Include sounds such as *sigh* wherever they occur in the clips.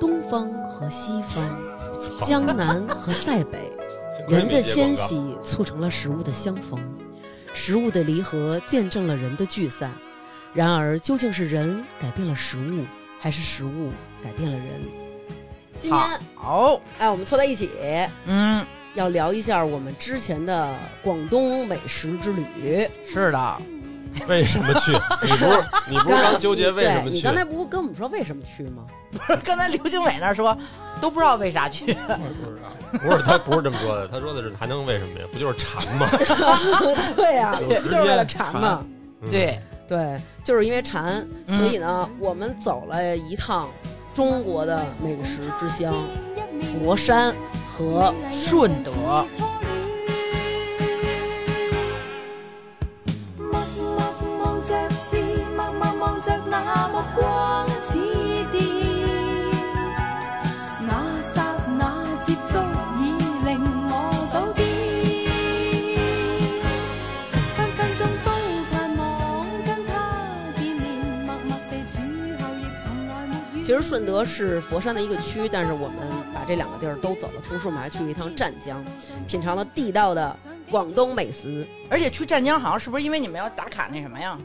东方和西方， *laughs* 江南和塞北，人的迁徙促成了食物的相逢，食物的离合见证了人的聚散。然而，究竟是人改变了食物，还是食物改变了人？今天，好，哎，我们凑在一起嗯，要聊一下我们之前的广东美食之旅。是的，为什 *laughs* 么去？你不是你不是刚纠结为什么对你去？刚才不是跟我们说为什么去吗？不是 *laughs* 刚才刘经纬那儿说都不知道为 *laughs* 啥去，不是他不是这么说的，他说的是还能为什么呀？不就是馋吗？对呀、有 *laughs* 就是呃时为了间馋嘛。嗯，对，对，就是因为馋，嗯所以呢，我们走了一趟中国的美食之乡佛山和顺德，默默望着是，默默望着那目光似电，那刹那接觸已令我倒跌。分分鐘都盼望跟他見面，默默地處後亦從來沒怨其实顺德是佛山的一个区，但是我们把这两个地儿都走了，同时我们还去了一趟湛江，品尝了地道的广东美食。而且去湛江好像是不是因为你们要打卡那什么呀？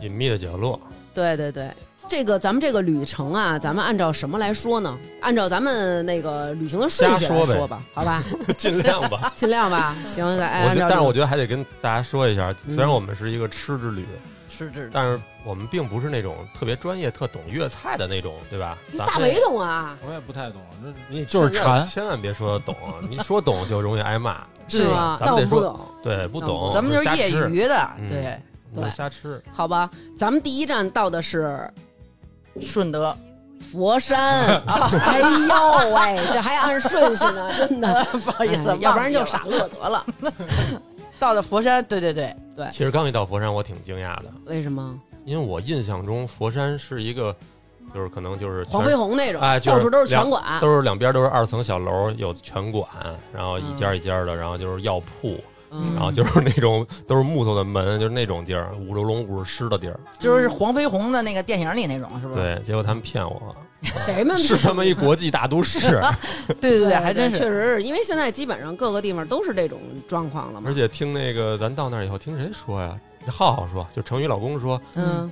隐秘的 *laughs* 角落，对对对，这个咱们这个旅程啊，咱们按照什么来说呢？按照咱们那个旅行的顺序瞎来说呗说吧，好吧，尽量吧。尽量吧。行，咱我按觉照得，但是我觉得还得跟大家说一下，嗯虽然我们是一个吃之旅，是是的，但是我们并不是那种特别专业、特懂粤菜的那种，对吧？你咱大们伟懂啊，我也不太懂，这你就是馋，千万别说懂，你说懂就容易挨骂。是吗？哦咱那我们得不说懂。对，不懂，咱们就是瞎业吃，余的，嗯对，我们瞎吃。好吧，咱们第一站到的是顺德嗯佛 *laughs* 山。哎呦喂，这还按顺序呢，真的，不好意 *laughs* 思，哎要不然就忘记了傻乐得了。到的佛山，对对对，其实刚一到佛山，我挺惊讶的，为什么？因为我印象中佛山是一个，就是可能就是全黄飞鸿那种，哎就是到处都啊是啊拳馆，都是两边都是二层小楼，有拳馆，然后一家一家的，然后就是药铺，嗯然后就是那种都是木头的门，就是那种地儿，五十龙五十狮的地儿。就是黄飞鸿的那个电影里那嗯种，是不是？对，结果他们骗我，谁们是他妈一国际大都市，对对对还真确是。实是因为现在基本上各个地方都是这种状况了嘛 *laughs* 而。且听那个咱到那儿以后听谁说呀？浩浩说，就成宇老公说嗯，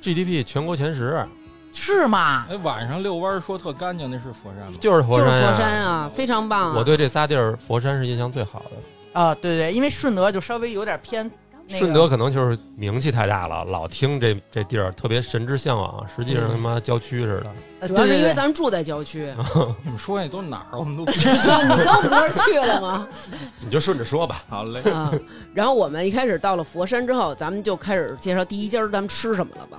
GDP 全国前十，是吗？哎，晚上遛弯儿说特干净，那是佛山吗？就是佛就是山呀、佛山啊，非常棒啊。我对这仨地儿，佛山是印象最好的。啊，对对，因为顺德就稍微有点偏那个顺德可能就是名气太大了，老听这这地儿特别神之向往，实际嗯上他妈郊区似的。呃主要是对对因为对咱们住在郊区，你们说那都哪儿？我们都 *laughs* 不你刚不是去了 *laughs* 吗？你就顺着说吧。好嘞。啊，然后我们一开始到了佛山之后，咱们就开始介绍第一家儿咱们吃什么了吧？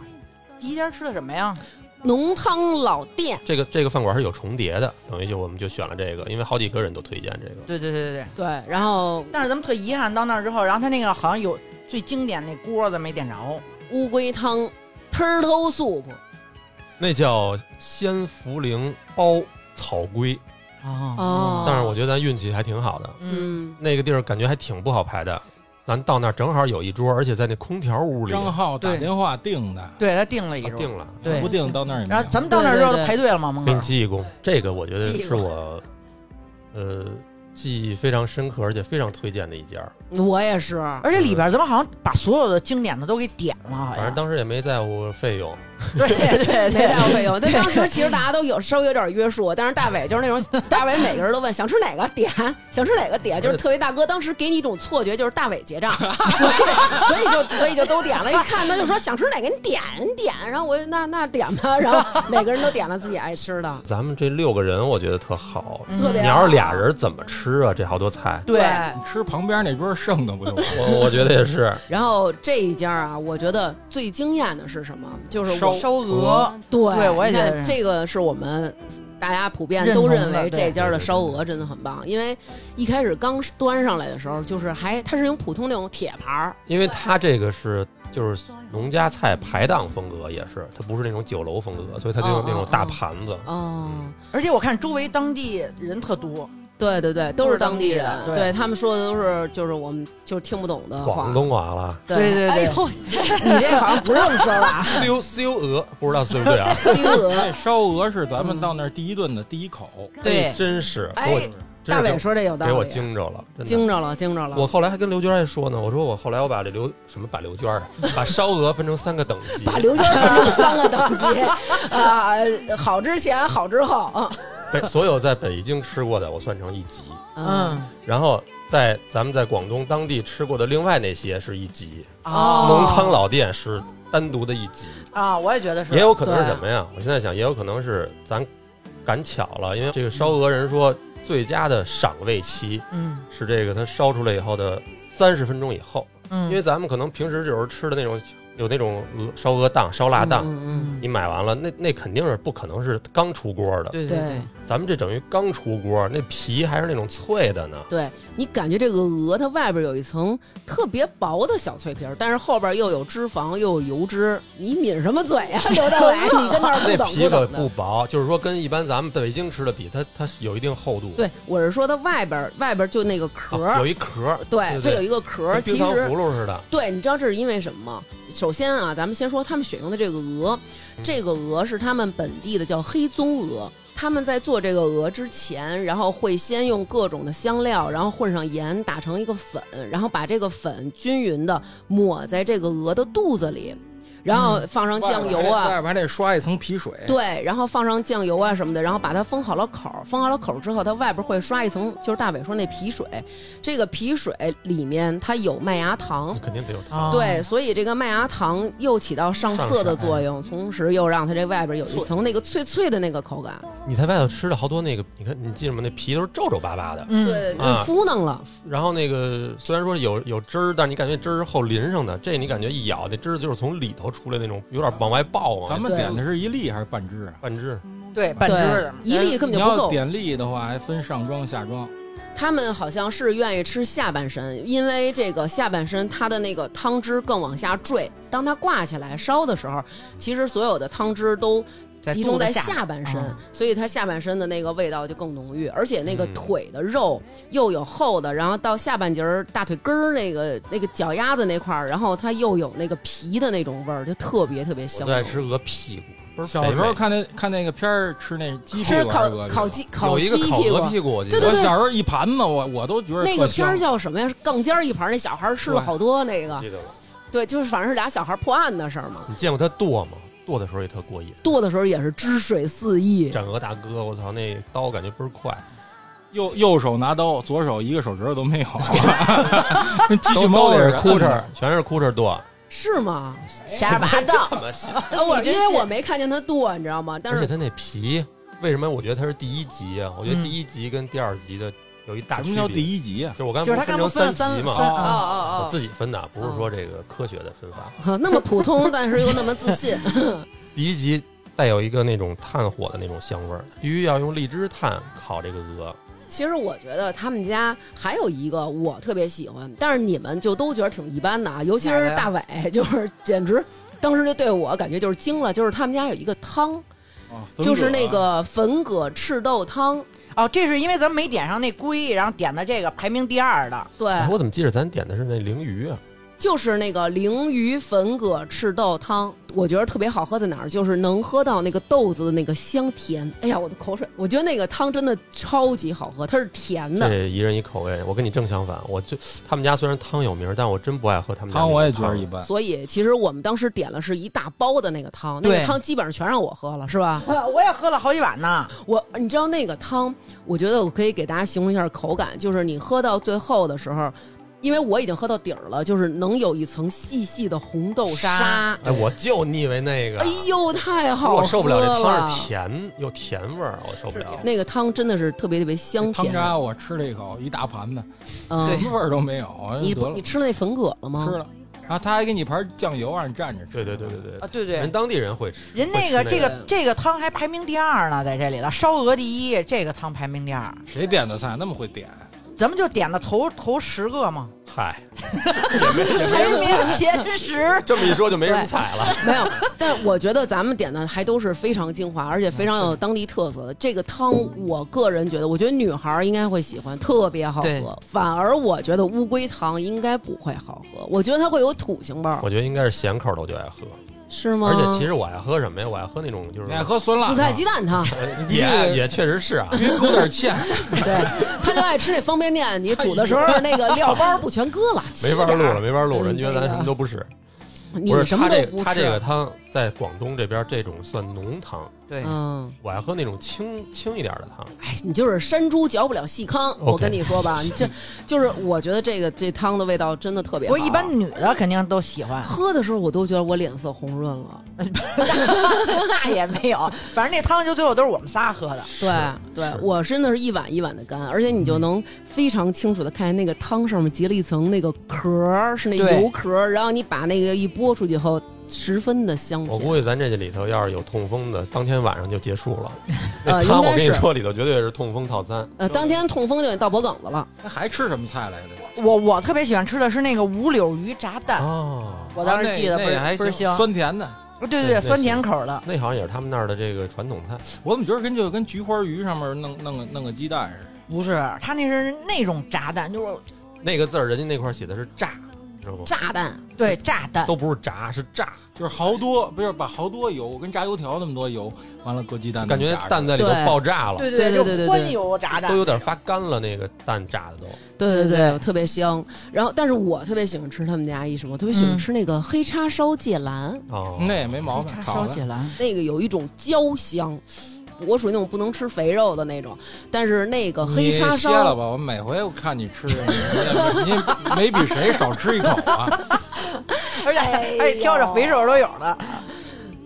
第一家吃的什么呀？浓汤老店，这个这个饭馆是有重叠的，等于就我们就选了这个，因为好几个人都推荐这个。对对对对对。对，然后但是咱们特遗憾，到那儿之后，然后他那个好像有最经典那锅子没点着，乌龟汤、turtle soup，那叫仙茯苓煲草龟，哦但是我觉得咱运气还挺好的，嗯，嗯，那个地儿感觉还挺不好排的。咱到那儿正好有一桌，而且在那空调屋里 *laughs* 张啊浩打对电话订的，对他定了一桌，定了，对不。定到那儿也没有。然后咱们到那儿之后嗯对对对排队了吗？门给你口记一功。这个我觉得记一是我，呃，记忆非常深刻，而且非常推荐的一家。我也是，而且里边咱们好像把所有的经典的都给点了，好反正像。当时也没在乎费用，对对对没对带过费 *laughs* 用。对，当时其实大家都有稍微有点约束，但是大伟就是那种 *laughs* 大伟，每个人都问想吃哪个点， *laughs* 想吃哪个点，就是特别大哥。当时给你一种错觉，就是大伟 *laughs* 结账，所以所以就所以就都点了。一看他就说想吃哪个，你点你点。然后我就那那点吧，然后每个人都点了自己爱吃的，咱们这六个人我觉得特好。嗯特别你要是俩人怎么吃啊？这好多菜，对，你吃旁边那桌剩的不就完了？ *laughs* 我我觉得也是。然后这一家啊，我觉得最惊艳的是什么？就是我烧烧鹅，对，对我也你看觉得是这个是我们大家普遍认都同的认为对这家的烧鹅真的很棒，因为一开始刚端上来的时候，就是还它是用普通那种铁盘儿，因为它这个是就是农家菜排档风格，也是它不是那种酒楼风格，所以它就哦用那种哦大哦盘子。哦，而且我看周围当地人特多，对对对，都都是是当当地地人人，对对他们说的都是就是我们就是听不懂的话。广东话了。对对哎对呦， *laughs* 你这好像不是这么说 *laughs* 吧？修修鹅，不知道对不 *laughs* 对啊？西那俄，烧鹅是咱们到那儿第一顿的第一口，对哎真是给我哎，真大是伟给说这有我给道我理，惊着了，真的惊着了，惊着了。我后来还跟刘娟还说呢，我说我后来我把这刘什么把刘娟啊，把烧鹅分成三个等级，把刘娟分成三个等级 *laughs* 啊，好之前，好之后，北所有在北京吃过的我算成一级， *laughs* 嗯，然后在咱们在广东当地吃过的另外那些是一级，哦浓汤老店是单独的一级，啊，我也觉得是也有可能是对什么呀？我现在想，也有可能是咱赶巧了，因为这个烧鹅人说最佳的赏味期嗯是这个它烧出来以后的三十分钟以后，因为嗯咱们可能平时有时候吃的那种有那种鹅烧鹅档、烧腊档。嗯，你买完了，那那肯定是不可能是刚出锅的。对嗯对对，咱们这等于刚出锅，那皮还是那种脆的呢。对，你感觉这个鹅它外边有一层特别薄的小脆皮儿，但是后边又有脂肪又有油脂，你抿什么嘴呀、刘大伟？你跟那儿不那等皮可等不的。薄，就是说跟一般咱们北京吃的比，它它是有一定厚度。啊对，我是说它外边外边就那个壳儿，啊有一壳儿，哦对，它有一个壳儿，跟其冰糖实葫芦似的。对，你知道这是因为什么吗？首先啊，咱们先说他们选用的这个鹅，这个鹅是他们本地的叫黑棕鹅。他们在做这个鹅之前，然后会先用各种的香料，然后混上盐，打成一个粉，然后把这个粉均匀的抹在这个鹅的肚子里，然后放上酱油啊，嗯外边还得刷一层皮水。对，然后放上酱油啊什么的，然后把它封好了口儿，封好了口儿之后，它外边会刷一层，就是大伟说那皮水，这个皮水里面它有麦芽糖，肯定得有糖。啊对，所以这个麦芽糖又起到上色的作用，同时又让它这外边有一层那个脆脆的那个口感，你在外头吃了好多那个，你看你记得吗？那皮都是皱皱巴巴的，嗯对，就啊敷弄了，然后那个虽然说有有汁儿，但是你感觉汁儿是后淋上的，这你感觉一咬，那汁儿就是从里头出来那种，有点往外爆嘛。咱们对点的是一粒还是半只啊？半汁，对，半对只的，一粒根哎你本就不要够。点粒的话，还分上装下装。他们好像是愿意吃下半身，因为这个下半身它的那个汤汁更往下坠，当它挂起来烧的时候，其实所有的汤汁都在集中在肚子下半身，啊所以它下半身的那个味道就更浓郁，而且那个嗯腿的肉又有厚的，然后到下半截儿大腿根儿那个那个脚丫子那块儿，然后它又有那个皮的那种味儿，就特别特别我香最爱浓。吃鹅屁股，不是小肥时候美看那看那个片儿，吃那鸡屁吃股烤还是鹅屁股烤鸡烤有鸡一个烤屁鹅股，屁股，我记对得对我对小时候一盘子，我我都觉得那个特香片儿叫什么呀？是杠尖儿一盘儿，那小孩儿吃了好多那个记。得我。对，就是反正是俩小孩破案的事儿嘛。你见过他剁吗？剁的时候也特过瘾。剁的时候也是汁水四溢，斩鹅大哥，我操，那刀感觉倍儿快，右右手拿刀，左手一个手指头都没 *laughs* 有， *laughs* 机器都猫都也得是是哭哭哧哧，，全是哭哧剁。是吗？瞎八道。怎么想？啊我因真为是我没看见他剁，你知道吗？但而是且他那皮，为什么我觉得他是第一集啊？我觉得嗯第一集跟第二集的有一大什区么别。叫第一集啊？就是我刚就才是不他是分成刚不分集三嘛？三哦哦啊，我哦自己分的，不是说这个科学的分法。哦，那么普通， *laughs* 但是又那么自信，第一集带有一个那种炭火的那种香味儿，必须要用荔枝炭烤这个鹅。其实我觉得他们家还有一个我特别喜欢，但是你们就都觉得挺一般的啊，尤其哪个是呀大伟， *laughs* 就是简直当时就对我感觉就是惊了，就是他们家有一个汤，啊就是那个粉葛赤豆汤，哦，这是因为咱们没点上那龟，然后点的这个排名第二的，对，哎我怎么记着咱点的是那鲮鱼啊？就是那个鲮鱼粉葛赤豆汤，我觉得特别好喝在哪儿，就是能喝到那个豆子的那个香甜。哎呀，我的口水！我觉得那个汤真的超级好喝，它是甜的。这一人一口味，我跟你正相反。我就他们家虽然汤有名儿，但我真不爱喝他们家那汤种我也觉得一般。所以其实我们当时点了是一大包的那个汤，那个对汤基本上全让我喝了，是吧？我也喝了好几碗呢。我你知道那个汤，我觉得我可以给大家形容一下口感，就是你喝到最后的时候，因为我已经喝到底儿了，就是能有一层细细的红豆沙。沙哎，我就腻歪那个。哎呦，太好喝了！我受不了这汤是甜，有甜味儿，我受不了。那个汤真的是特别特别香汤甜。渣我吃了一口，一大盘子，什嗯，么味儿都没有，你得了你吃了那粉葛了吗？吃了。然后他还给你盘酱油，让你蘸着吃。对对对对对，啊，对人对，当地人会吃。人那会个吃这个这个汤还排名第二呢，在这里头，烧鹅第一，这个汤排名第二。谁点的菜那么会点？咱们就点的头头十个嘛， *laughs* 嗨，也没也没排人。名前十这么一说就没什么菜了。 *laughs* 没有，但我觉得咱们点的还都是非常精华，而且非常有当地特色的。这个汤，我个人觉得，我觉得女孩儿应该会喜欢，特别好对喝。反而我觉得乌龟汤应该不会好喝，我觉得它会有土腥味儿， *laughs* 我觉得应该是咸口的，我就爱喝。是吗？而且其实我爱喝什么呀？我爱喝那种就是你爱哎喝酸辣紫菜鸡蛋 *laughs* 汤，呃也也确实是啊， *laughs* 鱼勾点芡，对，他就爱吃那方便面，你煮的时候那个料包儿不全搁了，哎 *laughs* 没法录了，没法录，嗯人觉这得咱个什么都不是。你不是什么他都这不个吃。啊他这个汤在广东这边这种算浓汤，对，嗯，我爱喝那种清清一点的汤。哎，你就是山猪嚼不了细糠，我跟你说吧，你这就是我觉得这个这汤的味道真的特别好。，我一般女的肯定都喜欢喝的时候，我都觉得我脸色红润了。 *laughs* 那也没有，反正那汤就最后都是我们仨喝的。对对，我真的是一碗一碗的干，而且你就能非常清楚的看见那个汤上面结了一层那个壳儿，是那对油壳儿，然后你把那个一拨出去以后，十分的香我甜。估计咱这里头要是有痛风的，当天晚上就结束了。呃那 *laughs* 汤我应该跟是你说，里头绝对是痛风套餐。呃，当天痛风就得到脖梗子了。那还吃什么菜来着？我我特别喜欢吃的是那个五柳鱼炸啊蛋，哦，我当时记得啊倍那那也还儿倍儿行，香。酸甜的。对对对对，那酸甜行口的。那好像也是他们那儿的这个传统菜。我怎么觉得跟就跟菊花鱼上面弄弄个弄个鸡蛋似的？不是，他那是那种炸蛋，就是那个字儿，人家那块儿写的是炸，你知道吗？炸弹，对炸蛋，都不是炸，是炸，就是好多，不是把好多油跟炸油条那么多油，完了搁鸡蛋，感觉蛋在里头对爆炸了，对对对就对对对宽油炸蛋都。有点发干了。那个蛋炸的都，对对对对，特别香。然后，但是我特别喜欢吃他们家一什么，我特别喜欢嗯吃那个黑叉烧芥蓝，哦，那也没毛病，叉炒烧的起来，那个有一种焦香。我属于那种不能吃肥肉的那种，但是那个黑叉你歇了烧，吧，我每回我看你吃，你你也 *laughs* 没比谁少吃一口啊。而且哎呦哎，挑着肥肉都有的。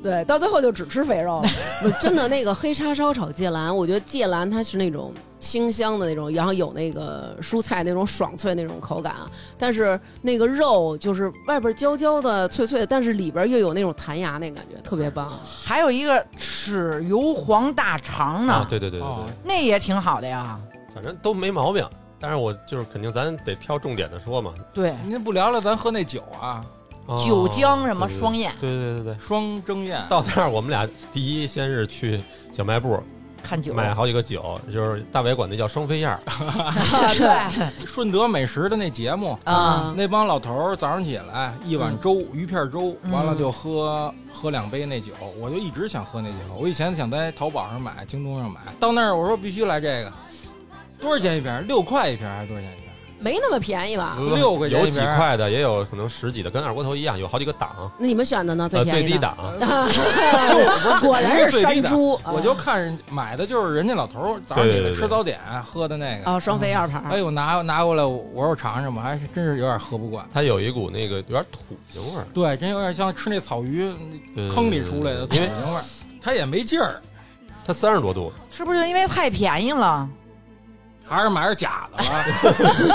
对，到最后就只吃肥肉了。不是 *laughs* 真的，那个黑叉烧炒芥蓝，我觉得芥蓝它是那种清香的那种，然后有那个蔬菜那种爽脆那种口感，啊。但是那个肉就是外边焦焦的、脆脆的，但是里边又有那种弹牙那感觉，特别棒。还有一个豉油黄大肠呢，啊，对对 *laughs* 对对哦对，那也挺好的呀。反正都没毛病。但是我就是肯定，咱得挑重点的说嘛，对，您不聊聊咱喝那酒啊，哦九江什么双燕对对对对对。双蒸宴，到那儿，我们俩第一先是去小卖部看酒，买好啊几个酒，就是大伟管那叫双飞燕儿， *laughs* 对顺德美食的那节目。啊，那帮老头儿早上起来一碗粥，鱼片粥，嗯嗯完了就喝喝两杯那酒，我就一直想喝那酒。我以前想在淘宝上买，京东上买，到那儿我说必须来这个，多少钱一瓶儿？六块一瓶儿还是多少钱一瓶儿？没那么便宜吧？六块钱有一几瓶儿块的，也有可能十几的，跟二锅头一样，有好几个档，那你们选的呢？呃，便最宜 *laughs* 低的。档， *laughs* 就果然是山最低档猪，啊我就看人买的就是人家老头儿早上对起对来对吃对早点喝的那个。啊，双飞二盘哎儿，呦，拿拿过来，我说尝尝吧，还是真是有点喝不惯。它有一股那个有点土腥味儿，对，真有点像吃那草鱼对坑里出来的土因为腥味儿，它也没劲儿，它三十多度，是不是因为太便宜了？还是买点假的吧。 *laughs*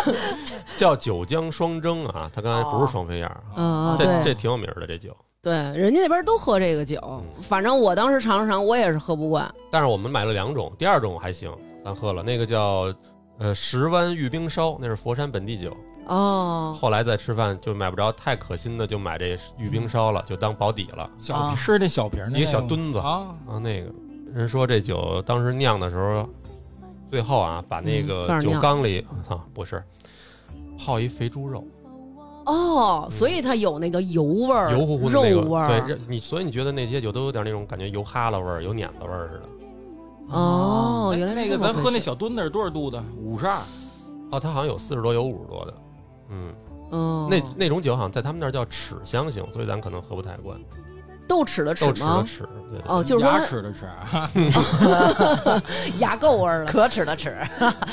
叫九江双蒸啊，它刚才不是双飞燕儿，啊嗯，这这对挺有名儿的这酒。对，人家那边都喝这个酒，反正我当时尝了尝，我也是喝不惯。但是我们买了两种，第二种还行，咱喝了那个叫呃石湾玉冰烧，那是佛山本地酒。哦，后来再吃饭就买不着太可心的，就买这玉冰烧嗯了，就当保底了小哦瓶是那小瓶儿的一个那小墩子啊，啊。那个人说这酒当时酿的时候，最后啊把那嗯个放着酒酿缸里啊不是泡一肥猪肉，哦，所以它有那个油味儿、油乎乎的肉那个，味儿。对，让你所以你觉得那些酒都有点那种感觉油哈喇味儿、油碾子味儿似的。哦，原来是哎那这么个咱回喝那事小墩子是多少度的？五十二。哦，它好像有四十多，有五十多的。嗯，嗯，那那种酒好像在他们那儿叫齿香型，所以咱可能喝不太惯。豆豉的豆豉豉的吗？豉，对对哦，就是说牙它齿的齿啊，牙垢味儿了。 *laughs* 可耻的耻，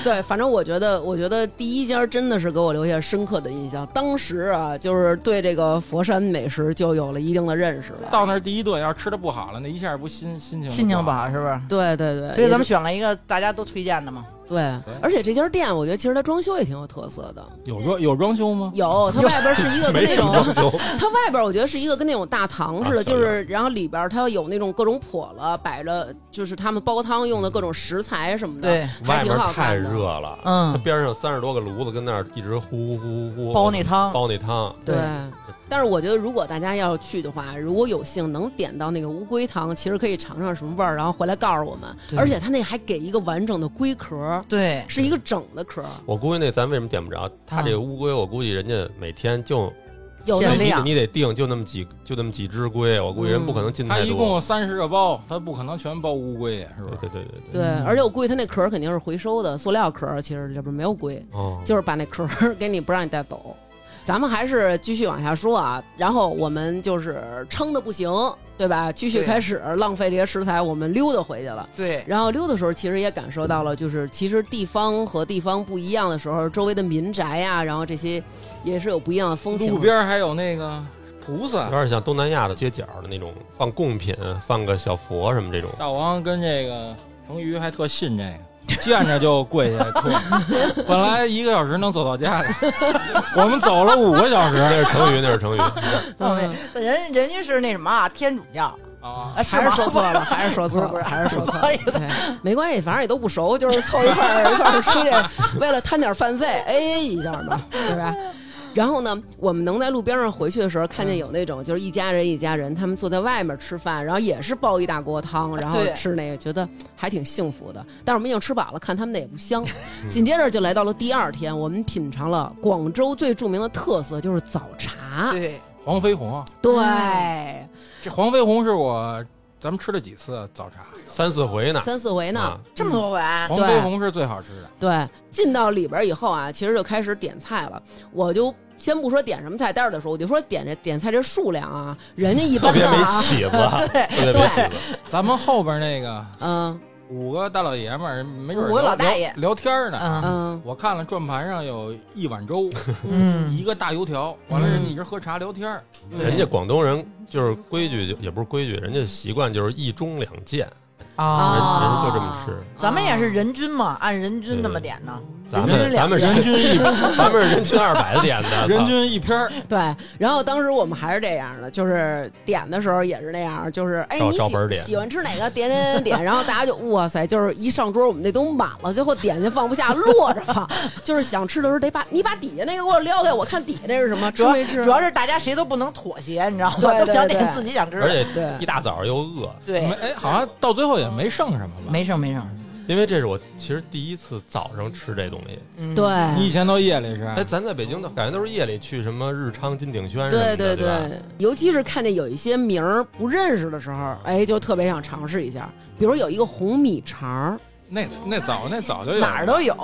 对，反正我觉得，我觉得第一家真的是给我留下深刻的印象。当时啊，就是对这个佛山美食就有了一定的认识了。 *laughs* 到那儿第一顿要是吃的不好了，那一下不心心情心情不不好是不是？对对对，所以咱们也选了一个大家都推荐的嘛。对，而且这家店我觉得其实它装修也挺有特色的，有装有装修吗？有它外边是一个跟那 *laughs* 没种装 *laughs* 修，它外边儿我觉得是一个跟那种大堂似的，啊就是然后里边儿它有那种各种笸了，摆着就是他们煲汤用的各种食材什么的，对，还外挺面好太看的。热了，它 *laughs* 嗯，边上三十多个炉子跟那儿一直呼呼呼呼呼煲那汤，煲那汤，对，但是我觉得如果大家要去的话，如果有幸能点到那个乌龟汤，其实可以尝尝什么味儿，然后回来告诉我们。对而且它那还给一个完整的龟壳儿，对，是一个整的壳儿，我估计那咱为什么点不着？他啊嗯这个乌龟，我估计人家每天就有那限么你量得你得定就那么几就那么几只龟，我估计人不可能进他太一共多。有三十个包，他不可能全包乌龟呀，是对吧？对对对对，对，而且我估计它那壳儿肯定是回收的，塑料壳儿其实里边没有龟。哦，就是把那壳儿给你不让你带走。 *laughs* 咱们还是继续往下说啊，然后我们就是撑的不行，对吧？继续对开始浪费这些食材，我们溜达回去了。对，然后溜的时候，其实也感受到了，就是其实地方和地方不一样的时候，周围的民宅呀、然后这些也是有不一样的风情。路边儿还有那个菩萨有，点像东南亚的街角的那种放贡品、放个小佛什 *laughs* 么这种。大王跟这个成瑜还特信这个，见着就跪下磕。本来一个小时能走到家的，我们走了五个小时那是成语，那 *laughs* 是成语。 *laughs* 嗯，人人家是那什么啊，天主教，啊。啊是还是吗说错了，还是说错不了， *laughs* 是不是还是说错不好了意。对，没关系，反正也都不熟，就是凑一块儿一块儿出去，为了摊点饭费，AA 一下嘛，对吧？然后呢，我们能在路边上回去的时候，看见有那种就是一家人一家人，他们坐在外面吃饭，然后也是煲一大锅汤，然后对吃那个，觉得还挺幸福的。但是我们已经吃饱了，看他们的也不香。紧接着就来到了第二天，我们品尝了广州最著名的特色，就是早茶。 *laughs* 对，黄飞鸿啊，对，这黄飞鸿是我咱们吃了几次早茶？三四回呢，三四回呢。啊这么多回，黄飞啊鸿是最好吃的。对，进到里边以后啊，其实就开始点菜了。我就先不说点什么菜，待会儿再说。我就说点这点菜这数量 *laughs* 啊，人家一特般别 *laughs* 的没啊，起子，特别没起子。咱们后边那个嗯五个大老爷们儿，没准儿五个聊老大爷聊聊天儿呢。嗯嗯我看了转盘上有一碗粥，嗯，一个大油条，完了嗯人家一直喝茶聊天儿。对人家广东人就是规矩，就也不是规矩，人家习惯就是一盅两件，啊，人就这么吃咱们也是人均嘛，按人均那么点呢，咱人们均咱两们人均一，咱们是人均二百点 *laughs* 的，人均一篇儿，嗯对。然后当时我们还是这样的，就是点的时候也是那样，就是哎，照你照本儿喜点喜欢吃哪个点点点点，然后大家就哇塞，就是一上桌我们那都满了，最后点心放不下，落着 *laughs* 放，就是想吃的时候得把你把底下那个给我撩开，我看底下那是什么，吃主要没吃？主要是大家谁都不能妥协，你知道吗？对对都想对点自己想吃而的，且对一大早又饿，没对，哎，好像到最后也没剩什么吧？没剩没剩，因为这是我其实第一次早上吃这东西。嗯对，，你以前都夜里吃，呃哎，咱在北京的感觉都是夜里去什么日昌、金鼎轩什么对的，对对吧，尤其是看见有一些名儿不认识的时候，哎，就特别想尝试一下。比如有一个红米肠儿，那那早那早就有了哪儿都有。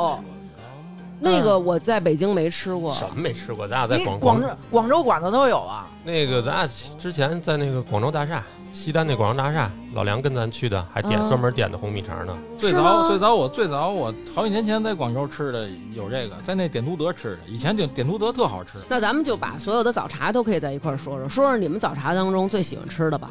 那个我在北京没吃过。嗯什么没吃过？咱俩在你广广州广州馆子都有啊，那个，咱俩之前在那个广州大厦，西单那广州大厦，老梁跟咱去的，还点、嗯专门点的红米肠呢。最是吗早最早我最早我好几年前在广州吃的有这个，在那点都德吃的，以前点点都德特好吃。那咱们就把所有的早茶都可以在一块儿说说，说说你们早茶当中最喜欢吃的吧。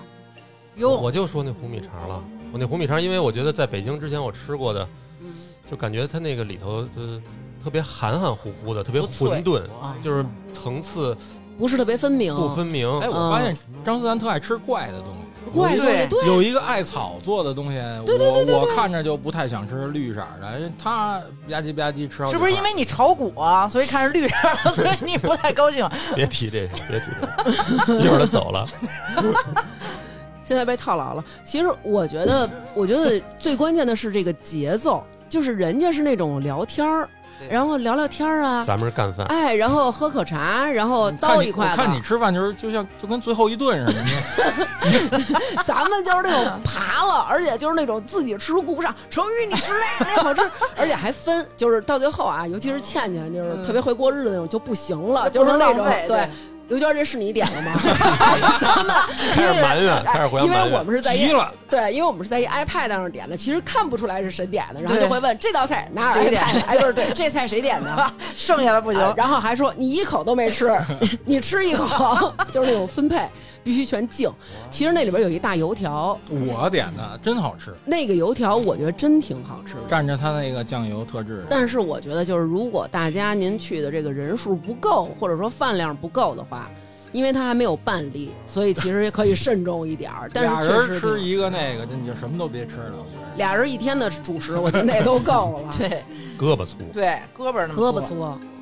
哟，我就说那红米肠了，我那红米肠，因为我觉得在北京之前我吃过的，嗯就感觉它那个里头就是特别含含糊糊的，特别不脆混沌，啊就是层次不是特别分明，不分明。哎，我发现张思楠特爱吃怪的东西，怪的东西嗯对对有一个艾草做的东西，我我看着就不太想吃绿色儿的，哎他吧唧吧唧吃好几是块。不是因为你炒股啊，所以看着 *laughs* 绿色的，所以你不太高兴？别提这个，别提这个，一会 *laughs* 儿他走了。现在被套牢了。其实我觉 *laughs* 得，我觉得最关键的是这个节奏，就是人家是那种聊天儿，对然后聊聊天儿啊，咱们是干饭，哎，然后喝口茶，然后你看叨你一块我啊子。看你吃饭就是就像就跟最后一顿似的，你咱们就是那种爬了，而且就是那种自己吃顾不上。成宇，你吃那个那好吃，而且还分，就是到最后啊，尤其是倩倩，就是嗯特别会过日子那种，就不行了，就就不是能那浪种费对对。刘娟，这是你点的 *laughs* 吗？咱们因 *laughs* 开为始埋怨，哎开始互相因为埋我怨。们是在一急了。对，因为我们是在一 iPad 上点的，其实看不出来是谁点的，然后对就会问这道菜哪有谁点 iPad？哎，不是对，这菜谁点的？ *laughs* 剩下的不啊行，。*laughs* 然后还说你一口都没吃，你吃一口，就是那种分配。必须全净。其实那里边有一大油条，我点的真好吃，那个油条我觉得真挺好吃的。蘸着它那个酱油特制的，但是我觉得，就是如果大家您去的这个人数不够，或者说饭量不够的话，因为它还没有办例，所以其实也可以慎重一点 *laughs* 儿。但俩是确人实吃挺一个那个，那你就什么都别吃了。俩人一天的主食，我觉得那都够 *laughs* 了对胳膊粗，对，胳膊那么胳膊，粗，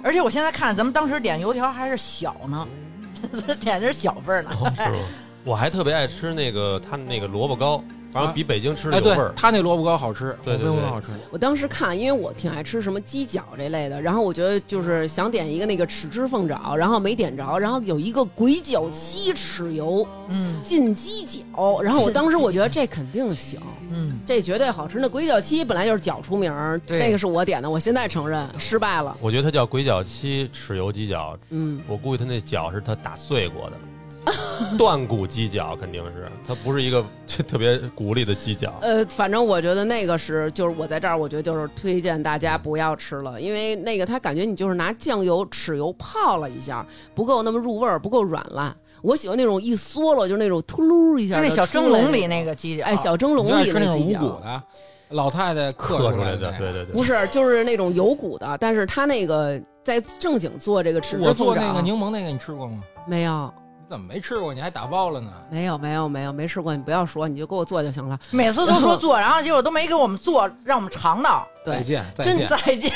而且我现在看咱们当时点油条还是小呢， *laughs* 点的是小份儿呢。哦是吗？我还特别爱吃那个他那个萝卜糕，反正比北京吃的哎，有对味儿，。他那萝卜糕好吃，对对对火锅好吃。我当时看，因为我挺爱吃什么鸡脚这类的，然后我觉得就是想点一个那个豉汁凤爪，然后没点着，然后有一个鬼脚七尺油嗯浸鸡脚，然后我当时我觉得这肯定行，嗯，这绝对好吃。那鬼脚七本来就是脚出名儿，对那个是我点的，我现在承认失败了。我觉得它叫鬼脚七豉油鸡脚，嗯，我估计它那脚是它打碎过的，断骨鸡脚肯定是，它不是一个 *laughs* 特别骨力的鸡脚。呃，反正我觉得那个是，就是我在这儿，我觉得就是推荐大家不要吃了，因为那个它感觉你就是拿酱油、豉油泡了一下，不够那么入味儿，不够软烂。我喜欢那种一嗦了就是那种秃噜一就下，那小蒸笼里，那个鸡脚，哎，小蒸笼你就爱里吃那那种几无角骨的，老太太刻刻出出来来的，那个对对对，不是，就是那种有骨的，但是它那个在正经做这个豉汁我做凤那个爪柠檬那个，你吃过吗？没有，你怎么没吃过？你还打包了呢？没有，没有，没有，没试过，你不要说，你就给我做就行了。每次都 *laughs* 说做，然后结果都没给我们做，让我们尝到。对再见，再真 *laughs* 见。再见，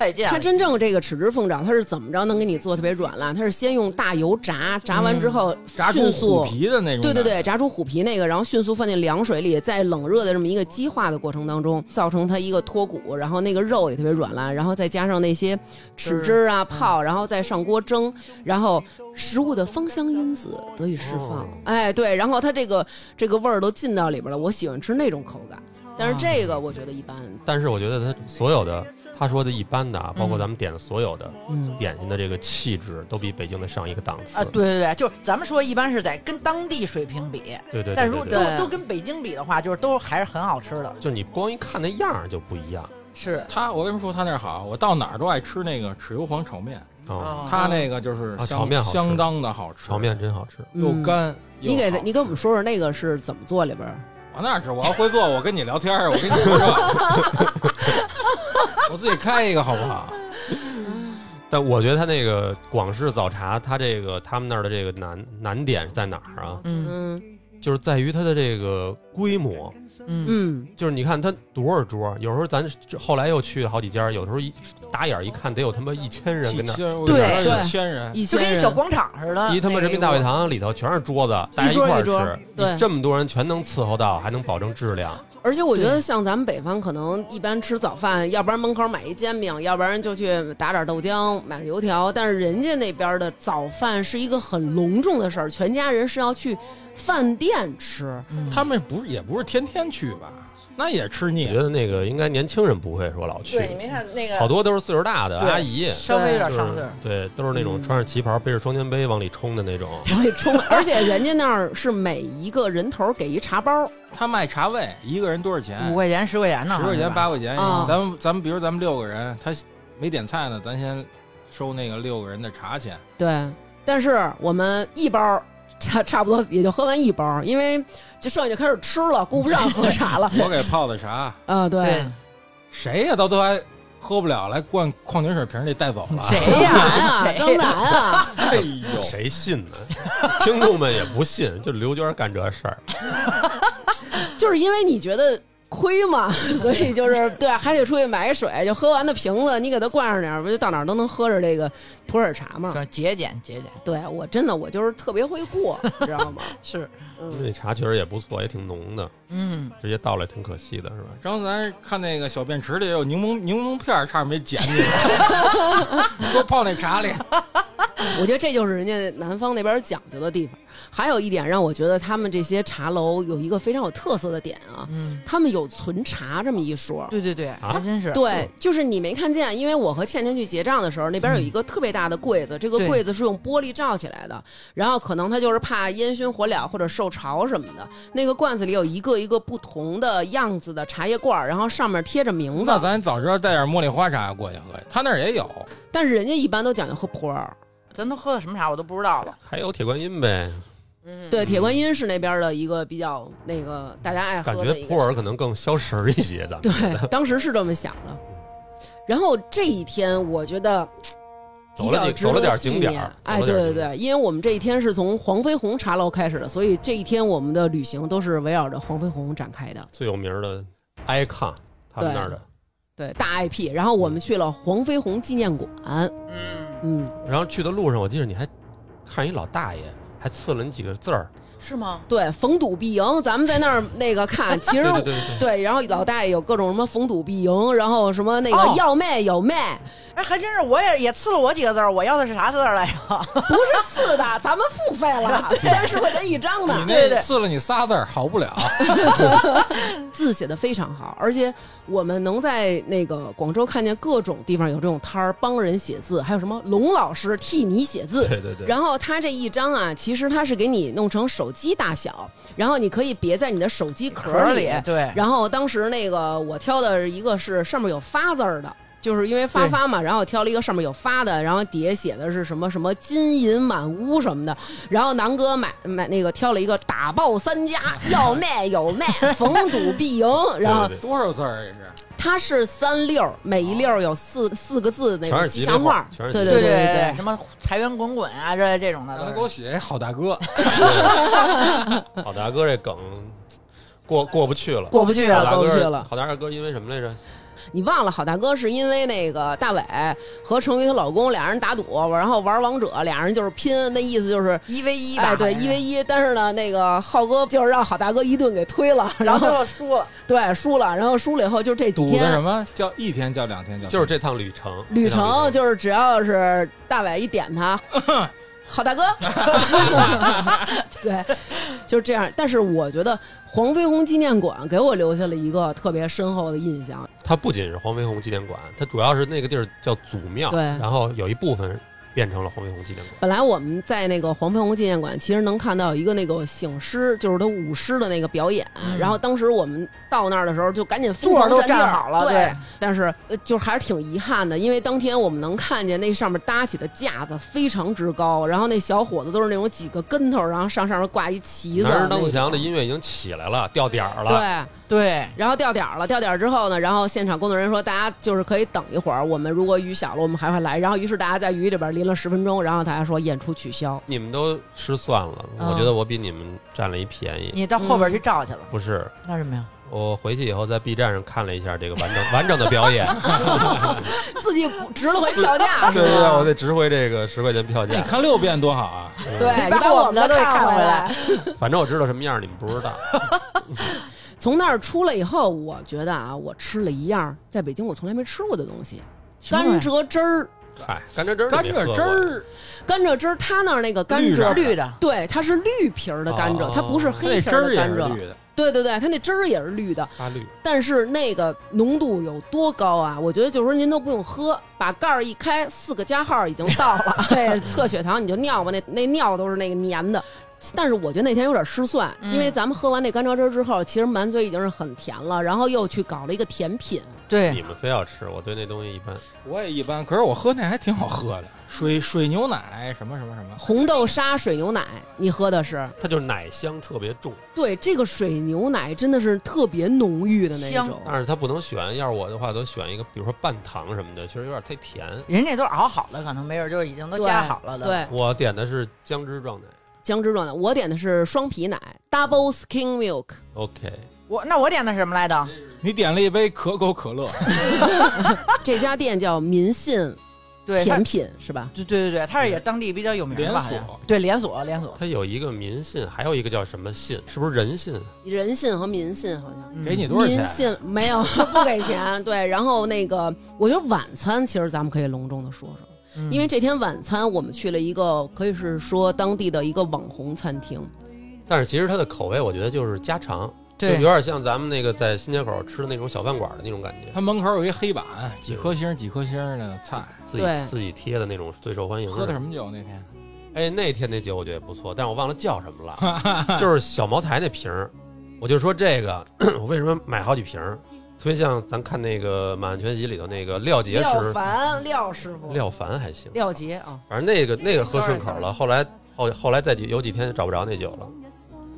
再见。它真正这个豉汁凤爪，它是怎么着能给你做特别软烂？它是先用大油炸，炸完之后炸出迅虎速。皮的那种。对对对，，炸出虎皮那个，然后迅速放进凉水里，在冷热的这么一个激化的过程当中，造成它一个脱骨，然后那个肉也特别软烂，然后再加上那些豉汁儿啊泡，然后再上锅蒸，然后食物的芳香因子得以释放。哦哎，对，然后它这个这个味儿都进到里边了，我喜欢吃那种口感，但是这嗯个我觉得一般。但是我觉得它所有的他说的一般的啊，包括嗯咱们点的所有的嗯，点心的这个气质，都比北京的上一个档次啊，对对对，就是咱们说一般是在跟当地水平比，对对对但如对果对都对，对都跟北京比的话，就是都还是很好吃的。就你光一看那样儿就不一样是他我为什么说他那儿好？我到哪儿都爱吃那个豉油黄炒面，啊。他那个就是啊相炒面好吃相当的好吃，炒面真好吃，又嗯干。又你给好你给我们说说那个是怎么做里边儿？我哪知道？我要会做，我跟你聊天儿，我跟你说 *laughs* 这，我自己开一个好不好？但我觉得他那个广式早茶，他这个他们那儿的这个难难点在哪儿啊？嗯嗯就是在于它的这个规模，嗯嗯，就是你看它多少桌，有时候咱这后来又去了好几家，有时候一打眼儿一看得有他妈一千人几跟那儿，千，对对一千人，一就千跟一人小广场似的。一他妈啊那人民大会堂里头全是桌子，大家一桌块一儿桌吃，对这么多人全能伺候到，还能保证质量。而且我觉得像咱们北方，可能一般吃早饭，要不然门口买一煎饼，要不然就去打点豆浆，买个油条。但是人家那边的早饭是一个很隆重的事儿，全家人是要去饭店吃。嗯他们不是也不是天天去吧？那也吃我觉腻。得那个应该年轻人不会说老去，对，你没看那个好多都是岁数大的对阿姨，稍微有点就上岁是数。对，都是那种穿着旗袍背着双肩背往里冲的那种。往里冲，而且人家那儿是每一个人头给一茶包，他卖茶位，一个人多少钱哎五？块钱、十块钱呢？十块钱、八块钱。嗯啊咱们咱们比如咱们六个人，他没点菜呢，咱先收那个六个人的茶钱。。对，但是我们一包差差不多也就喝完一包，因为就剩下就开始吃了，顾不上喝茶 *laughs* 了我给泡的茶，啊，对，对，谁呀都都还喝不了，来灌矿泉水瓶里带走了。谁当然呀？ *laughs* 啊，当谁然呀？啊。哎呦，谁信呢？ *laughs* 听众们也不信，就刘娟干这事儿。就是因为你觉得亏嘛， *laughs* 所以就是对，还得出去买水，就喝完的瓶子，你给它灌上点儿，不就到哪儿都能喝着这个普洱茶嘛？说节俭，节俭对我真的我就是特别会过，你知道吗？是，嗯，那茶确实也不错，也挺浓的，嗯，直接倒了也挺可惜的，是吧？刚才看那个小便池里有柠檬柠檬片儿，差点没捡起来， *laughs* 说泡那 *laughs* 茶里。我觉得这就是人家南方那边讲究的地方。还有一点让我觉得他们这些茶楼有一个非常有特色的点啊，嗯，他们有存茶这么一说。对对对，啊还真是。对，就是你没看见，因为我和倩倩去结账的时候，那边有一个特别大的柜子，这个对柜子是用玻璃罩起来的，然后可能它就是怕烟熏火燎或者受潮什么的。那个罐子里有一个一个不同的样子的茶叶罐儿，然后上面贴着名字那，咱早知道带点茉莉花茶过去喝，他那儿也有。但是人家一般都讲究喝普洱。咱都喝的什么茶我都不知道了。还有铁观音呗，嗯，对，铁观音是那边的一个比较那个大家爱感喝觉的一普个。洱可能更消食儿一些的。对，当时是这么想的。然后这一天，我觉得走了几走了点景点儿哎，走了对点对景点儿对，因为我们这一天是从黄飞鸿茶楼开始的，所以这一天我们的旅行都是围绕着黄飞鸿展开的。最有名儿的 icon，他们那儿的。对，大 IP。然后我们去了黄飞鸿纪念馆，嗯，嗯，然后去的路上，我记得你还看一老大爷，还刺了你几个字儿。是吗？对，逢赌必赢，咱们在那儿那个 *laughs* 看，其对实对对对对，然后老大爷有各种什么逢赌必赢，然后什么那个哦要卖有卖，哎，还真是，我也也刺了我几个字儿，我要的是啥字儿来着？不是次的，咱们付费 *laughs* 了，三十块钱一张你呢。 *laughs* 对那对刺了你仨字儿好 *laughs* 不了，字写的非常好，而且我们能在那个广州看见各种地方有这种摊儿帮人写字，还有什么龙老师替你写字，对对对对。然后它这一张啊，其实它是给你弄成手机大小，然后你可以别在你的手机壳壳里。哎对，然后当时那个我挑的一个是上面有发字儿的，就是因为发对发嘛，然后我挑了一个上面有发的，然后底下写的是什么什么金银满屋什么的。然后南哥买买那个挑了一个打爆三 *laughs* 家，要卖有卖，逢赌必赢。然后对对多少字儿也啊 *laughs* 是。它是三溜儿，每一溜儿有四四个字那全种是吉吉祥利话话儿，全是对吉对利对对对，什么财源滚滚啊，这这种的让他都给我是。写一好大哥，好大哥这梗过过不去了。过不去了，好过大不哥去了。嗯好大哥因为什么来着？你忘了好大哥是因为那个大伟和成瑜她老公俩人打赌，然后玩王者，俩人就是拼，那意思就是。一 v 一吧，哎，对，好像是一 v 一，但是呢，那个浩哥就是让好大哥一顿给推了，然然后最后后输了，对输了，然后输了以后就这几赌的什天么叫一天叫两天叫就是这趟旅程，旅这趟程就是只要是大伟一点他，好大哥，对，就是这样。但是我觉得黄飞鸿纪念馆给我留下了一个特别深厚的印象，它不仅是黄飞鸿纪念馆，它主要是那个地儿叫祖庙，对然后有一部分变成了黄飞鸿纪念馆。本来我们在那个黄飞鸿纪念馆，其实能看到一个那个醒狮，就是他舞狮的那个表演。嗯然后当时我们到那儿的时候，就赶紧疯座狂儿都地儿站好了，对，，但是呃就还是挺遗憾的，因为当天我们能看见那上面搭起的架子非常之高，然后那小伙子都是那种几个跟头，然后上上面挂一旗子。男人当自那强种的音乐已经起来了，掉点儿了。对，对，然后掉点儿了，掉点儿之后呢，然后现场工作人员说，大家就是可以等一会儿，我们如果雨小了，我们还会来。然后于是大家在雨里边淋了十分钟，然后大家说演出取消。你们都失算了，嗯我觉得我比你们占了一便宜。你到后嗯边去照去了，不是，那什么呀？我回去以后在 B 站上看了一下这个完整完整的表演，自己 *laughs* 值了回票价对是对对，我吧？得值回这个十块钱票你 *laughs* 价。嗯看六遍多好 *laughs* 啊！对，你你把把我我们的们的都给看看回回来。反正我知道什么样，你们不知道。从那儿出来以后，我觉得啊，我吃了一样在北京我从来没吃过的东西——甘甘蔗蔗汁儿。嗨，甘蔗汁儿甘你没喝蔗过汁儿，甘蔗汁儿，它那儿那个甘绿蔗的，绿的，对，它是绿皮儿的甘蔗，哦它不是它那黑皮汁儿儿的也甘是蔗。绿的，对对对，它那汁儿也是绿的，发绿，但是那个浓度有多高啊？我觉得就是说您都不用喝，把盖儿一开，四个加号已经到了， *laughs* 哎，测血糖你就尿吧，那那尿都是那个粘的。但是我觉得那天有点失算，嗯因为咱们喝完那甘蔗汁儿之后，其实满嘴已经是很甜了，然后又去搞了一个甜品，对你们非要吃，我对那东西一般。我也一般，可是我喝那还挺好喝的，水水牛奶什么什么什么，红豆沙水牛奶，你喝的是？它就是奶香特别重，对，这个水牛奶真的是特别浓郁的那香种，但是它不能选。要是我的话，都选一个，比如说半糖什么的，其实有点太甜。人家都是熬好了，可能没准就已经都对加好了的。，对，我点的是姜汁状奶姜汁状的。我点的是双皮奶，double skim milk。 ，OK，我那我点的是什么来着？你点了一杯可口可乐，这家店叫民信对，它甜品是吧？对对对对，它是也当地比较有名连吧？好像锁对，连锁连锁，它有一个民信，还有一个叫什么信，是不是人信？人信和民信好像。嗯给你多少民钱？啊信没有不给钱，对。然后那个，我觉得晚餐其实咱们可以隆重的说说，嗯因为这天晚餐我们去了一个可以是说当地的一个网红餐厅，但是其实它的口味，我觉得就是家常，就有对点像咱们那个在新街口吃的那种小饭馆的那种感觉，它门口有一黑板，几颗星儿几颗星儿的菜。自对己自己贴的那种最受欢迎喝的的什。么酒那天？哎，那天那酒我觉得也不错，但是我忘了叫什么 *laughs* 了，就是小茅台那瓶儿。我就说这个， *coughs* 我为什么买好几瓶儿？特别像咱看那个《满汉全席》里头那个廖杰廖时，凡廖师傅廖凡还行，廖杰啊，反正那个那个喝顺口了。后来嗯后后来再几有几天就找不着那酒了。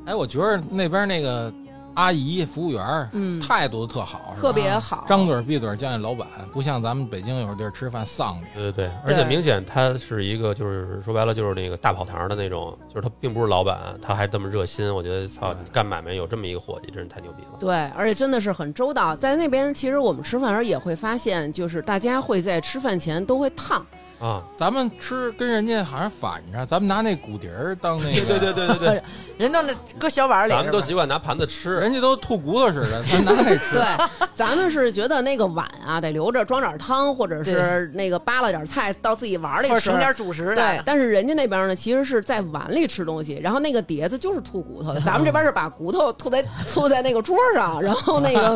哎，我觉得那边那个阿姨服务员儿嗯，态度特好，是吧特别好，啊张嘴闭嘴叫你老板，不像咱们北京有时候地儿吃饭丧你。对对对，而且明显他是一个，就是说白了就是那个大跑堂的那种，就是他并不是老板，他还这么热心，我觉得操，你干买卖有这么一个伙计，真是太牛逼了。对，而且真的是很周到。在那边，其实我们吃饭的时候也会发现，就是大家会在吃饭前都会烫，啊，咱们吃跟人家好像反着，咱们拿那骨碟儿当那个，对 *laughs* 对对，人都那搁小碗里，咱们都习惯拿盘子吃，人家都吐骨头似的，咱拿 *laughs* 那吃。对，咱们是觉得那个碗啊得留着装点汤，或者是那个扒拉点菜到自己碗儿里或者吃盛。点主食对的，，但是人家那边呢，其实是在碗里吃东西，然后那个碟子就是吐骨嗯头的，咱们这边是把骨头吐在吐在那个桌上，然后那 *laughs* 个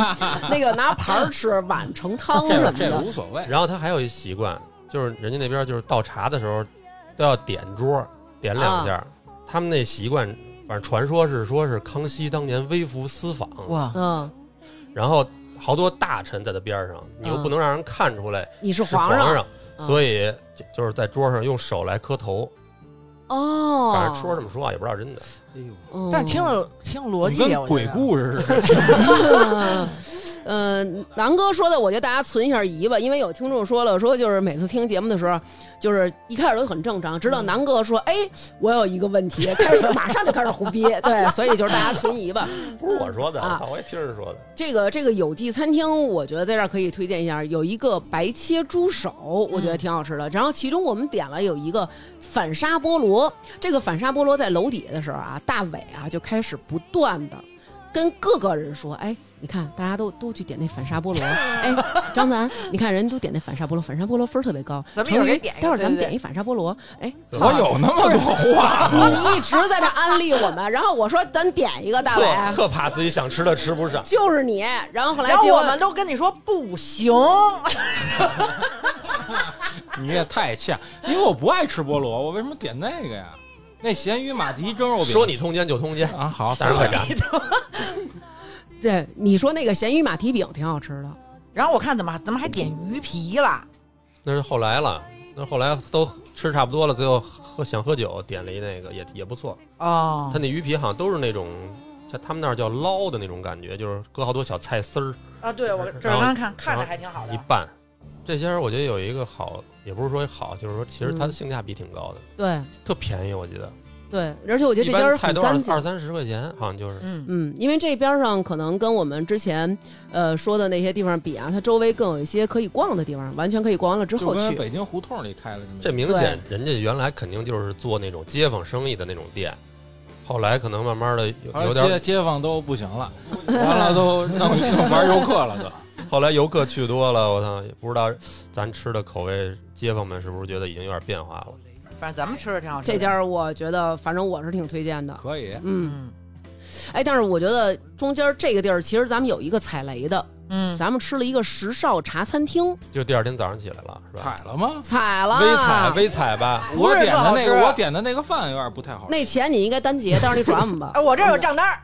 那个拿盘儿吃，碗盛汤这什个么这个的。无所谓，然后他还有一习惯，就是人家那边就是倒茶的时候都要点桌，点两下。他们那习惯，反正传说是说是康熙当年微服私访，哇，嗯，然后好多大臣在他边上，你又不能让人看出来你是是皇上，嗯所以就就是在桌上用手来磕头。哦，反正说这么说啊，也不知道真的。嗯 *laughs* 但挺有挺有逻你啊辑，啊跟我觉鬼得故事似的。嗯，呃南哥说的，我觉得大家存一下疑吧，因为有听众说了，说就是每次听节目的时候，就是一开始都很正常，直到嗯南哥说，哎，我有一个问题，开始马上就开始胡逼，对，所以就是大家存疑吧。不是我说的，啊我操我也听人说的。这个这个有记餐厅，我觉得在这儿可以推荐一下，有一个白切猪手，我觉得挺好吃的。然后其中我们点了有一个反沙菠萝，这个反沙菠萝在楼底下的时候啊，大伟啊就开始不断的。跟各个人说，哎，你看，大家都都去点那反沙菠萝，哎，张楠，你看人都点那反沙菠萝，反沙菠萝分儿特别高。咱们一会成儿给语点一个待会儿对咱们对对点一反沙菠萝，哎，我有那么多话吗，你一直在这安利我们，然后我说咱点一个，大伟，啊特特怕自己想吃的吃不上，就是你，然后后来然后结嗯果我们都跟你说不行，你也太欠。因为我不爱吃菠萝，我为什么点那个呀？那咸鱼马蹄蒸肉饼。说你通奸就通奸，啊，好，大人快炸！对，你说那个咸鱼马蹄饼挺好吃的，然后我看怎么怎么还点鱼皮了，那是后来了，那后来都吃差不多了，最后喝想喝酒，点了一那个也也不错。嗯哦他那鱼皮好像都是那种，像他们那儿叫捞的那种感觉，就是搁好多小菜丝儿啊，对我这然儿后刚看看然着后还挺好一的，拌。这些我觉得有一个好，也不是说好，就是说其实它的性价比挺高的，对特便宜，我记得。对，而且我觉得这一家般儿菜很都二干净二。三十块钱，好像就是。嗯，嗯，因为这边儿上可能跟我们之前呃说的那些地方比啊，它周围更有一些可以逛的地方，完全可以逛完了之就后跟去。北京胡同里开了么一这个明显人家原来肯定就是做那种街坊生意的那种店，后来可能慢慢的有后来有点街街坊都不行了，完了都弄弄玩游客了都。后来游客去多了，我操，也不知道咱吃的口味，街坊们是不是觉得已经有点变化了？反正咱们吃的挺好吃的，这家儿我觉得，反正我是挺推荐的。可以，嗯，嗯哎，但是我觉得中间儿这个地儿，其实咱们有一个踩雷的，嗯，咱们吃了一个时少茶餐厅，就第二天早上起来了，是吧？踩了吗？踩了，微踩微踩吧，不我是点特的好那吃个，我点的那个饭有点不太好吃。那钱你应该单结，到时候你转我 *laughs* 们吧哎，。我这儿有账单儿，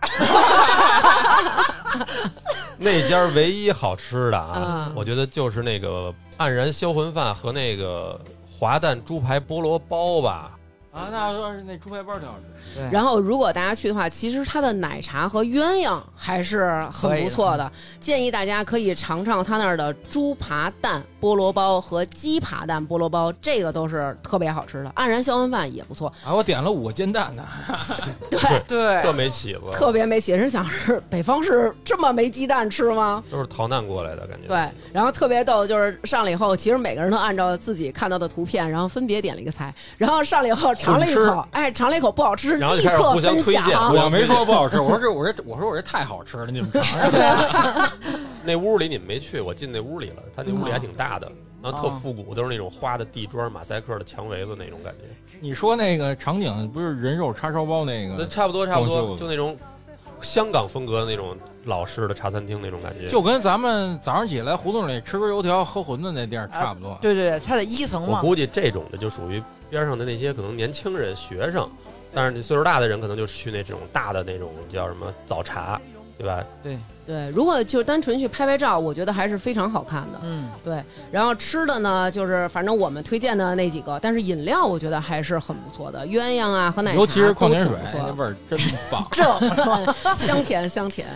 那家唯一好吃的啊啊，我觉得就是那个黯然销魂饭和那个滑蛋猪排菠萝包吧。啊，那要是那猪排包挺好吃，然后，如果大家去的话，其实它的奶茶和鸳鸯还是很不错的，建议大家可以尝尝他那儿的猪扒蛋菠萝包和鸡扒蛋菠萝包，这个都是特别好吃的。黯然销魂饭也不错，啊，我点了五个煎蛋呢，对，对特没起子，特别没起人想是北方是这么没鸡蛋吃吗？都是逃难过来的感觉。对，然后特别逗，就是上来以后，其实每个人都按照自己看到的图片，然后分别点了一个菜，然后上来以后尝了一混吃口，哎，尝了一口不好吃，然后就立开始刻互相分推荐享互。相我没说不好吃，我说这我这我说我这太好吃了，你们尝尝。 *laughs* 那屋里你们没去，我进那屋里了，他那屋里还挺大嗯的，然后特复古，都是那种花的地砖、马赛克的墙围子那种感觉。你说那个场景不是人肉叉烧包那那个，差不多，差不嗯装修多，的就那种香港风格的那种老式的茶餐厅那种感觉。就跟咱们早上起来胡同里吃根油条喝馄饨那地儿差不多。对对对，它的一层我嘛，估计这种的就属于边上的那些可能年轻人、学生，但是你岁数大的人可能就去那种大的那种叫什么早茶，对吧？对，对，如果就是单纯去拍拍照，我觉得还是非常好看的。嗯，对，然后吃的呢，就是反正我们推荐的那几个，但是饮料我觉得还是很不错的，鸳鸯啊和奶茶尤其是矿都泉挺水不错那的。味儿真棒这 *laughs* 香甜香甜。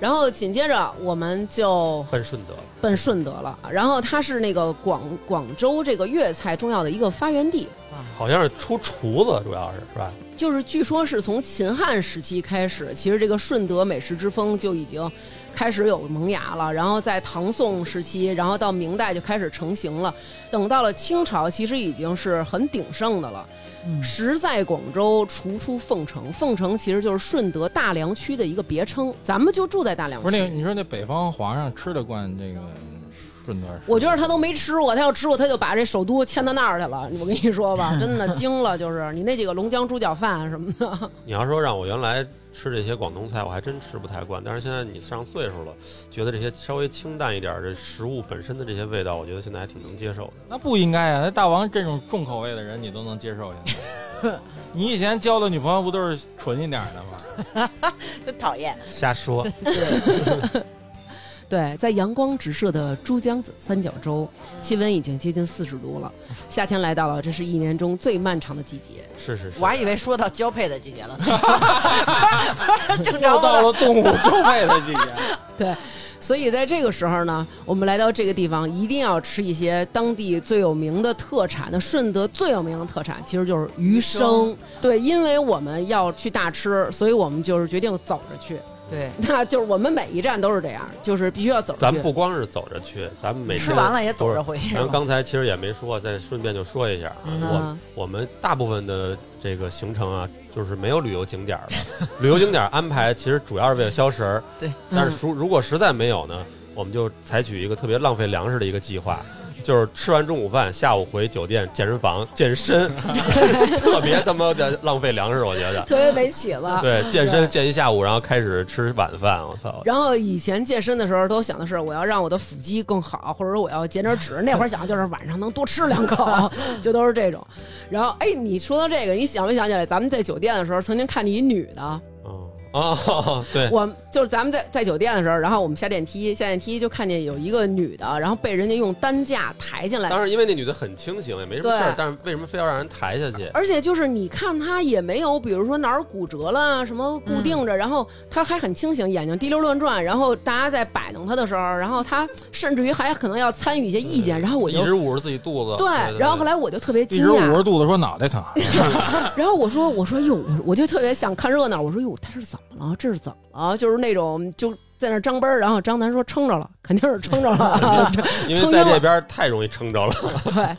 然后紧接着我们就奔顺德了，奔顺德了，然后它是那个广广州这个粤菜重要的一个发源地，嗯好像是出厨子，主要是是吧？就是据说是从秦汉时期开始，其实这个顺德美食之风就已经开始有萌芽了。然后在唐宋时期，然后到明代就开始成型了。等到了清朝，其实已经是很鼎盛的了。嗯食在广州，厨出凤城。凤城其实就是顺德大良区的一个别称，咱们就住在大良区。不是那个，你说那北方皇上吃得惯这个顺德食？我觉得他都没吃过，他要吃过，他就把这首都迁到那儿去了。我跟你说 *laughs* 吧，真的惊了，就是你那几个龙江猪脚饭什么的。你要说让我原来吃这些广东菜，我还真吃不太惯。但是现在你上岁数了，觉得这些稍微清淡一点儿的食物本身的这些味道，我觉得现在还挺能接受的。那不应该啊！那大王这种重口味的人，你都能接受现在？ *laughs* 你以前交的女朋友不都是纯一点的吗？真讨厌。瞎 *laughs* 说，对，在阳光直射的珠江三角洲，气温已经接近四十度了。夏天来到了，这是一年中最漫长的季节。是是是我。还以为说到交配的季节了 *laughs* 呢，正又常到了。了动物交配的季节，对，所以在这个时候呢，我们来到这个地方，一定要吃一些当地最有名的特产。那顺德最有名的特产其实就是鱼生。对，因为我们要去大吃，所以我们就是决定走着去。对，那就是我们每一站都是这样，就是必须要走着咱去。不光是走着去，咱们每天吃完了也走着回去。是咱吧刚才其实也没说，再顺便就说一下啊，嗯啊我我们大部分的这个行程啊，就是没有旅游景点儿的，旅游景点儿安排其实主要是为了消食儿， *laughs* 对。嗯但是如如果实在没有呢，我们就采取一个特别浪费粮食的一个计划，就是吃完中午饭，下午回酒店健身房健身， *laughs* 特别他妈的浪费粮食，我觉得。特别没起子。对，健身对健一下午，然后开始吃晚饭，我操！然后以前健身的时候都想的是我要让我的腹肌更好，或者说我要减点脂。那会儿想的就是晚上能多吃两口， *laughs* 就都是这种。然后，哎，你说到这个，你想没想起来咱们在酒店的时候曾经看见一女的？嗯哦，对，我们就是咱们在在酒店的时候，然后我们下电梯，下电梯就看见有一个女的，然后被人家用担架抬进来。当时因为那女的很清醒，也没什么事儿对，但是为什么非要让人抬下去？而且就是你看她也没有，比如说哪儿骨折了啊什么固定着，然后她还很清醒，眼睛滴溜乱转，然后大家在摆弄她的时候，然后她甚至于还可能要参与一些意见，然后我就一直捂着自己肚子。对对，然后后来来我就特别一惊直捂着讶，肚子说脑袋疼。然后我说我说哟，我我就特别想看热闹，我说哟，他是怎么了？这是怎么了？就是那种就在那张杯儿，然后张楠说撑着了，肯定是撑着了。因为在这边太容易撑着了， *laughs* 对，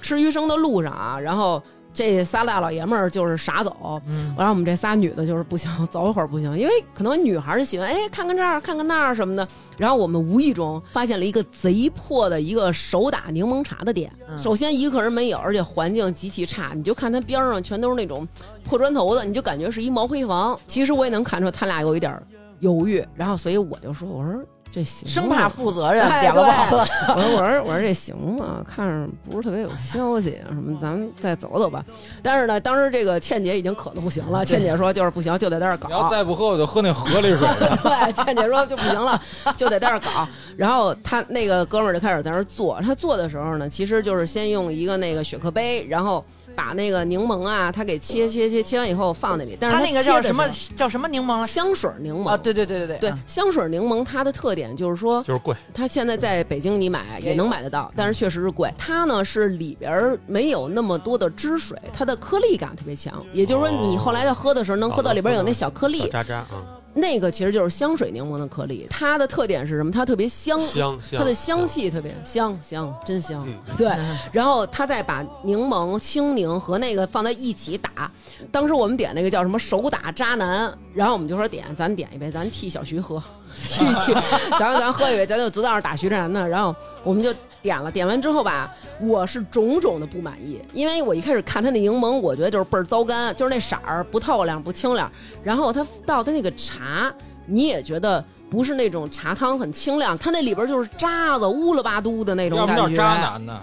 吃鱼生的路上啊，然后这仨大老爷们儿就是傻走，嗯，然后我们这仨女的就是不行， *laughs* 走一会儿不行，因为可能女孩儿就喜欢哎看看这儿看看那儿什么的。然后我们无意中发现了一个贼破的一个手打柠檬茶的店，嗯首先一个人没有，而且环境极其差，你就看它边儿上全都是那种破砖头的，你就感觉是一毛坯房。其实我也能看出他俩有一点儿犹豫，然后所以我就说我说这行吗，生怕负责任，哎两个不好对喝。 *laughs* 我说我说我说这行吗？看着不是特别有消息，啊什么咱们再走走吧。但是呢，当时这个倩姐已经渴的不行了，倩姐说就是不行，就得在这儿搞。你要再不喝，我就喝那河里水了。 *laughs* 对，倩姐说就不行了，就得在这儿搞。然后他那个哥们儿就开始在那儿做，他做的时候呢，其实就是先用一个那个雪克杯，然后把那个柠檬啊，他给切切切切完以后放那里，但是他那个叫切的什么时叫什么柠檬候来香水柠檬啊？对对对对对，香水柠檬它的特点就是说就是贵。它现在在北京你买也也能有买得到，但是确实是贵。它呢是里边儿没有那么多的汁水，它的颗粒感特别强，也就是说你哦后来在喝的时候能喝到里边有嗯哦那小颗小粒，渣渣啊，那个其实就是香水柠檬的颗粒。它的特点是什么？它特别香。香香，它的香气特别香，香真香，嗯对。然后他再把柠檬、青柠和那个放在一起打。当时我们点那个叫什么“手打渣男”，然后我们就说点，咱点一杯，咱替小徐喝，替替，咱 *laughs* 咱喝一杯，咱就知道是打徐渣男的。然后我们就点了，点完之后吧，我是种种的不满意，因为我一开始看他那柠檬，我觉得就是倍儿糟干，就是那色儿不透亮、不清亮。然后他倒的那个茶，你也觉得不是那种茶汤很清亮，它那里边就是渣子乌了吧嘟的那种要不感叫觉。渣男呢？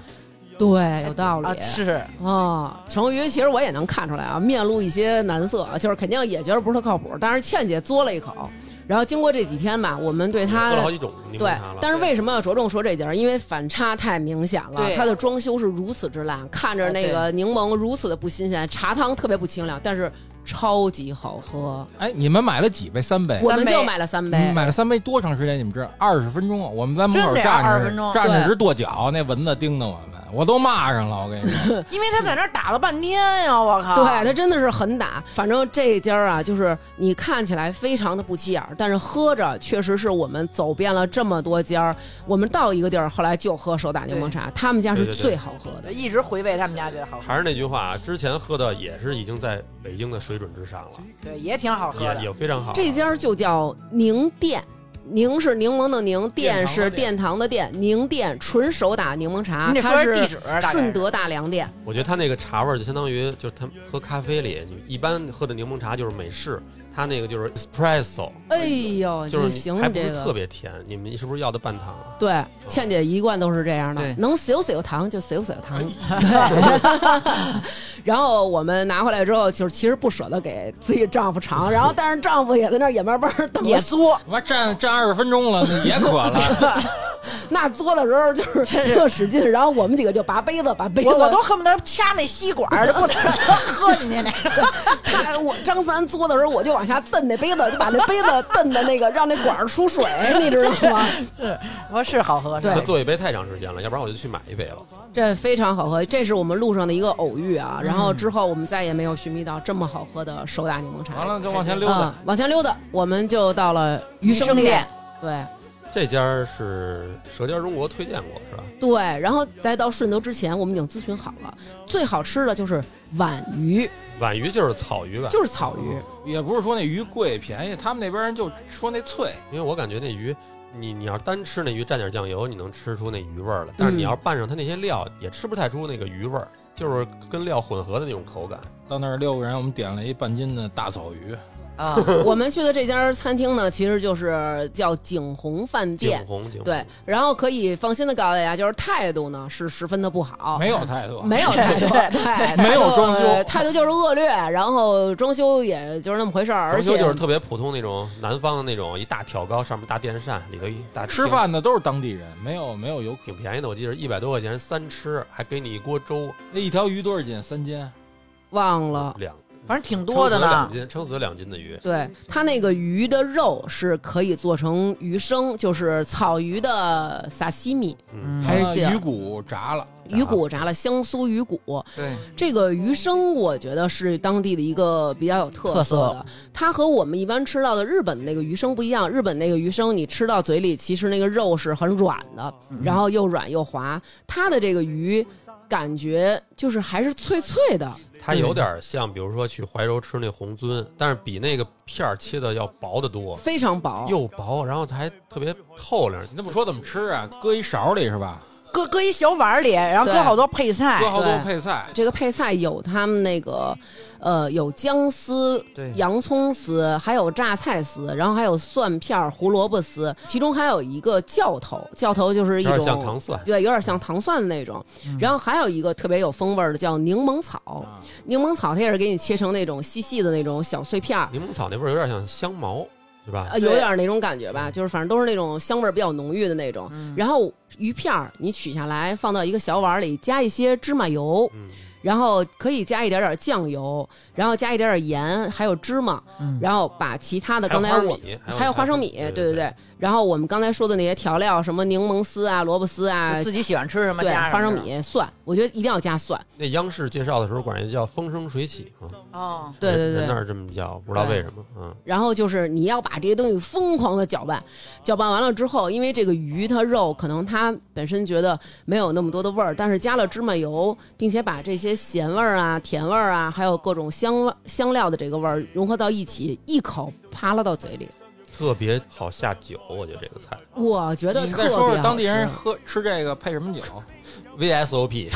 对，有道理啊，是哦，成鱼其实我也啊能看出来啊，面露一些难色，就是肯定也觉得不是特靠谱。但是倩姐嘬了一口，然后经过这几天吧，我们对它喝了好几种柠檬对茶了，。但是为什么要着重说这节儿？因为反差太明显了对，它的装修是如此之烂，看着那啊个柠檬如此的不新鲜，茶汤特别不清凉，但是超级好喝。哎，你们买了几杯？三杯。嗯我们就买了嗯三杯，买了三杯多长时间？你们知道？二十分钟。啊我们在门口真得站20着分，钟站着对直跺脚，那蚊子叮的我们，我都骂上了。我跟你说，因为他在那儿打了半天呀，我靠！对，它真的是很打。反正这家儿啊，就是你看起来非常的不起眼儿，但是喝着确实是我们走遍了这么多家儿，我们到一个地儿，后来就喝手打柠檬茶，他们家是对对对最好喝的对，。一直回味他们家这好喝，还是那句话啊，之前喝的也是已经在北京的水准 *laughs* 之上了，对，也挺好喝的也。也非常好。这家儿就叫宁店。宁是柠檬的宁，殿店堂的是殿殿堂的店，宁店纯手打柠檬茶你，得说它下地啊是址，啊大概顺德大良店。我觉得它那个茶味儿就相当于就是他们喝咖啡里，你一般喝的柠檬茶就是美式，它那个就是 espresso，哎呦，就是你你行还你不是这特个别甜。你们是不是要的半糖？啊对，倩姐一贯都是这样的对，能小小糖就小小糖 *laughs* 哎。然后我们拿回来之后，就是其实不舍得给自己丈夫尝，然后但是丈夫也在那儿眼巴巴儿等着也作，他妈站站二十分钟了，那也渴了。那嘬的时候 *laughs* 就是特使劲，然后我们几个就拔杯子，把杯子 *laughs* 我我都恨不得掐那吸管儿，就不能让 *laughs* 他喝进去那个。他我张三嘬的时候，我就往下蹬那杯子，就把那杯子蹬的那个让那管儿出 *laughs* 水，你知道吗？是，我是好喝，是对那做一杯太长时间了，要不然我就去买一杯了。这非常好喝，这是我们路上的一个偶遇啊。然后之后我们再也没有寻觅到这么好喝的手打柠檬茶。完了就往前溜达嗯，，往前溜达，我们就到了余余生生店店。对这家儿是《舌尖中国》推荐过是吧？对，然后再到顺德之前，我们已经咨询好了，最好吃的就是皖鱼，皖鱼就是草鱼吧？就是草鱼。也不是说那鱼贵便宜，他们那边人就说那脆。因为我感觉那鱼，你你要单吃那鱼蘸点酱油，你能吃出那鱼味儿来，但是嗯你要拌上它那些料，也吃不太出那个鱼味儿，就是跟料混合的那种口感。到那儿六个人，我们点了一半斤的大草鱼，啊， *laughs* 我们去的这家餐厅呢，其实就是叫景洪饭景店。洪景洪对，然后可以放心的告诉大家，就是态度呢是十分的不好，没有态度，哦没有态度，对对，没有态度装修态度就是恶劣，然后装修也就是那么回事儿，而装修且就是特别普通那种南方的那种一大挑高，上面大电扇，里头一大吃饭的都是当地人，没有没有游客。挺挺便宜的，我记得一百多块钱三吃，还给你一锅粥，那一条鱼多少斤？三斤。忘了。两反正挺多的撑死两呢。斤，撑死两斤的鱼。对它那个鱼的肉是可以做成鱼生，就是草鱼的萨西米，嗯，还是呃这样鱼骨炸了，炸鱼骨炸了香酥鱼骨。对，这个鱼生我觉得是当地的一个比较有特色的，特它和我们一般吃到的日本那个鱼生不一样。日本那个鱼生你吃到嘴里，其实那个肉是很软的，然后又软又滑。它的这个鱼感觉就是还是脆脆的，它有点像，比如说去怀柔吃那红鳟，但是比那个片儿切的要薄得多，非常薄。又薄，然后它还特别透亮。你这么说怎么吃啊？搁一勺里是吧？搁搁一小碗儿里，然后搁对好多配菜搁，好多哎对配菜，这个配菜有他们那个，呃，有姜丝对、洋葱丝，还有榨菜丝，然后还有蒜片儿、胡萝卜丝，其中还有一个教头，教头就是一有点种像糖蒜，对，有点像糖蒜的那种。然后还有一个特别有风味儿的叫柠檬草，柠檬草它也是给你切成那种细细的那种小碎片儿，柠檬草那味儿有点像香茅，是吧呃，？有点儿那种感觉吧，就是反正都是那种香味儿比较浓郁的那种。然后鱼片儿你取下来放到一个小碗儿里，加一些芝麻油，嗯，然后可以加一点点酱油，然后加一点点盐，还有芝麻，然后把其他呃的刚才还有花我米还有花生米，还有对对对对，然后我们刚才说的那些调料，什么柠檬丝啊、萝卜丝啊就，自己喜欢吃什么对，加花生什么米、蒜，我觉得一定要加蒜。那央视介绍的时候管人叫风生水起啊，哦，对对人人那对，儿这么叫，不知道为什么，嗯，然后就是你要把这些东西疯狂的搅拌，搅拌完了之后，因为这个鱼它肉可能它本身觉得没有那么多的味儿，但是加了芝麻油，并且把这些咸味儿啊、甜味儿啊，还有各种香味香料的这个味儿融合到一起，一口扒拉到嘴里，特别好下酒，我觉得这个菜我觉得你特再别说好说吃当地人喝吃这个配什么酒？ VSOP，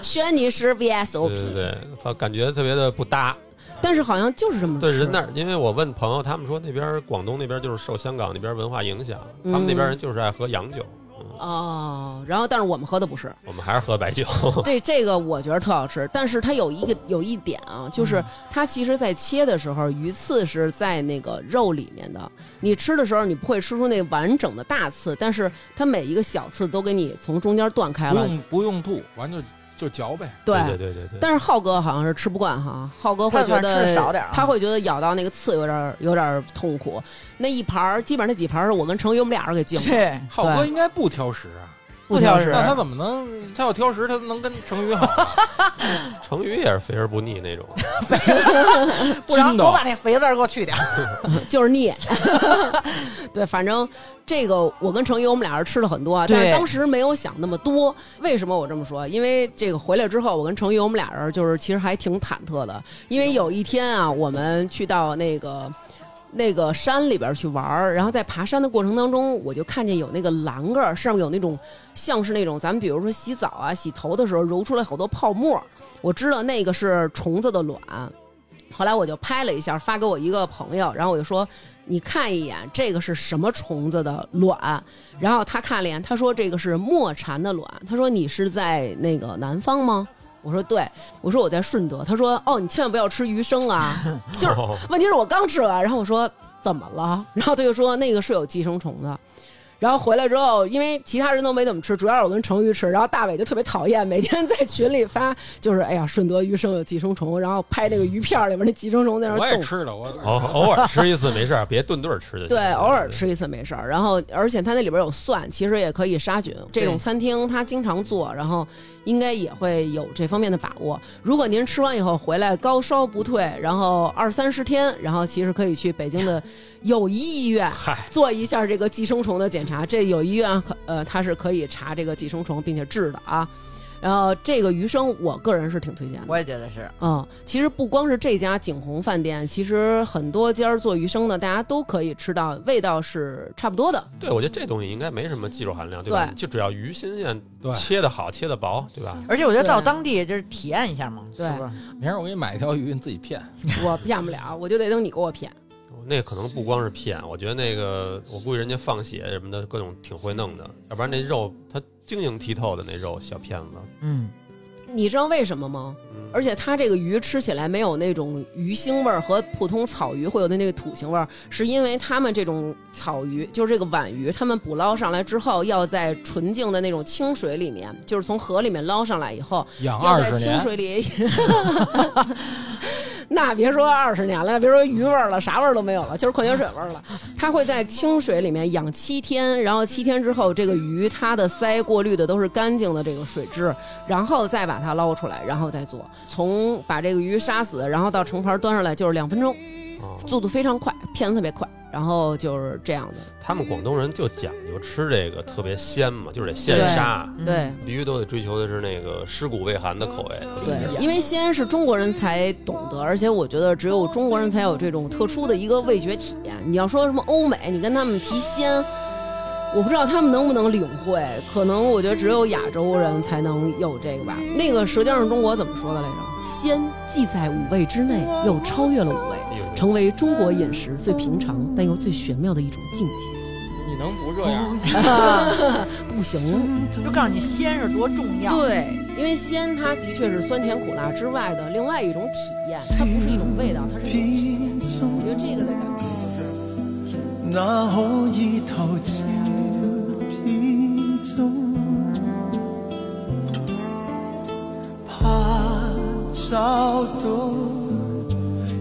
轩尼诗 VS 对对 OP，对，他感觉特别的不搭。但是好像就是这么对吃人那儿，因为我问嗯朋友，他们说那边儿广东那边儿就是受香港那边儿文化影响，他们那边儿人就是爱喝洋酒，嗯哦，然后但是我们喝的不是，我们还是喝白酒。 *laughs* 对这个我觉得特好吃，但是它有一个有一点啊，嗯就是它其实在切的时候，鱼刺是在那个肉里面的，你吃的时候你不会吃出那完整的大刺，但是它每一个小刺都给你从中间断开不了，用不用吐，完就就嚼呗。对。嗯对对对对。但是浩哥好像是吃不惯哈，浩哥会觉他反正得吃少点儿啊他会觉得咬到那个刺有点儿有点儿痛苦。那一盘儿基本上那几盘儿是我跟程宇我们俩人给敬的，对，浩哥应该不挑食啊，不挑 *laughs* 食那他怎么能？他要挑食，他能跟 *laughs* 成语好啊？成语也是肥而不腻那种，不然真的我把那肥字儿给我去掉。就是腻。 *laughs* 对，反正这个我跟程宇我们俩人吃了很多啊，但是对当时没有想那么多。为什么我这么说？因为这个回来之后，我跟程宇我们俩人就是其实还挺忐忑的，因为有一天啊，我们去到那个。那个山里边去玩儿，然后在爬山的过程当中，我就看见有那个栏杆儿上面有那种像是那种咱们比如说洗澡啊、洗头的时候揉出来好多泡沫儿，我知道那个是虫子的卵。后来我就拍了一下，发给我一个朋友，然后我就说：“你看一眼，这个是什么虫子的卵？”然后他看了一眼，他说：“这个是墨蝉的卵。”他说：“你是在那个南方吗？”我说：“对。”我说：“我在顺德。”他说：“哦，你千万不要吃鱼生啊！” *laughs* *laughs* 就是哦问题是我刚吃完，然后我说怎么了？然后他就说那个是有寄生虫的。然后回来之后，因为其他人都没怎么吃，主要是我跟成鱼吃。然后大伟就特别讨厌，每天在群里发就是哎呀顺德鱼生有寄生虫，然后拍那个鱼片儿里边那寄生虫在那儿我也动。吃了，我偶哦偶尔吃一次没事儿，别顿顿吃就行。对，偶尔吃一次没事儿。然后，而且它那里边有蒜，其实也可以杀菌。这种餐厅它经常做，然后应该也会有这方面的把握。如果您吃完以后回来高烧不退，然后二三十天，然后其实可以去北京的友谊医院嗨，做一下这个寄生虫的检查。这有医院可呃，它是可以查这个寄生虫并且治的啊。然后这个鱼生，我个人是挺推荐的。我也觉得是，嗯，其实不光是这家景洪饭店，其实很多家做鱼生的，大家都可以吃到，味道是差不多 *laughs* 的。对我觉得这东西应该没什么技术含量，对吧？对就只要鱼新鲜，对切的好，切的薄，对吧？而且我觉得到对当地就是体验一下嘛，对是不是？明儿我给你买一条鱼，你自己片。我骗不了，我就得等你给我骗。那可能不光是骗，我觉得那个我估计人家放血什么的，各种挺会弄的，要不然那肉它晶莹剔透的那肉小片子，嗯，你知道为什么吗？嗯，而且它这个鱼吃起来没有那种鱼腥味儿和普通草鱼会有的那个土腥味儿，是因为他们这种草鱼，就是这个皖鱼，他们捕捞上来之后，要在纯净的那种清水里面，就是从河里面捞上来以后，养要啊二在十清年，水里， *laughs* 那别说二十年了，别说鱼味儿了，啥味儿都没有了，就是矿泉水味儿了。它会在清水里面养七天，然后七天之后，这个鱼它的鳃过滤的都是干净的这个水质，然后再把它捞出来，然后再做，从把这个鱼杀死，然后到盛盘端上来就是两分钟，哦速度非常快，片子特别快，然后就是这样的。他们广东人就讲究吃这个特别鲜嘛，就是得现对杀，嗯对，必须都得追求的是那个尸骨未寒的口味。对不一，样因为西安是中国人才懂得，而且我觉得只有中国人才有这种特殊的一个味觉体验。你要说什么欧美，你跟他们提鲜，我不知道他们能不能领会，可能我觉得只有亚洲人才能有这个吧。那个《舌尖上的中国》怎么说的来着？鲜既在五味之内，又超越了五味，哎呦喂成为中国饮食最平常但又最玄妙的一种境界。你能不这样？不行。就告诉你鲜是多重要。对，因为西安它的确是酸甜苦辣之外的另外一种体验，它不是一种味道，它是一种体验。我觉得这个的感觉就是那可以投照片中，怕找到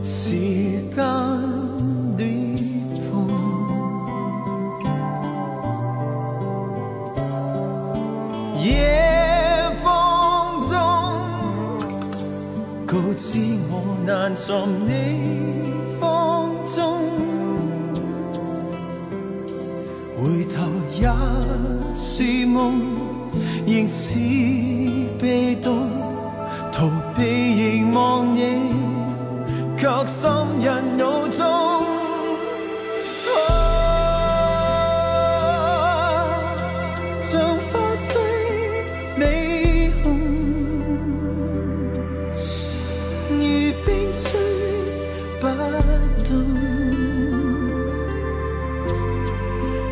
时间裂缝，夜风中告知我难寻你芳踪。回头也是梦，仍似被动，逃避凝望你，却深入脑中。啊，像花虽美红，如冰虽不冻。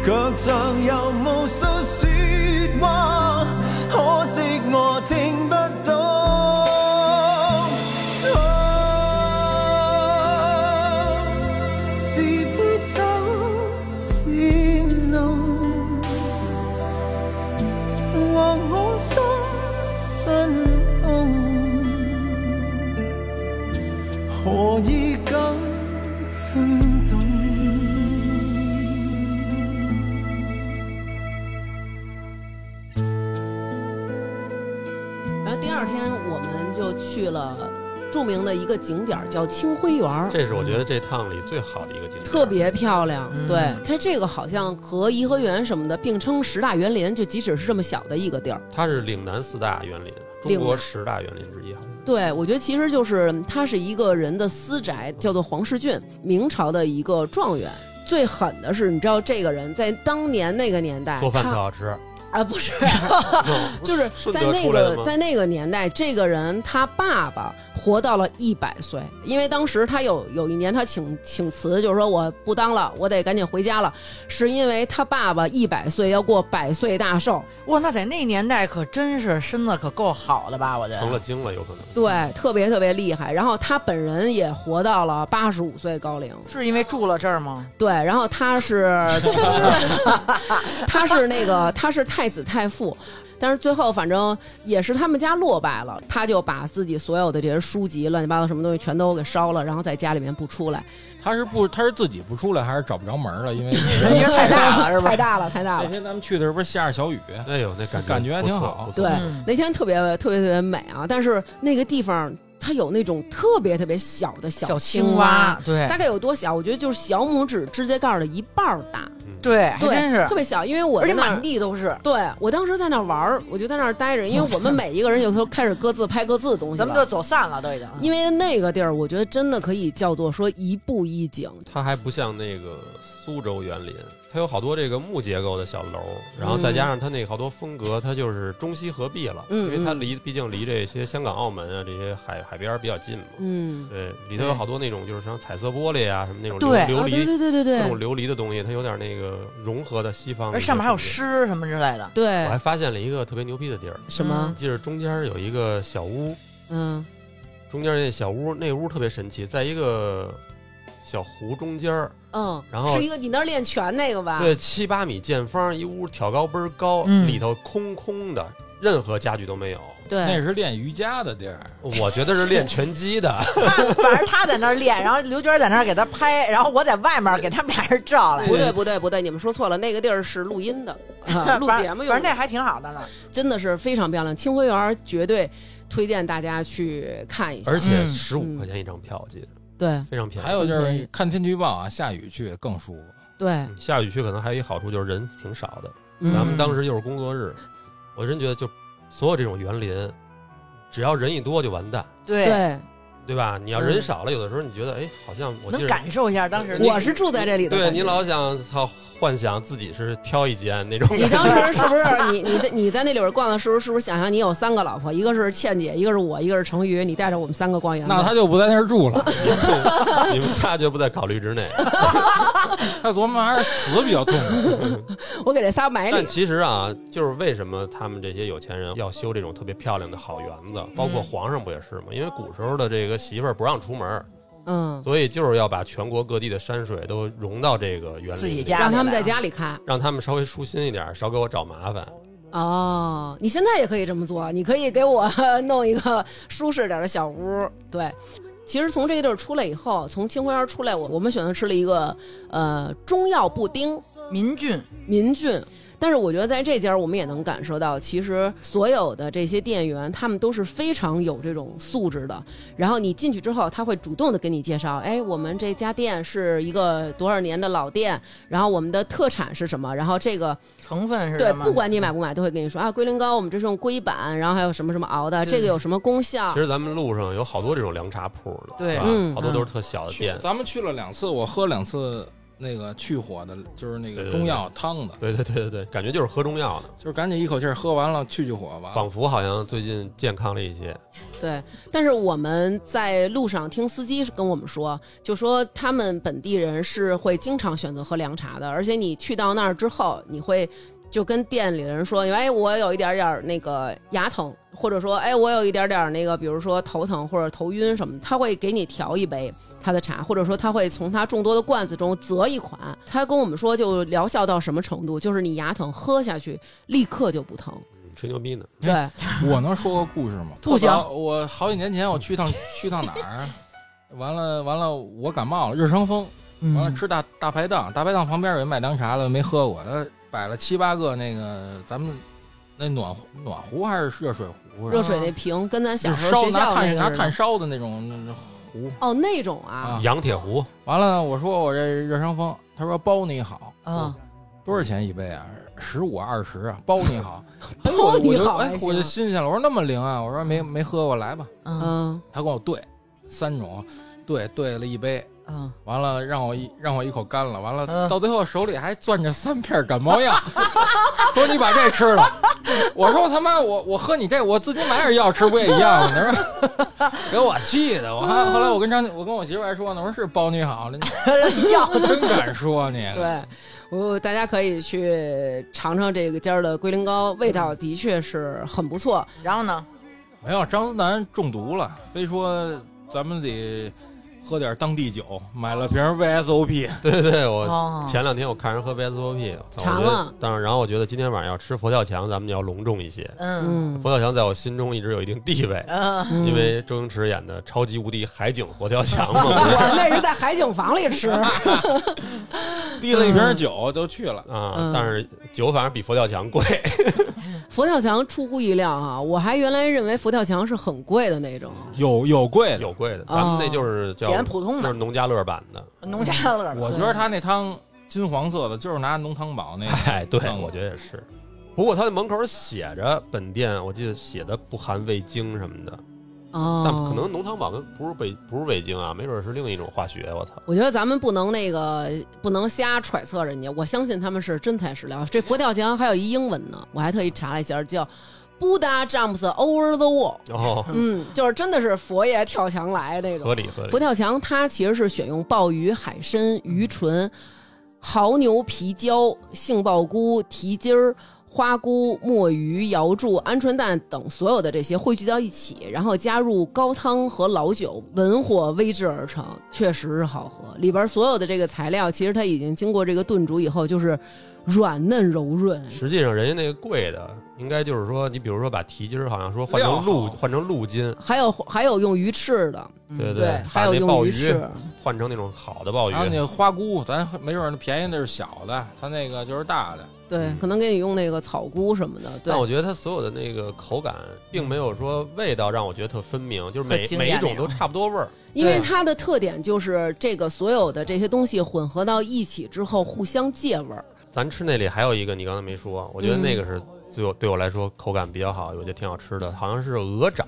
却像有无数雪哦就去了著名的一个景点儿叫清晖园儿，这是我觉得这趟里最好的一个景点，特别漂亮。嗯对，它这个好像和颐和园什么的并称十大园林，就即使是这么小的一个地儿。它是岭南四大园林，中岭国南十大园林之一，好像对，我觉得其实就是他是一个人的私宅，叫做黄世俊，明朝的一个状元。最狠的是，你知道这个人在当年那个年代做饭特他好吃。 *laughs* 啊，不是，嗯哎 *laughs* 就是顺在德那出来的个吗在那个年代，这个人他爸爸活到了一百岁，因为当时他有有一年他请请辞，就是说我不当了，我得赶紧回家了，是因为他爸爸一百岁要过百岁大寿，哇，那在那年代可真是身子可够好的吧？我觉成得。了精了，有可能。对，特别特别厉害。然后他本人也活到了八十五岁高龄，是因为住了这儿吗？对，然后他 *laughs* 是，他是那个他是太子太傅，但是最后反正也是他们家落败了，他就把自己所有的这些书籍、乱七八糟什么东西全都给烧了，然后在家里面不出来，他是不，他是自己不出来，还是找不着门儿了？因 *laughs* *laughs* 为因为太大了是吧太大了，太大那了。天咱们去的时候不是下着小雨，哎呦，那感感觉还不错挺好不错对嗯，那天特别特别特别美啊，但是那个地方它有那种特别特别小的小青青蛙，，对大概有多小？我觉得就是小拇指指甲盖儿的一半儿大，对，还对，真是特，别小，因为我而且在那儿满地都是。对我当时在那儿玩儿，我就在那儿待着，因为我们每一个人有时候开始各自拍各自的东西咱们就了。走散了，都已经。嗯因为那个地儿，我觉得真的可以叫做说一步一景，它还不像那个苏州园林，它有好多这个木结构的小楼，然后再加上它那个好多风格，它就是中西合璧了，嗯因为它离毕竟离这些香港、澳门啊这些海海边儿比较近嘛。嗯，对，里头有好多那种就是像彩色玻璃啊，什么那种对琉啊，对琉璃对对对各种对琉璃的东西，它有点那个融合的西方的而一些上面还有风格。诗什么之类的，我对还，发现了一个特别牛逼的地儿，什么，记着中间有一个小屋，嗯中间那小屋那屋特别神奇，在一个小湖中间儿，嗯，然后是一个你那儿练拳那个吧？对，七八米见方，一屋挑高倍儿高，嗯里头空空的，任何家具都没有。那对，是练瑜伽的地儿。我觉得是练拳击的，他反正他在那儿练，然后刘娟在那儿给他拍，然后我在外面给他们俩人照来。不对不对不对，你们说错了，那个地儿是录 *laughs* 音的，啊录节目用反的正那，还挺好的呢。真的是非常漂亮，清晖园儿绝对推荐大家去看一下而。且嗯十五嗯块钱一张票，我记得对非常便宜。还有就对是看天气预报啊，下雨去更舒服。对，嗯下雨去可能还有一好处就是人挺少的，嗯咱们当时又是工作日，我真觉得就所有这种园林，只要人一多就完蛋，对，对，对吧？你要人嗯少了，有的时候你觉得哎，好像我记能得感受一下当时那个。我是住在这里的，对你老想操幻想自己是挑一间那种 *laughs* 感觉。你当时是不是你你在你在那里边逛的时候，是不是想象你有三个老婆，一个是倩姐，一个是我，一个是成瑜，你带着我们三个逛园子那他就不在那儿 *laughs* 住了， *laughs* 你们仨绝不在考虑之内。他琢磨还是死比较痛 *laughs* 苦。我给这仨买但礼，其实啊，就是为什么他们这些有钱人要修这种特别漂亮的好园子，包括皇上不也是吗？因为古时候的这个媳妇儿不让出门儿，嗯，所以就是要把全国各地的山水都融到这个园林里自己家让他们在家里看让他们稍微舒心一点，少给我找麻烦。哦。你现在也可以这么做，你可以给我 *laughs* 弄一个舒适点的小屋，对。其实从这个地儿出来以后，从清晖园出来，我我们选择吃了一个呃中药布丁，民俊，民俊。但是我觉得在这家我们也能感受到，其实所有的这些店员他们都是非常有这种素质的。然后你进去之后，他会主动的跟你介绍，哎，我们这家店是一个多少年的老店，然后我们的特产是什么，然后这个成分是对什，么？不管你买不买，都会跟你说啊，龟苓膏我们这是用龟板，然后还有什么什么熬的，对这个有什么功效其？实咱们路上有好多这种凉茶铺的，对是吧嗯好多都是特小的去店。咱们去了两次，我喝两次那个去火的，就是那对对个对中药汤的，对对对对对，感觉就是喝中药呢，就是赶紧一口气儿喝完了去去火吧。仿佛好像最近健康了一些。对，但是我们在路上听司机跟我们说，就说他们本地人是会经常选择喝凉茶的，而且你去到那儿之后，你会就跟店里的人说，哎，我有一点点儿那个牙疼，或者说，哎，我有一点点儿那个，比如说头疼或者头晕什么的，他会给你调一杯。他的茶，或者说他会从他众多的罐子中择一款。他跟我们说，就疗效到什么程度，就是你牙疼喝下去，立刻就不疼。嗯吹牛逼呢，对，哎我能说个故事吗？不行特早我好几年前我去趟去趟哪儿啊，完了完了，我感冒了，热伤风，嗯完了吃大大排档，大排档旁边有一卖凉茶的，没喝过，他摆了七八个那个咱们那暖壶暖壶还是热水壶啊？热水那瓶跟咱小就时是候烧学拿校那炭个拿似的炭烧的那种那那壶。哦，那种啊啊，洋铁壶， *laughs* 完了呢，我说我这热伤风，他说包你好，哦嗯，多少钱一杯啊？十五二十啊，包你 *laughs* 好，哎包我你好我还就哎行啊我就新鲜了，我说那么灵啊，我说没没喝过，来吧。嗯嗯，他跟我兑三种，兑兑了一杯，嗯，完了让我一让我一口干了，完了、嗯到最后手里还攥着三片感冒药， *laughs* 说你把这吃了。我说他妈我我喝你这我自己买点药吃不也一样吗？他说给我气的，我嗯还后来我跟张我跟我媳妇还说呢，我说是包你好了， *laughs* 你要真敢说你。对，我大家可以去尝尝这个家儿的龟苓膏，味道的确是很不错。然后呢？没有张思楠中毒了，非说咱们得喝点当地酒，买了瓶 VSOP，对对对，我哦，前两天我看人喝 VSOP，我操尝我觉得嗯了但是然后我觉得今天晚上要吃佛跳墙，咱们要隆重一些。嗯嗯佛跳墙在我心中一直有一定地位，嗯，嗯因为周星驰演的超级无敌海景佛跳墙嘛，不 *laughs* 我那是在海景房里吃，递了一嗯瓶酒就去了。是啊嗯，但是酒反正比佛跳墙贵。佛跳墙出乎意料哈、我还原来认为佛跳墙是很贵的那种。有有贵的，有贵哦的，咱们那就是叫点普通就的是农家乐版的。农家乐我觉得他那汤金黄色的，就是拿浓汤宝 *laughs* 那个。哎，对，嗯我觉得也是。不过它的门口写着本店，我记得写的不含味精什么的，哦，但可能浓汤宝跟不是味不是味精啊，没准是另一种化学。我操，我觉得咱们不能那个不能瞎揣测人家，我相信他们是真材实料。这佛跳墙还有一英文呢，我还特意查了一下，叫 Buddha jumps over the wall，然后嗯，就是真的是佛爷跳墙来那种哦合。理合理佛。跳墙它其实是选用鲍鱼、海参、鱼唇、蚝牛皮胶、杏鲍菇、蹄筋儿。花菇、墨鱼、瑶柱、鹌鹑蛋等所有的这些汇聚到一起，然后加入高汤和老酒，文火煨制而成，确实是好喝。里边所有的这个材料，其实它已经经过这个炖煮以后，就是软嫩柔润。实际上，人家那个贵的，应该就是说，你比如说把蹄筋儿，好像说换成料鹿，好换成鹿筋，还有还有用鱼翅的，对对，把还有那用鲍鱼鱼翅，换成那种好的鲍鱼然，后那花菇，咱没准儿那便宜那是小的，他那个就是大的。对嗯，可能给你用那个草菇什么的。对但，我觉得它所有的那个口感，并没有说味道让我觉得特分明，就是每特惊每一艳种那都种差不多味儿。因为对它的特点就是这个所有的这些东西混合到一起之后互相借味儿。咱吃那里还有一个你刚才没说，我觉得嗯那个是对我对我来说口感比较好，我觉得挺好吃的，好像是鹅掌，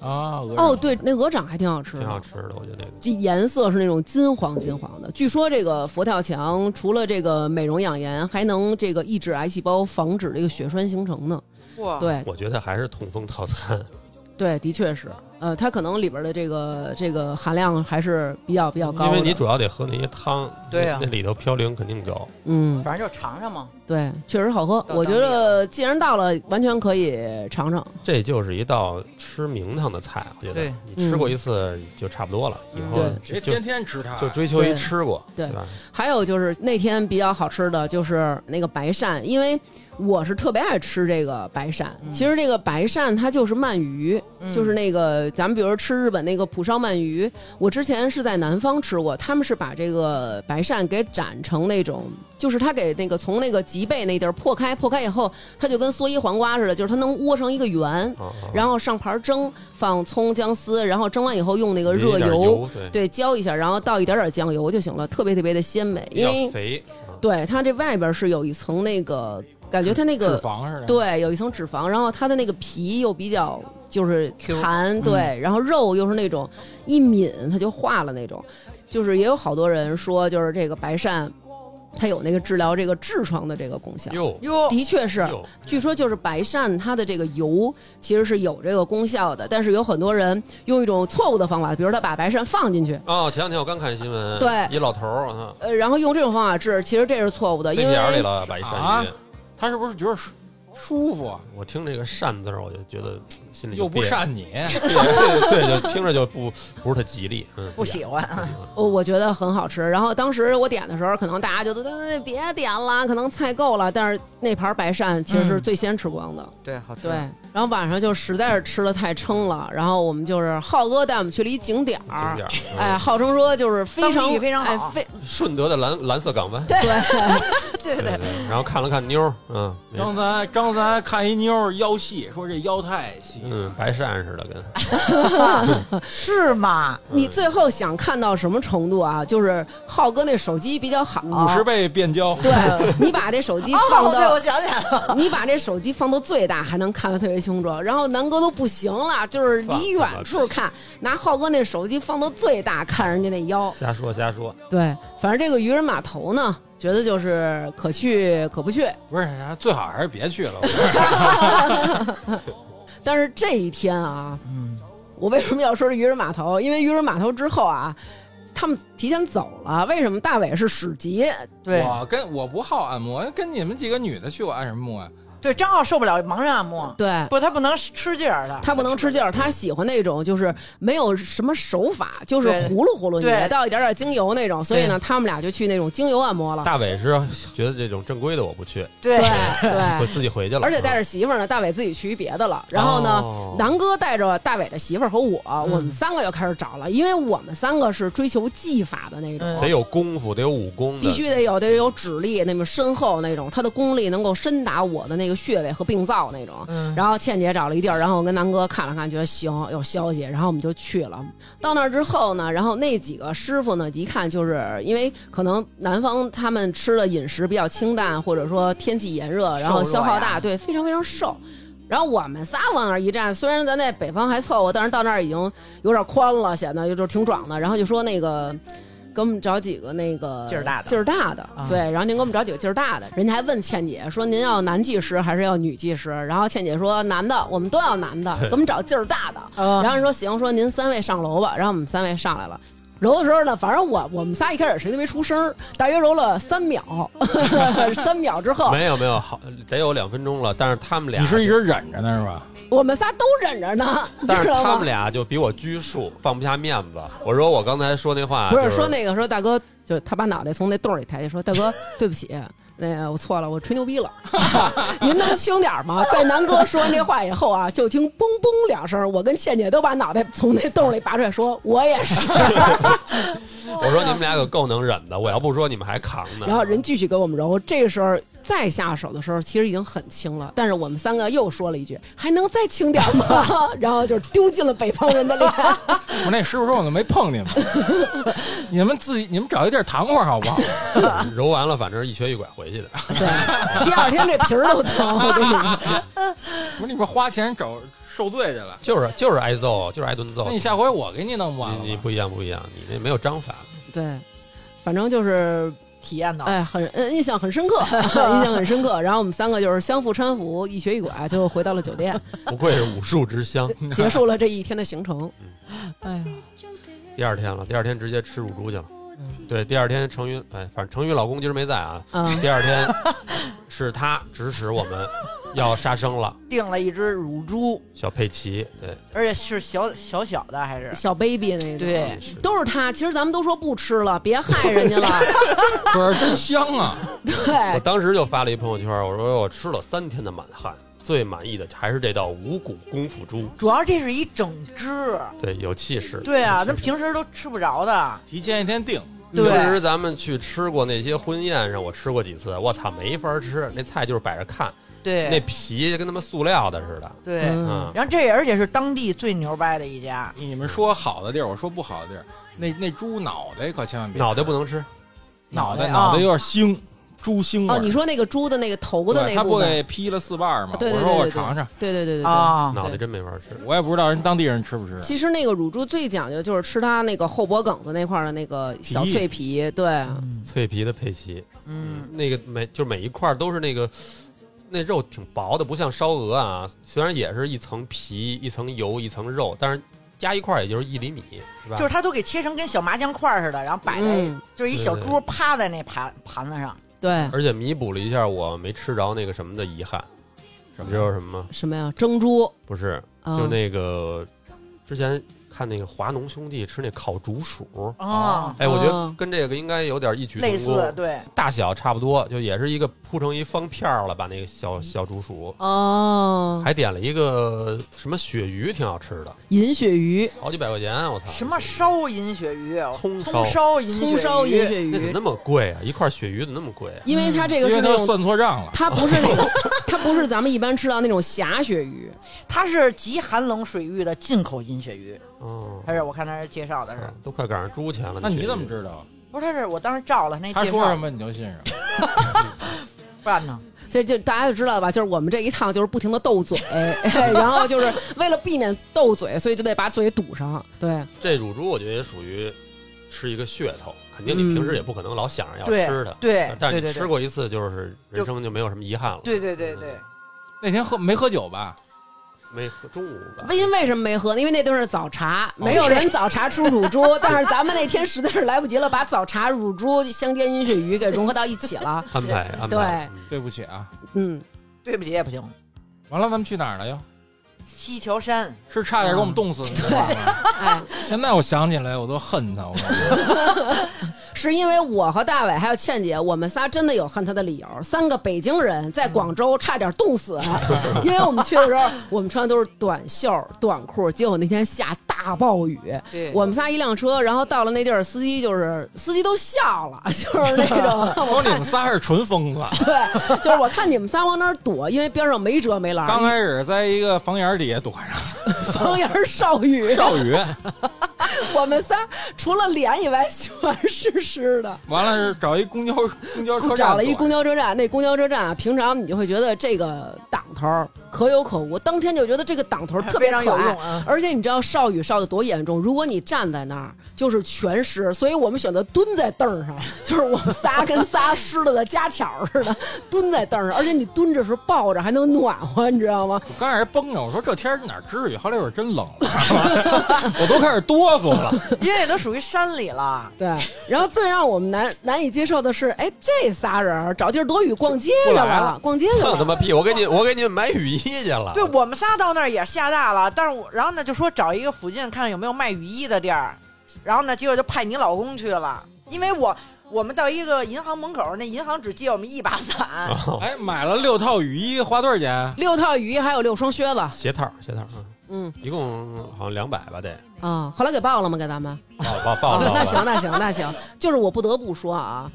啊，哦，，对，那鹅掌还挺好吃挺好的。吃的，我觉得那个。这颜色是那种金黄金黄的。据说这个佛跳墙除了这个美容养颜，还能这个抑制癌细胞，防止这个血栓形成呢。啊哇，对我觉得还是痛风套餐，对，的确是。呃，它可能里边的这个这个含量还是比较比较高因的。为你主要得喝那些汤，对啊那那里头嘌呤肯定高。嗯，反正就尝尝嘛。对，确实好喝。到我觉当啊地得既然到了，完全可以尝尝。这就是一道吃名堂的菜，我觉得对你吃过一次就差不多了，以嗯后嗯对谁就天天吃它？就追求一对吃过，对吧？还有就是那天比较好吃的就是那个白鳝，因为我是特别爱吃这个白鳝。嗯其实这个白鳝它就是鳗鱼，嗯就是那个咱们比如吃日本那个蒲烧鳗鱼，我之前是在南方吃过，他们是把这个白鳝给斩成那种，就是它给那个从那个脊背那地儿破开，破开以后它就跟蓑衣黄瓜似的，就是它能窝成一个圆。啊，啊然后上盘蒸，放葱姜丝，然后蒸完以后用那个淋一热点油，对，对，浇一下，然后倒一点点酱油就行了，特别特别的鲜美。比因较为肥，啊对它这外边是有一层那个，感觉它那脂个肪似的。，对有一层脂肪，然后它的那个皮又比较就是 Q 嗯弹，对，然后肉又是那种一抿它就化了那种。就是也有好多人说，就是这个白鳝，它有那个治疗这个痔疮的这个功效。哟哟，的确是，哟，据说就是白鳝它的这个油其实是有这个功效的，但是有很多人用一种错误的方法，比如他把白鳝放进去，哦，前两天我刚看新闻，对一老头儿，啊呃，然后用这种方法治，其实这是错误的，塞因鼻眼里为了，把一鳝啊鱼。他是不是觉得舒舒服我听这个“善”字儿，我就觉得嗯心里就又不别，善你？别对，就听着就不不是特吉利，嗯，不喜欢，我我觉得很好吃。然后当时我点的时候，可能大家就都都别点了，可能菜够了，但是那盘白鳝其实是嗯最先吃光的。对，好吃对，，然后晚上就实在是吃的太撑了，然后我们就是浩哥带我们去了一景点经儿，哎典。嗯哎，号称说就是非当常地非常好哎非顺德的蓝蓝色港湾，对，对对对，对，然后看了看妞儿，嗯，没刚才刚才看一妞儿腰细，说这腰太细了。嗯，白扇似的跟，是吗？你最后想看到什么程度啊？就是浩哥那手机比较好，五十倍变焦，对你把这手机放哦，对，到我想起来 *laughs* 了，你把这手机放到最大，还能看得特别清楚。然后南哥都不行了，就是离远处看，拿浩哥那手机放到最大看人家那腰。瞎说瞎说，对，反正这个渔人码头呢，觉得就是可去可不去。不是啥，最好还是别去了。我觉得但是这一天啊，我为什么要说是渔人码头？因为渔人码头之后啊，他们提前走了。为什么？大伟是史籍，对我跟我不好按摩，跟你们几个女的去，我按什么摩呀？啊对，张浩受不了盲人按摩，对。不，他不能吃劲儿的，他不能吃劲儿，他喜欢那种就是没有什么手法，就是对葫芦葫芦你对倒一点点精油那种。所以呢，他们俩就去那种精油按摩了。大伟是觉得这种正规的我不去，对对我对，*laughs* 自己回去了，而且带着媳妇儿呢，大伟自己去一别的了。然后呢，哦南哥带着大伟的媳妇儿和我，我嗯们三个就开始找了，因为我们三个是追求技法的那种。嗯得有功夫，得有武功的必，须得有得有指力，那么深厚那种，他的功力能够深达我的那个穴位和病灶那种。嗯然后倩姐找了一地儿，然后我跟南哥看了看，觉得行有消息，然后我们就去了。到那儿之后呢，然后那几个师傅呢，一看就是因为可能南方他们吃的饮食比较清淡，或者说天气炎热，然后消耗瘦弱呀大，对，非常非常瘦。然后我们仨往那儿一站，虽然咱在北方还凑合，但是到那儿已经有点宽了，显得就是挺壮的。然后就说那个给我们找几个那个劲儿大的啊劲儿大的，对。然后您给我们找几个劲儿大的。人家还问倩姐说您要男技师还是要女技师？然后倩姐说男的，我们都要男 *laughs* 的，对给我们找劲儿大的。嗯然后说行，说您三位上楼吧。然后我们三位上来了。揉的时候呢，反正我我们仨一开始谁都没出声儿，大约揉了三秒， *laughs* 三秒之后，没有没有，好得有两分钟了，但是他们俩你是一直忍着呢是吧？我们仨都忍着呢，你但知是道他吗们？俩就比我拘束，放不下面子。我说我刚才说那话，不啊就是说那个说大哥，就是他把脑袋从那洞里抬起，说大哥对不起，那个我错了，我吹牛逼了， *laughs* 您能轻点儿吗？在南哥说完这话以后啊，就听嘣嘣两声，我跟倩姐都把脑袋从那洞里拔出来，说我也是， *laughs* 我说你们俩可够能忍的，我要不说你们还扛 *laughs* 呢。然后人继续给我们揉。这个时候再下手的时候，其实已经很轻了，但是我们三个又说了一句，还能再轻点儿吗？ *laughs* 然后就丢进了北方人的脸。 *laughs* 我那师傅说我都没碰你们，你们自己你们找一地儿躺会儿好不好？揉完了，反正一瘸一拐回去的。 *laughs* 对，第二天这皮儿都疼，我跟你说。 *laughs* 不是你们花钱找受罪去了。就是就是挨揍，就是挨顿揍。那你下回我给你弄完了吧你 *laughs* 你不一样不一样，你那没有章法。对，反正就是体验到，哎，很嗯，印象很深刻， *laughs* 印象很深刻。然后我们三个就是相互搀扶，一瘸一拐就回到了酒 *laughs* 店，不愧是武术之乡。 *laughs* 结束了这一天的行程。嗯哎呀，第二天了，第二天直接吃乳猪去了。对，第二天程云，哎，反正程云老公今儿没在啊。嗯啊第二天是他指使我们要杀生了，订了一只乳猪，小佩奇。对，而且是小小小的，还是小 baby 那种，对，是都是他。其实咱们都说不吃了，别害人家了。 *laughs* 不是真香啊！我哎对，当时就发了一朋友圈，我说我吃了三天的满汉，最满意的还是这道五谷功夫猪。主要这是一整只，对，有气势。对啊，有那气势平时都吃不着的，提前一天定，对平时咱们去吃过那些婚宴上，我吃过几次，我操，没法吃，那菜就是摆着看，那对皮就跟他妈塑料的似的。对。嗯嗯，然后这而且是当地最牛掰的一家，你们说好的地儿，我说不好的地儿。那那猪脑袋可千万别吃，脑袋不能吃，脑袋啊脑袋有点腥，猪腥味儿。哦，你说那个猪的那个头的对那他部不分，哦给劈了四瓣儿吗？对对我说对我对，尝哦尝，，对对对对对。啊，脑袋真没法吃。我也不知道人当地人吃不吃。其实那个乳猪最讲究就是吃它那个后脖梗子那块儿的那个小皮嗯脆皮，对，脆皮的佩奇，嗯，那个每就每一块儿都是那个，那肉挺薄的，不像烧鹅啊，虽然也是一层皮、一层油、一层肉，但是加一块儿也就是一厘米，是吧？就是他都给切成跟小麻将块儿似的，然后摆在、嗯就是一小猪趴在那盘盘子上，对，而且弥补了一下我没吃着那个什么的遗憾，你知道什么吗？嗯什么呀？蒸猪，不是，啊就那个之前看那个华农兄弟吃那烤竹鼠，啊，哎，我觉得哦跟这个应该有点异曲类同工似，对，大小差不多，就也是一个铺成一方片儿了，把那个嗯小小竹鼠，哦，还点了一个什么鳕鱼，挺好吃的，银鳕鱼、好几百块钱，啊我操！什么烧银鳕鱼，哦葱烧葱烧银葱烧银鳕那怎么鱼那，么贵啊？一块鳕鱼怎么那么贵啊？因为它这个因是为那他种，算错账了。它不是那个，它不是咱们一般吃到那种狭鳕鱼，它是极寒冷水域的进口银鳕鱼，嗯，它是我看它是介绍的是，啊都快赶上猪钱了。那你鳕鱼怎么？知道？不是它是我当时照了那他介说什绍，么你就信什么。不然呢？所以就大家就知道了吧，就是我们这一趟就是不停的斗嘴，哎然后就是为了避免斗嘴，所以就得把嘴堵上。对，这乳猪我觉得也属于吃一个噱头，肯定你平时也不可能老想着要嗯对吃它，对但是你对对吃对过一次，就是人生就没有什么遗憾了。对对对对嗯，，那天喝没喝酒吧？没喝中午吧？因为什么没喝呢？因为那都是早茶，没有人早茶出乳猪，但是咱们那天实在是来不及了，把早茶、乳猪、香煎银鳕鱼给融合到一起了。安排安排。嗯对不起啊。嗯，对不起也不行，完了，咱们去哪儿了呀？西樵 *laughs* 山是差点给我们冻死嗯的地方吗。哎，现在我想起来，我都恨他。我 *laughs* 告诉你是因为我和大伟还有倩姐，我们仨真的有恨他的理由。三个北京人在广州差点冻死， *laughs* 因为我们去的时候，我们穿的都是短袖短裤，结果那天下大暴雨，对我们仨一辆车，然后到了那地儿，司机就是司机都笑了， *laughs* 就是那种 *laughs* 说你们仨是 *laughs* 纯疯子。对，就是我看你们仨往哪儿躲，因为边上没遮没拦，刚开始在一个房檐底下躲着， *laughs* 方言儿少雨，少雨， *laughs* 我们仨除了脸以外，全是湿的。完了是找一公交公交车 *laughs* 站，找了一公，交车站，那公交车站啊，平常你就会觉得这个档头儿可有可无，当天就觉得这个档头儿特别非可常有爱用。啊，而且你知道少雨少的多严重，如果你站在那儿就是全湿，所以我们选择蹲在凳儿上，就是我们仨跟仨湿了的家巧儿似的蹲在凳儿上，而且你蹲着时候抱着还能暖和，你知道吗？我刚开始绷着，我说这天儿哪至于？后来一会儿真 *laughs* 冷了，我都开始哆嗦了。 *laughs* 因为都属于山里了，对，然后最让我们难难以接受的是，哎，这仨人儿找地儿躲雨逛街去不来了了，逛街去 *laughs* 放他了。妈屁！我给你，我给你们买雨衣去了。对我们仨到那儿也下大了，但是我然后呢就说找一个附近看有没有卖雨衣的地儿，然后呢结果就派你老公去了，因为我我们到一个银行门口，那银行只借我们一把伞，啊哎，买了六套雨衣，花多少钱？六套雨衣还有六双靴子，鞋套，鞋套，嗯，嗯一共好像两百吧，得啊，后来给报了吗？给咱们？报报哦报了。 *laughs* 那行，那行，那行，就是我不得不说啊，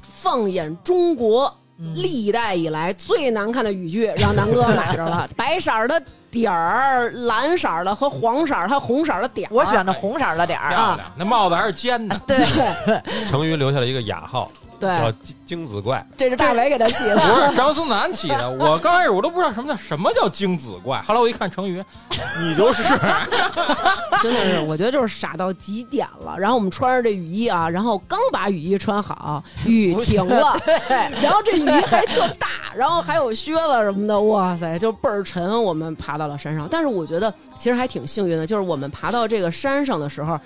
放眼中国历代以来最难看的语句，让南哥买着了， *laughs* 白色儿的点儿、蓝色儿的和黄色儿还有红色儿的点儿。我选的红色儿的点啊儿啊漂亮，那帽子还是尖的。对，成瑜留下了一个雅号，叫对，精精子怪。这是大伟给他起不的。是张思楠起的，我刚开始我都不知道什么叫什么叫精子怪，后来我一看成语，你就是 *laughs* 真的是，我觉得就是傻到极点了。然后我们穿着这雨衣啊，然后刚把雨衣穿好，雨停了， *laughs* 然后这雨衣还特大，然后还有靴子什么的，哇塞，就倍儿沉。我们爬到了山上，但是我觉得其实还挺幸运的，就是我们爬到这个山上的时候。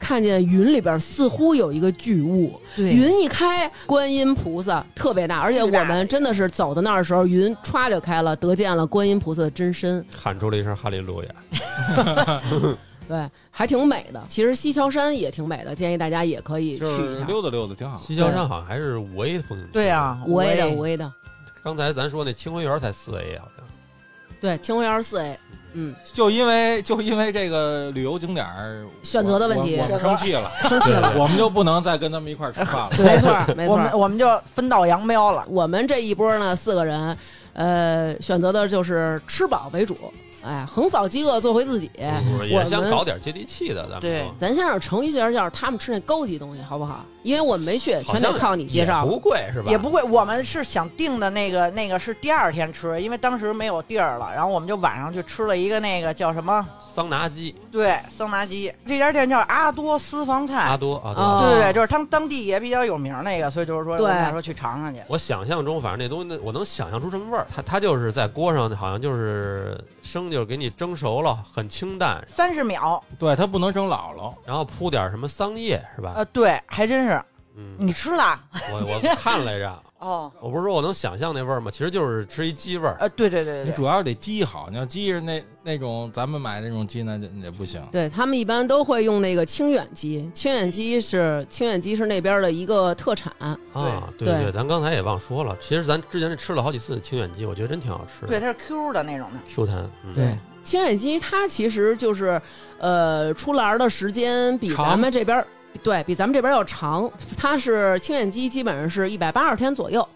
看见云里边似乎有一个巨物，对云一开，观音菩萨特别大，而且巨大我们真的是走到那儿的时候，云歘就开了，得见了观音菩萨的真身。喊出了一声哈利路亚。对，还挺美的。其实西樵山也挺美的，建议大家也可以去就一是下。溜达溜达挺好。西樵山好像还是五 A 风景区。对，啊，五 A 的，也五 A 的，刚才咱说那清晖园才四 A 好像。对，清辉园四 *laughs* A，就因为 *laughs* 就因为这个旅游景点儿选择的问题我我们生气了，生气了。我们就不能再跟他们一块儿吃饭了。没错 *laughs* 儿，没我错们儿。我们就分道扬镳了。我们这一波呢，四个人，呃，选择的就是吃饱为主，哎，横扫饥饿，做回自己。也哎想我们搞点接地气的，咱们对说咱先让成一介绍他们吃那高级东西，好不好？因为我们没去，好全像都靠你介绍也。不贵是吧？也不贵，我们是想订的那个那个是第二天吃，因为当时没有地儿了，然后我们就晚上去吃了一个那个叫什么？桑拿鸡，对，桑拿鸡这家店叫阿多私房菜，阿多阿哦多。对对对，就是他们当地也比较有名儿那个，所以就是说，对我们俩说去尝尝去。我想象中，反正那东西，我能想象出什么味儿。它它就是在锅上，好像就是生，就是给你蒸熟了，很清淡，三十秒，对他不能整姥姥，然后铺点什么桑叶，是吧？呃呃，对，还真是嗯，你吃了，我我看来着，哦，我不是说我能想象那味儿吗？其实就是吃一鸡味儿。呃，对对对你对对，主要得鸡好，你要鸡是那那种咱们买那种鸡那就也不行。对他们一般都会用那个清远鸡，清远鸡是清远鸡是那边的一个特产，啊，对对对，咱刚才也忘说了，其实咱之前吃了好几次清远鸡，我觉得真挺好吃对的它是 Q 的那种的， ，Q 弹。嗯，清远鸡它其实就是，呃，出栏儿的时间比长咱们这边儿对比咱们这边儿要长，它是清远鸡基本上是一百八十天左右，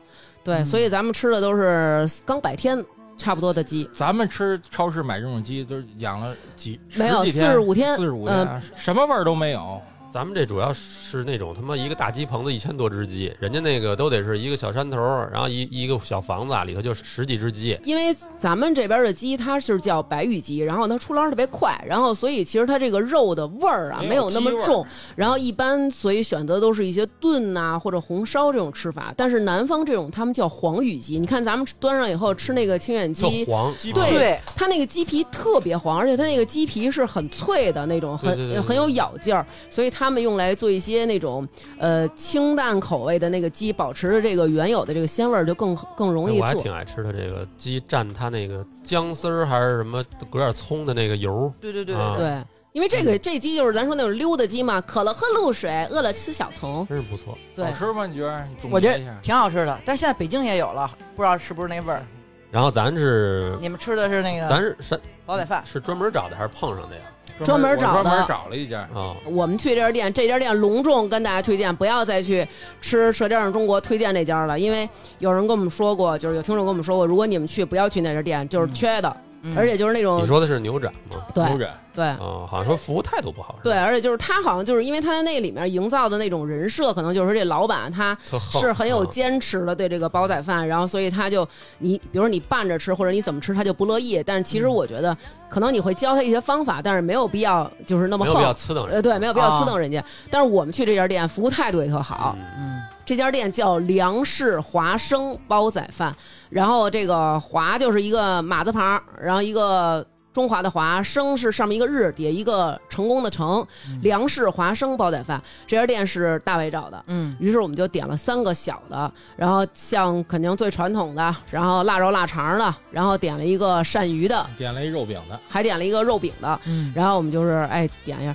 对，嗯所以咱们吃的都是刚百天差不多的鸡，咱们吃超市买这种鸡都养了几没有45天嗯四十五天、什么味儿都没有。咱们这主要是那种他妈一个大鸡棚子一千多只鸡，人家那个都得是一个小山头儿，然后一一个小房子啊里头就十几只鸡。因为咱们这边的鸡它是叫白羽鸡，然后它出栏儿特别快，然后所以其实它这个肉的味儿啊没有没有那么鸡味儿重，然后一般所以选择都是一些炖呐、或者红烧这种吃法，但是南方这种他们叫黄羽鸡，你看咱们端上以后吃那个清远特鸡。黄，嗯哎鸡对对它那个鸡皮特别黄，而且它那个鸡皮是很脆的那种，很对对对对很有咬劲儿，所以他们用来做一些那种呃清淡口味的那个鸡，保持着这个原有的这个鲜味儿，就更更容易我还做。挺爱吃它这个鸡蘸它那个姜丝儿还是什么，搁点葱的那个油对对对啊嗯对对，对，因为这个这鸡就是咱说那种溜达鸡嘛，渴了喝露水，饿了吃小葱儿，。真是不错。对好，吃吗？你觉得？你总我觉结一下得挺好吃的，但是现在北京也有了，不知道是不是那味儿。然后咱是你们吃的是那咱个是是煲仔饭，是专门找的还是碰上的呀？专门我找的专门找了一家。啊，我们去这家店，这家店隆重跟大家推荐，不要再去吃《舌尖上的中国》推荐这家了，因为有人跟我们说过，就是有听众跟我们说过，如果你们去，不要去那家店，就是缺的，嗯而且就是那种你说的是牛展吗？对牛展对。啊，好像说服务态度不好，嗯是吧对，，而且就是他好像就是因为他在那里面营造的那种人设，可能就是说这老板他特横是很有啊坚持的，对这个煲仔饭，然后所以他就你，比如说你拌着吃或者你怎么吃，他就不乐意。但是其实嗯我觉得，可能你会教他一些方法，但是没有必要就是那么没有必要横。呲瞪人。呃，对，没有必要啊呲瞪人家。但是我们去这家店，服务态度也特好。嗯，嗯，这家店叫梁氏华生煲仔饭，然后这个华就是一个马字旁，然后一个中华的华，生是上面一个日，底下一个成功的成，梁氏华生煲仔饭。这家店是大伟找的，嗯，于是我们就点了三个小的，然后像肯定最传统的，然后腊肉腊肠的，然后点了一个鳝鱼的，点了一肉饼的，还点了一个肉饼的，嗯然后我们就是哎点一下，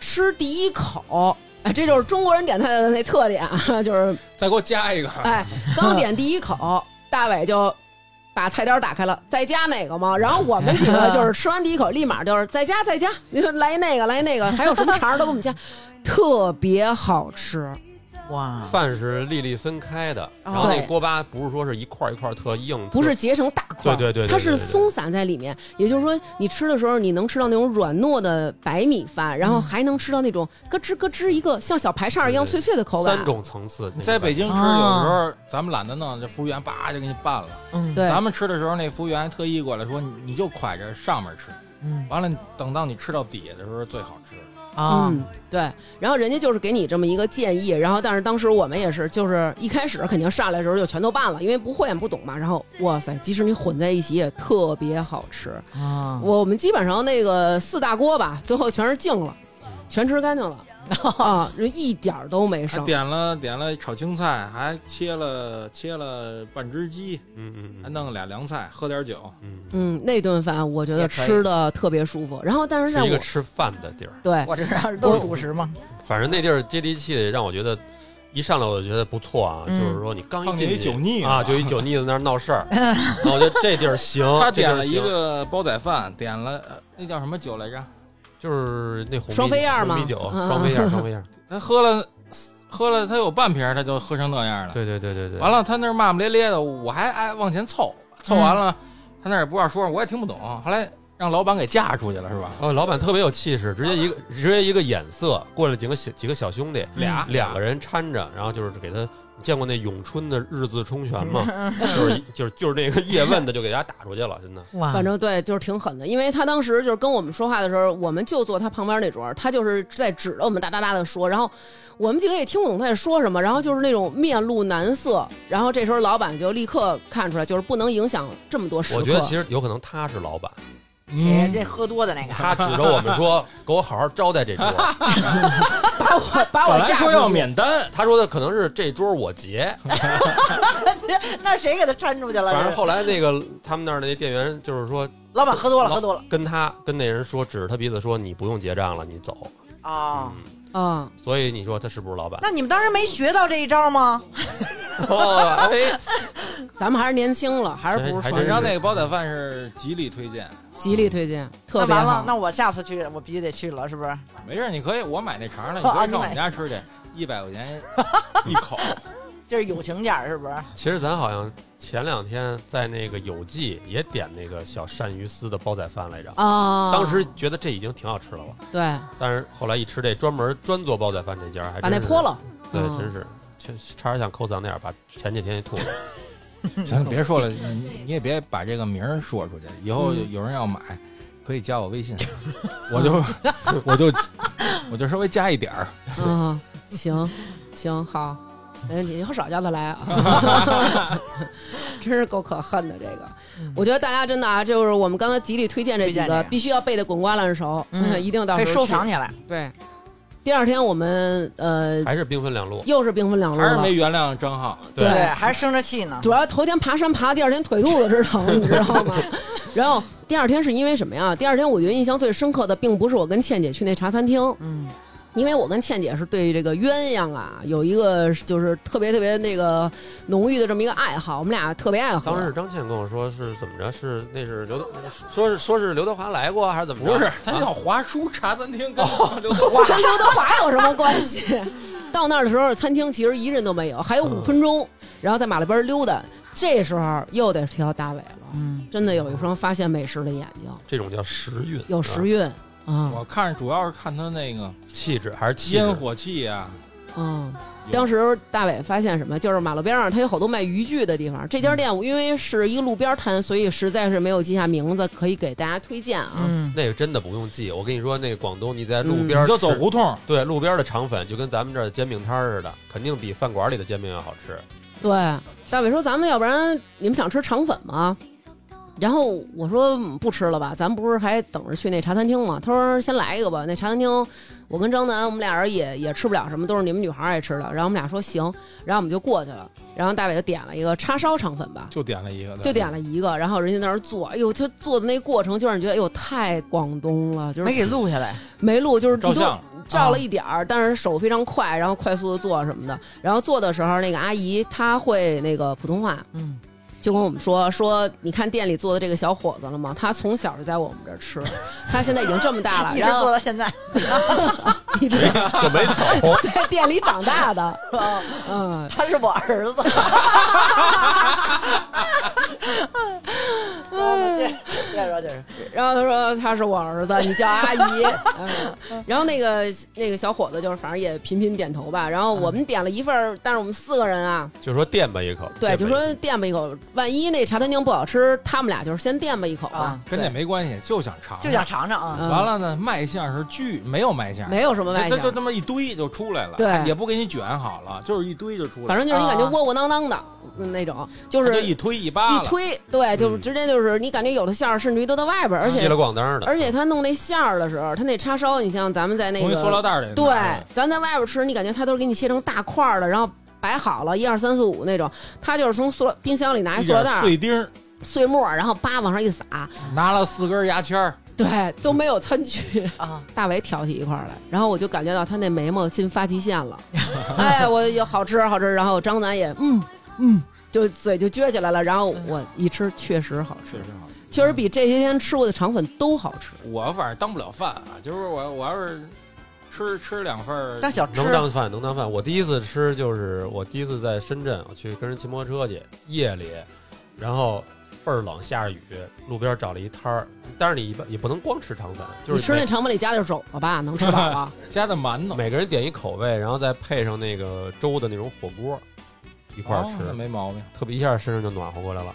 吃第一口。哎，这就是中国人点菜的那特点，啊， *laughs* 就是再给我加一个。哎，刚点第一口，大伟就把菜单打开了，再加哪个吗？然后我们几个就是吃完第一口，立马就是再加再加， *laughs* 来一那个来一那个，还有什么肠儿都给我们加，特别好吃。哇，饭是粒粒分开的，然后那对锅巴不是说是一块儿一块儿特硬，哦不是特结成大块儿，对对对对对它是松散在里面。也就是说，你吃的时候，你能吃到那种软糯的白米饭，然后还能吃到那种咯吱咯吱一个像小排叉一样嗯对对脆脆的口感。三种层次。嗯在北京京吃，有时哦候咱们懒得弄，这服务员叭就给你办了。嗯，对，咱们吃的时候，那服务员还特意过来说，你你就蒯着上面吃，嗯完了等到你吃到底下的时候最好吃。啊，嗯，对。然后人家就是给你这么一个建议，然后但是当时我们也是，就是一开始肯定上来的时候就全都办了，因为不会也不懂嘛。然后哇塞，即使你混在一起也特别好吃。啊，我们基本上那个四大锅吧，最后全是净了，全吃干净了 *laughs* 啊，就一点儿都没还剩。点了点了炒青菜，还切了切了半只鸡，嗯嗯还嗯弄了俩凉菜，喝点酒。嗯嗯，嗯，那顿饭我觉得也可以吃的特别舒服。然后但是在是一我个吃饭的地儿。对我这是都是主食嘛，反正那地儿接地气，让我觉得一上来我就觉得不错啊。嗯就是说你刚放一进你去一酒腻子啊，就一酒腻子那儿 *laughs* 闹事儿，然后我觉得这地儿行。他哦这地点儿了一行个煲仔饭，点了呃那叫什么酒来着？就是那红米双飞燕儿吗红米酒，嗯 *laughs* 双飞燕儿，双飞燕儿。他喝了喝了，他有半瓶儿，他就喝成那样了。对对对对对。完了，他那儿骂骂咧咧的，我还爱往前凑，凑完了，他那儿也不知道说什么，我也听不懂。后来让老板给架出去了，是吧？哦，老板特别有气势，直接一个直接一个眼色，过来几个小几个小兄弟，俩两个人搀着，然后就是给他，你见过那咏春的日字冲拳 *laughs* 吗？就是一就是就是那个叶问的就给大家打出去了， *laughs* 真的。哇反正对，就是挺狠的，因为他当时就是跟我们说话的时候，我们就坐他旁边那桌儿，他就是在指着我们哒哒哒的说，然后我们几个也听不懂他在说什么，然后就是那种面露难色，然后这时候老板就立刻看出来，就是不能影响这么多食客。我觉得其实有可能他是老板，谁嗯这喝多的那个，他指着我们说：“ *laughs* 给我好好招待这桌。把我把啊我本来嫁出说去。要免单”，他说的可能是这桌我 *laughs* 结， *laughs* 哎那谁给他搀出去了？反正这后来那个他们那儿那店员就是说老板喝多了，老喝多了跟他跟那人说，指着他鼻子说：“你不用结账了，你走。啊！啊，所以你说他是不是 *laughs* 老板？那你们当时没学到这一招吗？哦，哎，咱们还是年轻了，还是不是还说真你是知道那个煲仔饭是极力推荐，极力推荐，那特别完好了，。那我下次去，我必须得去了，是不是？没事，你可以我买那肠了，你啊可以你上我买们家吃去，一百块钱一口。这是友情价，是不是？其实咱好像前两天在那个有记也点那个小鳝鱼丝的煲仔饭来着，啊，当时觉得这已经挺好吃了吧，对，但是后来一吃这专门专做煲仔饭这家，还把真那是泼，了，对，嗯真是。确实差点想抠嗓子眼儿，把前几天给吐了。 *laughs* *laughs* 行了，别说了，你你也别把这个名儿说出去，以后有人要买，可以加我微信，我就 *laughs* 我就我就稍微加一点儿。嗯， *laughs* 行行哎好，没问题，以后少叫他来啊。 *laughs* 真是够可恨的，这个，我觉得大家真的啊，就是我们刚才极力推荐这几推荐个这，个必须要背得滚瓜烂熟，*laughs* 嗯一定到可以时候收去藏起来。对，第二天我们呃还是兵分两路，又是兵分两路还是了没，原谅张浩，对对，还生着气呢。主要头天爬山爬，第二天腿肚子直 *laughs* 疼，你知道吗？然后第二天是因为什么呀？第二天我觉得印象最深刻的，并不是我跟倩姐去那茶餐厅，嗯，因为我跟倩姐是对这个鸳鸯啊有一个就是特别特别那个浓郁的这么一个爱好，我们俩特别爱喝。当时张倩跟我说是怎么着，是那是刘德，说是说是刘德华来过还是怎么着？不是啊他叫华叔茶餐厅，跟刘德华 *laughs* 跟刘德华有什么关系？到那儿的时候，餐厅其实一人都没有，还有五分钟，然后在马路边儿溜达。这时候又得提到大伟了，嗯，真的有一双发现美食的眼睛，这种叫时运，有时运啊， *laughs* 我看主要是看他那个啊气质还是气质烟火气啊，嗯。有当时大伟发现什么？就是马路边上他有好多卖渔具的地方。这家店我因为是一个路边摊，所以实在是没有记下名字，可以给大家推荐啊。嗯，那个真的不用记，我跟你说，那个广东你在路嗯边儿你就走吃胡同，对，路边的肠粉就跟咱们这儿的煎饼摊儿似的，肯定比饭馆里的煎饼要好 *laughs* 吃。对，大伟说：“咱们要不然你们想吃肠粉吗？”然后我说嗯：“不吃了吧，咱们不是还等着去那茶餐厅吗？”他说：“先来一个吧。”那茶餐厅，我跟张楠我们俩人也也吃不了什么，都是你们女孩儿爱吃的。然后我们俩说行，然后我们就过去了。然后大伟就点了一个叉烧肠粉吧，就点了一个，就点了一个，然后人家在那儿做，哎呦，他做的那过程就让你觉得，哎呦，太广东了，就是没给录下来。没录，就是照相都照了一点儿，但是手非常快，然后快速的做什么的，然后做的时候那个阿姨她会那个普通话，嗯，就跟我们说说，你看店里做的这个小伙子了吗？他从小就在我们这儿吃，他现在已经这么 *laughs* 大了，一直然做后到现在。一直，就没走在店里长大的，嗯，哦他是我儿 *laughs* 子。接着接着接着，然后他说他是我儿子，你叫阿姨。嗯、然后那个那个小伙子就是反正也频频点头吧。然后我们点了一份儿，但是我们四个人啊， *laughs* 就说垫吧一口。对，就垫吧一口说垫吧一口，万一那茶餐厅不好吃，他们俩就是先垫吧一口吧。啊跟那没关系，就想尝尝，就想尝尝啊。嗯完了呢，卖相是巨没有卖相，没有什么外就就向就，那么一堆就出来了，对也不给你卷好了，就是一堆就出来反了，正就是你感觉啊窝窝囊囊的、嗯那种，就他就是一推一扒一拉，推，对，就是嗯直接就是你感觉有的馅儿甚至于都在外边儿，而稀且了咣当的，而且他弄那馅儿的时候，他那叉烧，你像咱们在那从一个塑料袋里拿哎出对来，，咱在外边吃，你感觉它都是给你切成大块儿的，然后摆好了，一二三四五那种。它就是从塑料冰箱里拿一一塑料点袋儿、碎丁儿，碎末儿，然后叭往上一撒，拿了四根牙签儿，对，都没有餐具。啊，大伟挑起一块儿来，然后我就感觉到他那眉毛进发际线 *laughs* 了，哎，我有好吃好吃。然后张楠也嗯嗯，就嘴就撅起来了。然后我一吃，确实好吃确，实好。确实比这些天吃过的肠粉都好吃。我反正当不了饭啊，就是我我要是吃吃两份儿，当小吃能当饭能当饭。我第一次吃就是我第一次在深圳，我去跟人骑摩托车去，夜里，然后倍儿冷，下着雨，路边找了一摊儿。但是你一般也不能光吃肠粉，就你是吃每那肠粉里加点肘子吧，能吃饱 *laughs* 啊？加的馒头每个人点一口味，然后再配上那个粥的那种火锅，一块儿哦吃，那没毛病。特别一下身上就暖和过来了。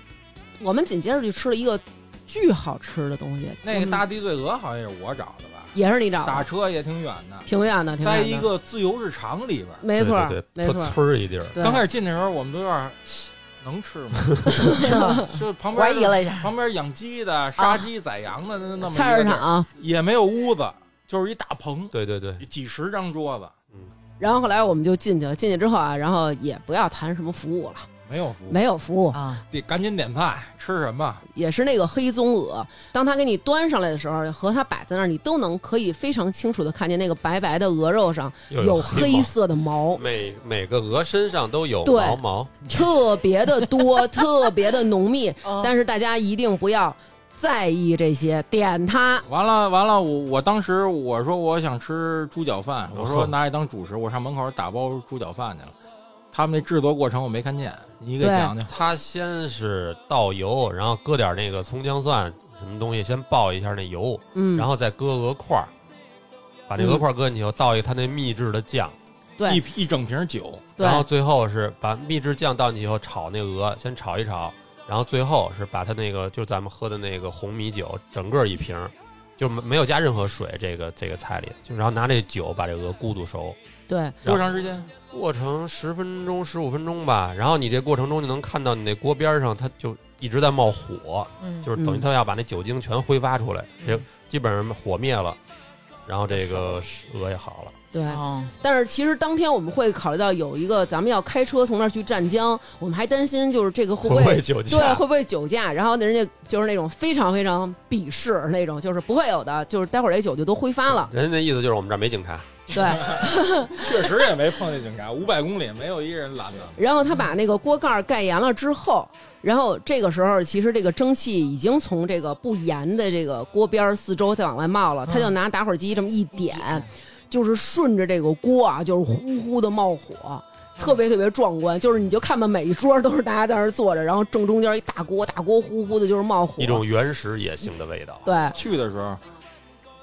我们紧接着就吃了一个巨好吃的东西，那个嗯大地罪鹅好像也是我找的吧，也是你找打的，车也挺远的，挺远嗯的，挺远在的。一个自由市场里边儿。没错儿对，没对对错特儿，村儿一地儿。对刚开始进的时候，我们都有点儿 *sniffs* 能吃吗？ *laughs* 就旁边怀疑了一下，旁边养鸡的、杀鸡宰羊的那那么一啊菜个市地儿，场。也没有屋子，就是一大棚，对对对，几十张桌子，然后后来我们就进去了，进去之后啊，然后也不要谈什么服务了，没有服务，没有服务，啊，得赶紧点菜，吃什么？也是那个黑棕鹅。当它给你端上来的时候，和它摆在那儿，你都能可以非常清楚的看见那个白白的鹅肉上又有黑黑毛色的毛，每每个鹅身上都有对毛毛， *laughs* 特别的 *laughs* 多，特别的浓密。哦但是大家一定不要在意这些，点它。完了完了，我我当时我说我想吃猪脚饭，我说哦拿一当主食，我上门口打包猪脚饭去了。他们那制作过程我没看见，你给对讲讲。它先是倒油，然后搁点那个葱姜蒜什么东西，先爆一下那油，嗯，然后再搁鹅块儿，把那嗯鹅块儿搁进去以后，倒一它那秘制的酱，对一一整瓶酒，对然后最后是把秘制酱倒进去以后炒那鹅，先炒一炒，然后最后是把它那个就是咱们喝的那个红米酒，整个一瓶儿，就没没有加任何水，这个这个菜里，就然后拿这酒把这鹅咕嘟熟，对，然后多长时间？过程十分钟十五分钟吧，然后你这过程中就能看到你那锅边上它就一直在冒火，嗯，就是等于嗯它要把那酒精全挥发出来，这嗯基本上火灭了，然后这个鹅也好了。对，哦但是其实当天我们会考虑到有一个，咱们要开车从那儿去湛江，我们还担心就是这个会不 *laughs* 会不会会酒驾对会不会酒驾？然后人家就是那种非常非常鄙视那种，就是不会有的，就是待会儿这酒就都挥发 *laughs* 了。人家那意思就是我们这儿没警察，对，确实也没碰见警察，五百公里没有一人拦的。然后他把那个锅盖儿盖严了之后，然后这个时候其实这个蒸汽已经从这个不严的这个锅边儿四周在往外冒了，他就拿打火机这么一点，就是顺着这个锅啊，就是呼呼的冒火。特别特别壮观，就是你就看吧，每一桌都是大家在那儿坐着，然后正中间一大锅，大锅呼呼的，就是冒火。一种原始野性的味道。对，去的时候，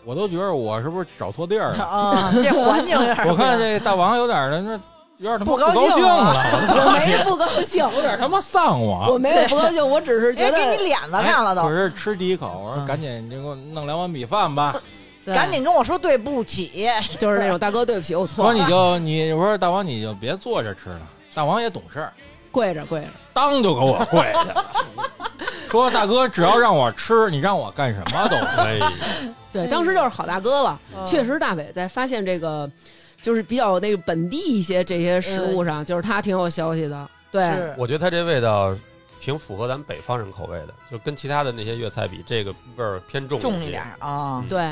我都觉得我是不是找错地儿 *laughs* 了？啊，这环境有点儿， *laughs* 我看这大王有点儿的，那有点他妈不高高兴兴了了，我没有不高兴，有点他妈丧我我。没有不高兴，我只是觉人得家哎给你脸子看了可都，哎是吃第一口，我嗯说赶紧就给我弄两碗米 *laughs* 饭吧。对赶紧跟我说对不起，就是那种大哥，对不起，我我错了，说你就你，我说大王你就别坐着吃了，大王也懂事儿，跪着跪着，当就给我跪下 *laughs* 了。说大哥，只要让我吃，你让我干什么都 *laughs* 可哎，对，当时就是好大哥了。嗯确实，大伟在发现这个就是比较那个本地一些这些食物上，就是他挺有消息的。对，嗯是我觉得它这味道挺符合咱们北方人口味的，就跟其他的那些粤菜比，这个味儿偏重重些一点。儿啊，对，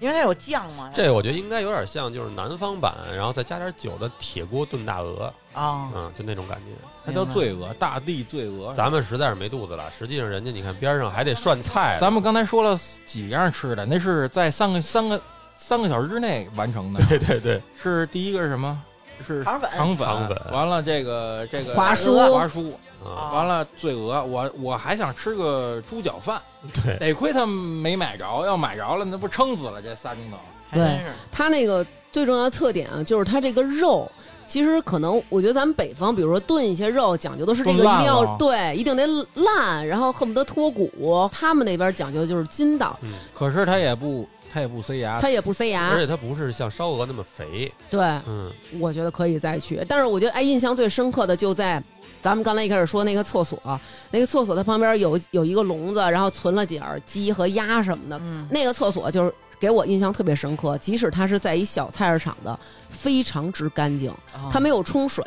因为它有酱嘛，这我觉得应该有点像就是南方版，然后再加点酒的铁锅炖大鹅，哦啊，嗯，就那种感觉。那叫罪恶，大地罪恶。咱们实在是没肚子了，实际上人家你看边上还得涮菜呢，咱们刚才说了几样吃的，那是在三个三个三个小时之内完成的。对对对，是第一个是什么？是肠粉肠粉。肠粉完了这个这个华叔华叔。哦啊，完了醉鹅，我我还想吃个猪脚饭，嗯对，得亏他没买着，要买着了那不撑死了这仨钟头。还真是他那个最重要的特点啊，就是他这个肉。其实可能，我觉得咱们北方，比如说炖一些肉，讲究的是这个炖烂一定要了对，一定得烂，然后恨不得脱骨。他们那边讲究就是筋道，嗯，可是他也不他也不塞牙，它也不塞牙而。且它不是像烧鹅那么肥，对，嗯，我觉得可以再去。但是我觉得哎，印象最深刻的就在咱们刚才一开始说那个厕所，那个厕所它旁边有有一个笼子，然后存了几耳鸡和鸭什么的。嗯，那个厕所就是给我印象特别深刻，即使它是在一小菜市场的，非常之干净，哦它没有冲水。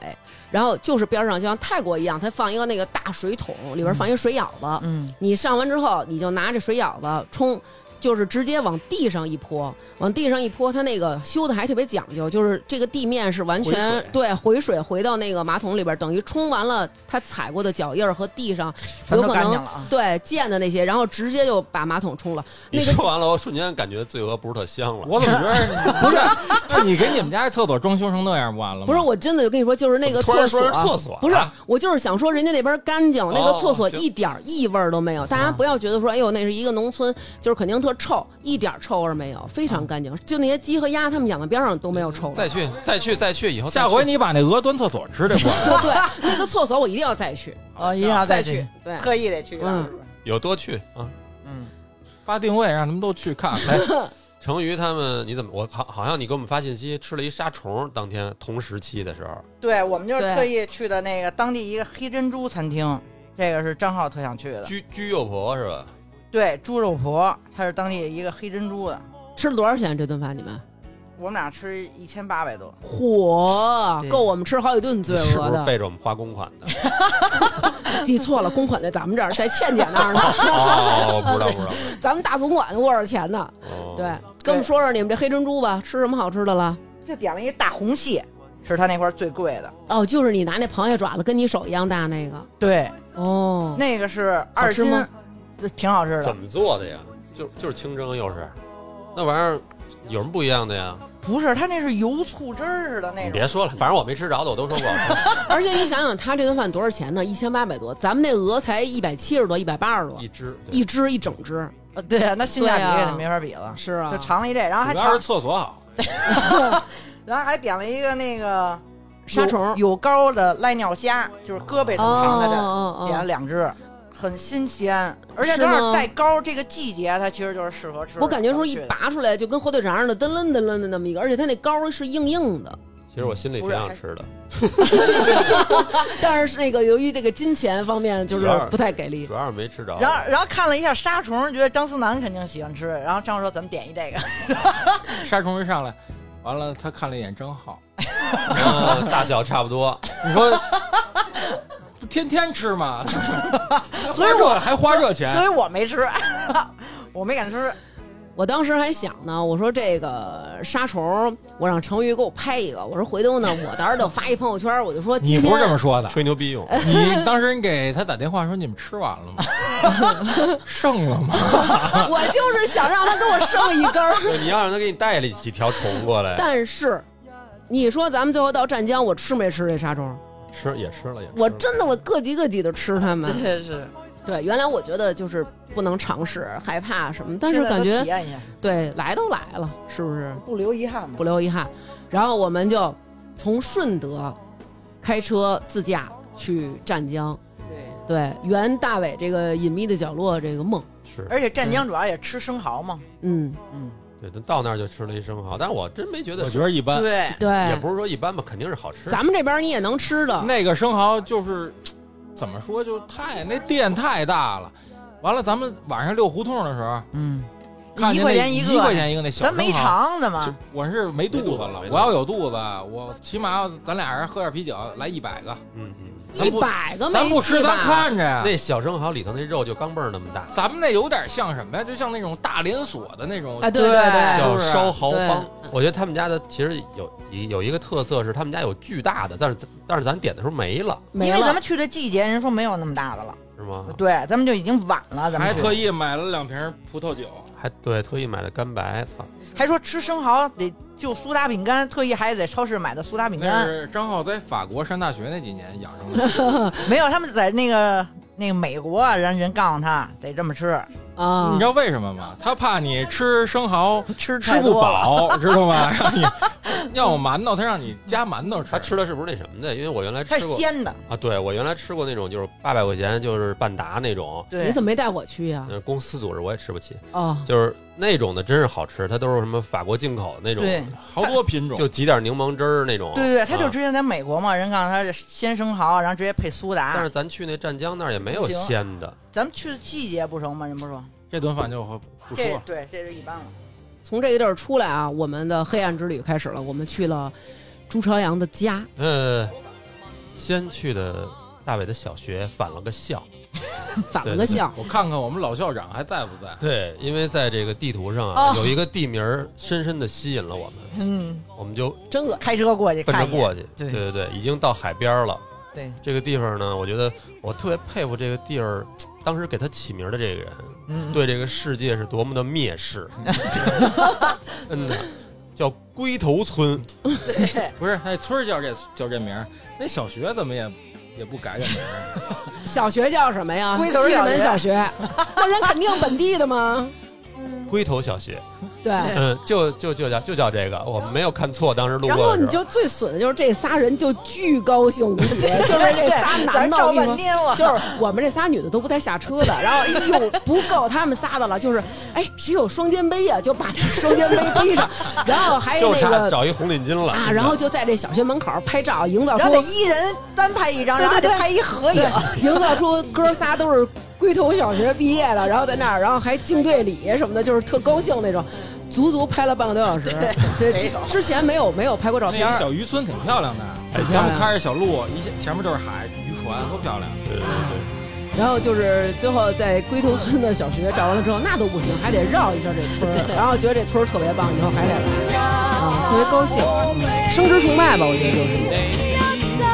然后就是边上就像泰国一样，它放一个那个大水桶，里边放一水舀子，嗯你上完之后，你就拿这水舀子冲，就是直接往地上一泼，往地上一泼，它那个修的还特别讲究，就是这个地面是完全回水对回水回到那个马桶里边，等于冲完了它踩过的脚印儿和地上全有都可干净能了啊对溅的那些，然后直接就把马桶冲了。你那个说完了，我瞬间感觉醉鹅不是特香了。我怎么觉得不是？那你给你们家厕所装修成那样不完了吗？不是，我真的就跟你说，就是那个突然厕说所，是厕所啊不是，我就是想说人家那边干净，那个厕所行一点儿异味儿都没有。大家不要觉得说，哎呦，那是一个农村，就是肯定特臭，一点儿臭味儿没有，非常干净。就那些鸡和鸭，他们养的边上都没有臭味儿。再去再去再去，以后再下去回你把那鹅端厕所吃就过 *laughs* 来了。对，那个厕所我一定要再去，啊，一定要再去，，对。特意得去一趟，嗯是不是？有多去啊，嗯，发定位让他们都去看看。成瑜他们你怎么？我好好像你给我们发信息，吃了一沙虫，当天同时期的时候，对，我们就是对特意去的那个当地一个黑珍珠餐厅，这个是张浩特想去的。居居幼婆是吧？对，猪肉婆，它是当地一个黑珍珠的，吃了多少钱这顿饭？你们？我们俩吃一千八百多。嚯对，够我们吃好几顿罪是恶不是的。背着我们花公款 *laughs* 的？记错了，公款在咱们这儿，在倩姐那儿 *laughs* 呢。哦，我不知道，不知道。咱们大总管多少钱呢？*laughs* 哦对，，跟我们说说你们这黑珍珠吧，吃什么好吃的了？就点了一大红蟹，是他那块儿最贵的。哦，就是你拿那螃蟹爪子跟你手一样大那个。对，哦，那个是好二吃斤呃吗，挺好吃的怎。么做的呀？就就是清蒸，又是那玩意儿有什么不一样的呀？不是，它那是油醋汁儿似的那你种。别说了，反正我没吃着的，我都说不好吃。而且你想想，他这顿饭多少钱呢？一千八百多，咱们那鹅才一百七十多，一百八十多一，只 *laughs* 对一只一整只。呃对，那性价对啊比也没法比了。是啊就，尝了一这，然后还哎主要是尝，厕所好，然后还点了一个那个沙有虫有膏的赖尿虾，就是胳膊这么长的这，哦点了哦两只，很新鲜，而且是正好吗带膏，这个季节它其实就是适合吃。我感觉说一去的拔出来就跟火腿肠似的，噔楞噔楞的那么一个，而且它那膏是硬硬的。其实我心里挺想吃的，但是那个由于这个金钱方面就是不太给力主，要是没吃着。然后，然后看了一下沙虫，觉得张思楠肯定喜欢吃。然后张说：“咱们点一这个。沙虫一上来，完了他看了一眼张浩，嗯大小差不多，你说不天天吃吗？ *laughs* 所以我还花热还花热” *laughs* 所钱，以我没吃，我没敢吃。我当时还想呢，我说这个沙虫，我让成宇给我拍一个，我说回头呢，我到时候就发一朋友圈，我就说你今不天是这么说的。吹牛逼用。你当时你给他打电话说你们吃完了吗？ *laughs* 剩了吗？啊我就是想让他给我剩一根儿。对你要让他给你带了几条虫过来，但是你说咱们最后到湛江，我吃没吃这沙虫？吃也吃了也吃了。我真的我各级各级的吃它 *laughs* 们。真是， *laughs* 对，原来我觉得就是不能尝试，害怕什么，但是现在感都觉体验一下，对来都来了，是不是不留遗憾嘛不。留遗憾？然后我们就从顺德开车自驾去湛江，对，对，圆大伟这个隐秘的角落这个梦，是，而且湛江主要也吃生蚝嘛。嗯，嗯，对，到那儿就吃了一生蚝，但是我真没觉得我，觉得一般。对，也对，不是说一般吧，肯定是好吃。哎咱们这边你也能吃啊的，那个生蚝就是怎么说，就太那店太大了。完了，咱们晚上遛胡同的时候，嗯，看一见块那钱一个，块钱一个那小咱没生蚝尝啊呢就嘛。我是没肚子没肚了子，我要有肚子，我起码咱俩人喝点啤酒，来一百个，嗯嗯，咱一不百个咱没不戏吃吧？咱看着呀。那小生蚝里头那肉就钢镚儿那么大，咱们那有点像什么呀？就像那种大连锁的那种，啊，对对对，叫是啊烧蚝对帮。我觉得他们家的其实有有一个特色是他们家有巨大的，但是但是咱点的时候没了，没因为了咱们去的季节，人说没有那么大的了。是吗？啊对，咱们就已经晚了。咱们啊还去特意买了两瓶葡萄酒。还对，特意买的干白，操，还说吃生蚝得就苏打饼干，特意还得在超市买的苏打饼那干。是张浩在法国上大学那几年养 *laughs* 成的，没有，他们在那个那个美国啊，人人告诉他得这么吃。啊你知，道为什么吗？他怕你吃生蚝 *laughs* 吃吃太不多了，饱，知 *laughs* 道吗？让你要有馒头，他让你加馒头吃他。啊吃的是不是那什么的？因为我原来它吃是过鲜的。啊，对我原来吃过那种就是八百块钱就是半达那种，对，你怎么没带我去呀？呃，公司组织我也吃不起，哦，就是那种的真是好吃，它都是什么法国进口的那种，对好多品种，就挤点柠檬汁儿那种，对对对，他就啊之前在美国嘛，人告诉他是鲜生蚝，然后直接配苏但打是。咱去那湛江那儿也没有不行鲜的，咱们去的季节不成吗？人不说，这顿饭就不说这了。对，这是一般了。从这个地儿出来啊，我们的黑暗之旅开始了。我们去了朱朝阳的家，呃，先去的大伟的小学返了个校，反了个校，啊我看看我们老校长还在不在？对，因为在这个地图上啊，哦有一个地名儿深深的吸引了我们，嗯，我们就真恶心。开车过去 *laughs* 奔着看一眼。过去，对对对对，已经到海边儿了。对，这个地方呢，我觉得我特别佩服这个地儿，当时给他起名的这个人，嗯，对这个世界是多么的 *laughs* 蔑视。真的，叫龟头村，对，不是，那村儿叫这叫这名儿，那小学怎么也也不改改名儿？小学叫什么呀？龟西头直 *laughs* 小学门小学，那人肯定本地的吗？龟头小学，对。嗯，就就就叫就叫这个，我们没有看错，当时路然过后你的时就候。最损的就是这仨人就巨高兴 *laughs* 无比，就是这仨对男咱的，照我跟半你天说，了就是我们这仨女的都不带下车的。然后哎呦，不够他们仨的了，就是哎谁有双肩背呀，就把这双肩背背上，然后还有就那差个找一红领巾了啊， *laughs* 然后就在这小学门口拍照，营造然出后得一人单拍一张，对对然后还得对拍一合影对。，营造出哥仨都是龟头小学毕业的，然后在那儿，然后还敬队礼什么的，就是特高兴那种，足足拍了半个多小时。这之之前没有没有拍过照那片个儿，小渔村挺漂亮的，啊挺漂亮啊咱们开着小路，一下前面就是海，渔船多漂亮。啊对对对，然后就是最后在龟头村的小学找完了之后，那都不行，还得绕一下这村 *laughs* 儿，然后觉得这村儿特别棒，以后 *laughs* 还得来，啊，特别高兴，生之崇拜吧，我觉得就是。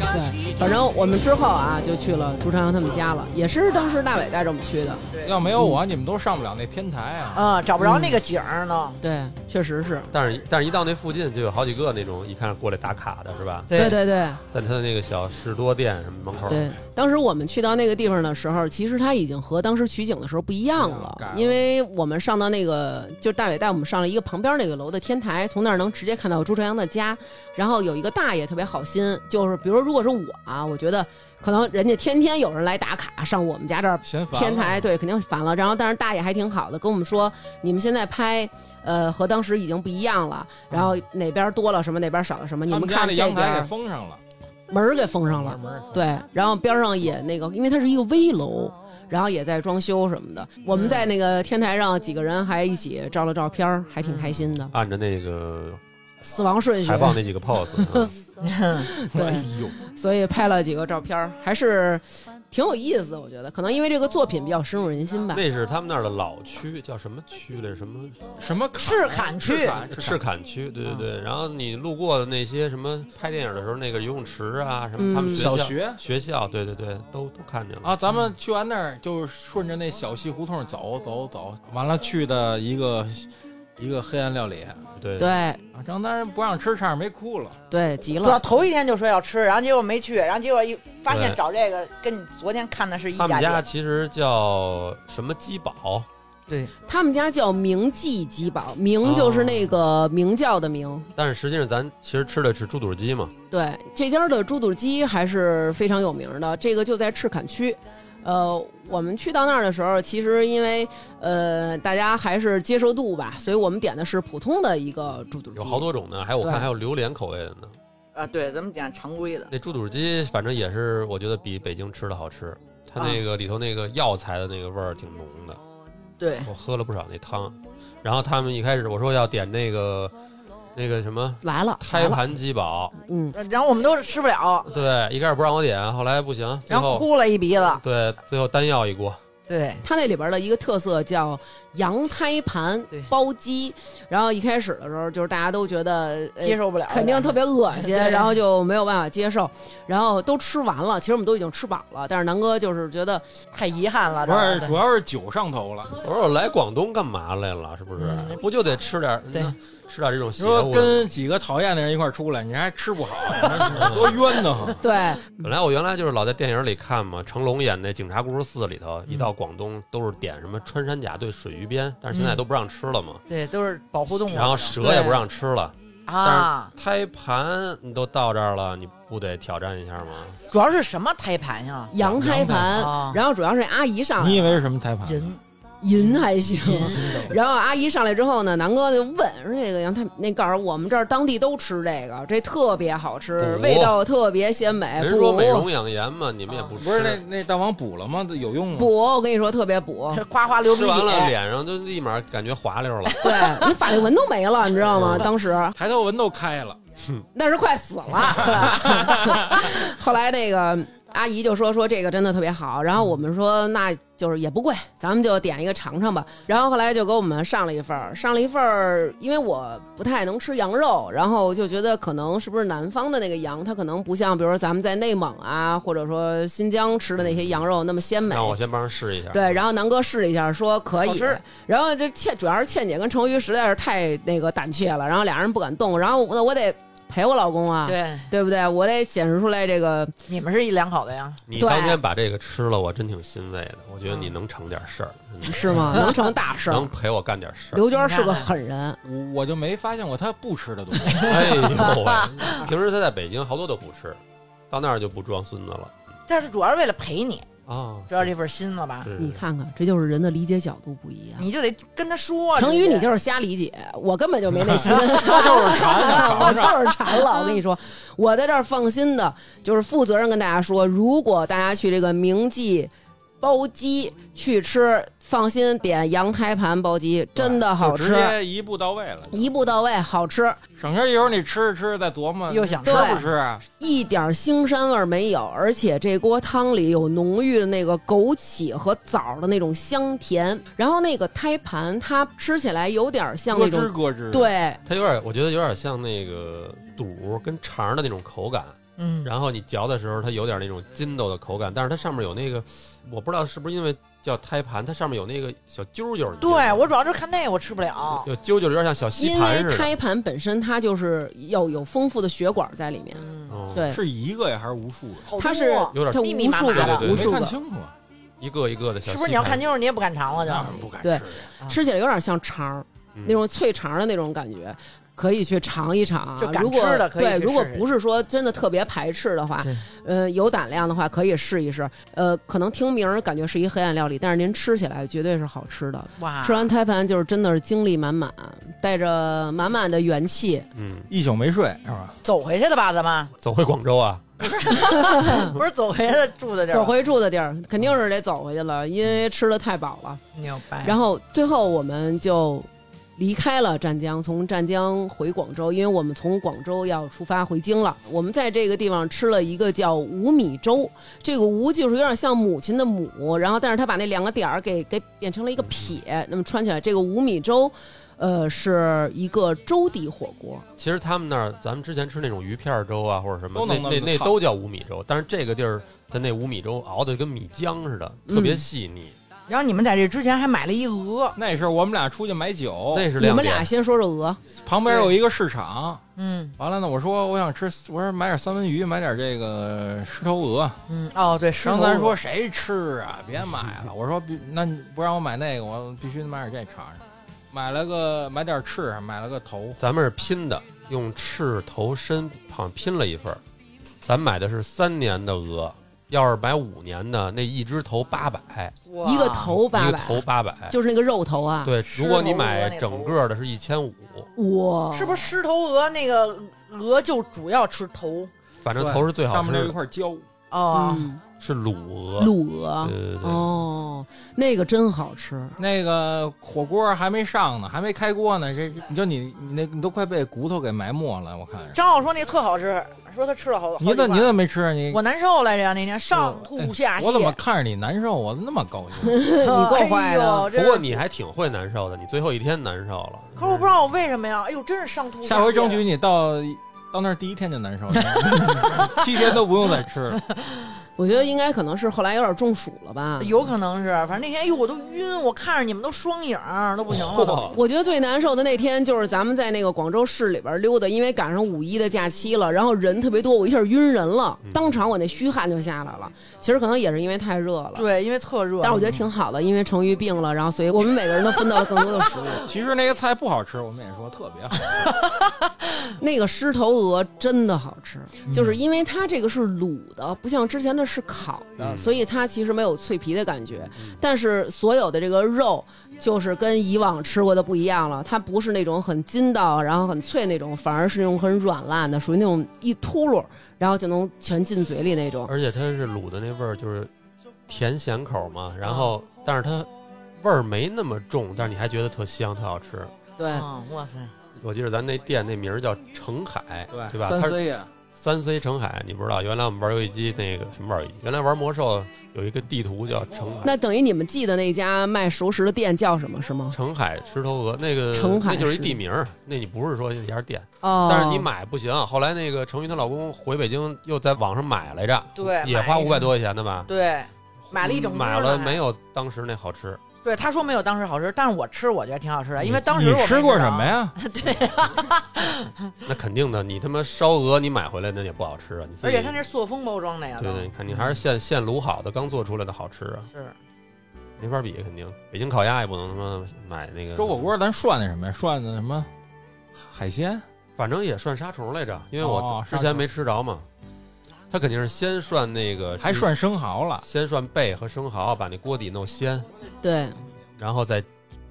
对，反正我们之后啊，就去了朱朝阳他们家了，也是当时大伟带着我们去的。要没有我，嗯你们都上不了那天台啊！嗯，找不着那个景儿呢。对，确实是。但是但是一到那附近就有好几个那种一看过来打卡的是吧？对对对在他的那个小士多店什么门口，对，当时我们去到那个地方的时候，其实它已经和当时取景的时候不一样了改，了因为我们上到那个，就是大伟带我们上了一个旁边那个楼的天台，从那儿能直接看到朱朝阳的家。然后有一个大爷特别好心，就是比如说如果是我啊，我觉得可能人家天天有人来打卡，上我们家这儿嫌烦了天台，对，肯定烦了。然后，但是大爷还挺好的，跟我们说你们现在拍，呃，和当时已经不一样了。然后哪边多了什么，哪边少了什么，你他们们家看那这阳边台儿给封上了，门儿给封上了门。儿对，然后边上也那个，因为它是一个危楼，然后也在装修什么的。我们在那个天台上几个人还一起照了照片儿，还挺开心的。按着那个死亡顺序海，报那几个 *laughs* pose，嗯封上了哎 *laughs* 对，呦，所以拍了几个照片儿，还是挺有意思的。我觉得可能因为这个作品比较深入人心吧。啊那是他们那儿的老区，叫什么区来着？什么什么坎啊赤坎区赤坎嗯赤坎区？对对对。然后你路过的那些什么拍电影的时候那个游泳池啊，什么他们嗯校小学学校，对对对，都都看见了。啊，咱们去完那儿就顺着那小西胡同走走走，完了去的一个一个黑暗料理啊，对对张丹不让吃，差点没哭了。对，急主要了。头一天就说要吃，然后结果没去，然后结果一发现对找这个跟你昨天看的是一他们家家店。其实叫什么鸡堡，他们家叫明记鸡堡，明啊就是那个明教的明。但是实际上咱其实吃的是猪肚鸡嘛。对，这家的猪肚鸡还是非常有名的，这个就在赤坎区。呃，我们去到那儿的时候，其实因为呃大家还是接受度吧，所以我们点的是普通的一个猪肚鸡。有好多种呢，还有我对看还有榴莲口味的呢。啊，对，咱们讲常规的。那猪肚鸡反正也是，我觉得比北京吃的好吃。它啊那个里头那个药材的那个味儿挺浓的，对，我喝了不少那汤。然后他们一开始我说要点那个那个什么来了，来胎了，盘鸡堡，嗯，然后我们都吃不了，对，一开始不让我点，后来不行，最然后后哭了一鼻子。对最后单要一锅，对，它那里边的一个特色叫羊胎盘对包鸡，然后一开始的时候就是大家都觉得、呃接受不了，肯定特别恶心，对然后就没有办法接受，然后都吃完了，其实我们都已经吃饱了，但是南哥就是觉得太遗憾啊了。不是，这主要是酒上头了。嗯我说我来广东干嘛来了？是不是？不就得吃点儿嗯对嗯吃点儿这种你邪说乎的吗？跟几个讨厌的人一块儿出来，你还吃不好， *laughs* 你多冤得慌。对，本来我原来就是老在电影里看嘛，成龙演那《警察故事四》里头，一到广东都是点什么穿山甲对水鱼鞭，但是现在都不让吃了嘛。对，都是保护动物。然后蛇也不让吃了，哎啊，胎盘你都到这儿了，你不得挑战一下吗？主要是什么胎盘呀？羊胎羊胎盘，啊然后主要是阿姨上来你以为是什么胎盘？人银还行。 *laughs* 真的然后阿姨上来之后呢，南哥就问说：“这个杨太那告诉我们这儿当地都吃这个，这特别好吃，补味道特别鲜美，人说补美容养颜嘛，你们也不吃，不是那那大王补了吗？有用吗？补，我跟你说特别 *laughs* 补。这夸夸流嗯鼻吃完了血，脸上就立马感觉滑溜 *laughs* 了。对，那法令纹都没了，你知道吗？当时抬头纹都开了，那是快死了。 *laughs* 后来那个阿姨就说说这个真的特别好，然后我们说那就是也不贵，咱们就点一个尝尝吧。然后后来就给我们上了一份儿，上了一份儿，因为我不太能吃羊肉，然后就觉得可能是不是南方的那个羊，它可能不像比如说咱们在内蒙啊，或者说新疆吃的那些羊肉那么鲜美。那我先帮人试一下。对，然后南哥试了一下，说可好以吃。然后这倩主要是倩姐跟成瑜实在是太那个胆怯了，然后俩人不敢动。然后我我得陪我老公啊，对，对不对？我得显示出来这个你们是一两口子呀？你对当天把这个吃了，我真挺欣慰的。我觉得你能成点事儿，真的是吗？能成大事儿能。陪我干点事儿。刘娟是个狠人，我我就没发现过他不吃的东西。 *laughs* 哎呦喂！平时他在北京好多都不吃，到那儿就不装孙子了但是主要是为了陪你，啊。知道这份心了吧？是你看看，这就是人的理解角度不一样。你就得跟他说。成瑜，这你就是瞎理解，我根本就没那心。他就是 *laughs* 馋，我他就尝尝。是馋了。我跟你说，我在这儿放心的，就是负责任跟大家说，如果大家去这个名记包鸡去吃，放心点羊胎盘包鸡，真的好就吃直，接一步到位了，一步到位，好吃，省着一会儿你吃着吃着再琢磨，又想吃吃不吃啊？一点儿腥膻味儿没有，而且这锅汤里有浓郁的那个枸杞和枣儿的那种香甜，然后那个胎盘它吃起来有点儿像咯那吱种。咯吱。，对，它有点，我觉得有点像那个肚跟肠的那种口感，嗯，然后你嚼的时候它有点那种筋斗的口感，但是它上面有那个，我不知道是不是因为叫胎盘，它上面有那个小揪揪儿。对我主要就是看那个我吃不了，有揪揪，有点像小吸因盘为似的。胎盘本身它就是要有丰富的血管在里面，嗯，哦，对，是一个呀还是无数个？好它多是有点它密密无数麻麻个的对无没数看个，清楚啊，一个一个的小吸盘。是不是你要看清楚你也不敢尝了就？那不敢吃对呀。吃起来有点像肠儿，嗯那种脆肠儿的那种感觉。可以去尝一尝啊就，敢如果吃的可以去对，试试如果不是说真的特别排斥的话对，呃，有胆量的话可以试一试。呃，可能听名儿感觉是一黑暗料理，但是您吃起来绝对是好吃的。哇，吃完胎盘就是真的是精力满满，带着满满的元气。嗯，一宿没睡是吧？走回去的吧？咱们走回广州啊？不是走回去的住的地嗯儿吗，走回住的地儿肯定是得走回去了，因为吃的太饱了。牛掰。然后最后我们就离开了湛江，从湛江回广州，因为我们从广州要出发回京了。我们在这个地方吃了一个叫五米粥，这个吴就是有点像母亲的母，然后但是他把那两个点儿给给变成了一个撇，那么穿起来这个五米粥。呃，是一个粥底火锅，其实他们那儿，咱们之前吃那种鱼片儿粥啊，或者什么，都能那那那么那烫都叫五米粥，但是这个地儿它那五米粥熬的跟米浆似的，特别细腻。然后你们在这之前还买了一鹅，那是我们俩出去买酒，那是你亮们点俩。先说说鹅，旁边有一个市场。嗯完了呢，我说我想吃，我说买点三文鱼，买点这个狮头鹅。嗯，哦对，狮头张三鹅说谁吃 *laughs* 啊？别买了。我说必那你不让我买那个，我必须买点这尝尝。买了个买点翅，买了个头，咱们是拼的，用翅头身好像拼了一份儿。咱买的是三年的鹅，要是买五年的，那一只头八百，一个，头一八个百，头八百。就是那个肉头啊，对，狮如果你头鹅那买头整个的是一千五，哇，哇是不是狮头鹅那个鹅就主要吃头？反正头是最好上吃面有一的，块胶，哦，嗯，是卤鹅。卤鹅，对对对，哦，那个真好吃，那个火锅还没上呢，还没开锅呢，这你就你你那你都快被骨头给埋没了，我看是。张浩说那特好吃，说他吃了好好几你怎你块怎么没吃啊你？哎我难受来着那天上吐下泻，哦我怎么看着你难受？我那么高 *laughs* *laughs* 兴，你够坏的。哎呦不过，你真是还挺会难受的，你最后一天难受了。可是我不知道我为什么呀？哎呦，真是上吐下回泻争取你到到那儿第一天就难受了， *laughs* 七天都不用再吃了。我觉得应该可能是后来有点中暑了吧。有可能是，反正那天哎呦我都晕，我看着你们都双影儿都不行了都。嚯我觉得最难受的那天就是咱们在那个广州市里边溜达，因为赶上五一的假期了，然后人特别多，我一下晕人了，当场我那虚汗就下来了。其实可能也是因为太热了，对，因为特热。但是我觉得挺好的，因为成瑜病了，然后所以我们每个人都分到了更多的食物。其实那个菜不好吃，我们也说特别好。那个狮头鹅真的好吃，就是因为它这个是卤的，不像之前的是烤的，嗯所以它其实没有脆皮的感觉。但是所有的这个肉就是跟以往吃过的不一样了，它不是那种很筋道，然后很脆那种，反而是那种很软烂的，属于那种一秃噜，然后就能全进嘴里那啊种。而且它是卤的那味儿就是甜咸口嘛，啊然后但是它味儿没那么重，但是你还觉得特香，特好吃。对，啊，哇塞，我记得咱那店那名儿叫澄海，对吧？三它是 C 啊呀，三 C 澄海，你不知道？原来我们玩游戏机那个什么玩游戏，原来玩魔兽有一个地图叫澄海，那等于你们记得那家卖熟食的店叫什么是吗？澄海石头鹅那个澄海那就是一是地名儿，那你不是说一家店，哦，但是你买不行。后来那个程昱她老公回北京又在网上买来着，对也买花一五百多块钱的吧，对，买了一整只买呢了还没有当时那好吃。对，他说没有当时好吃，但是我吃我觉得挺好吃的，因为当时你我吃没过知什道么？ *laughs* 呀？那肯定的，你他妈烧鹅你买回来那也不好吃啊，你自己而且他那嗯是塑封包装的呀，对都对，你看你还是现现卤好的，刚做出来的好吃啊，是没法比肯定。北京烤鸭也不能他妈买那个周火，锅咱涮的什么呀？涮的什么海鲜？反正也涮杀虫来着，因为我哦之前没吃着嘛。他肯定是先涮那个，还涮生蚝了？先涮贝和生蚝，把那锅底弄鲜，哦对，然后再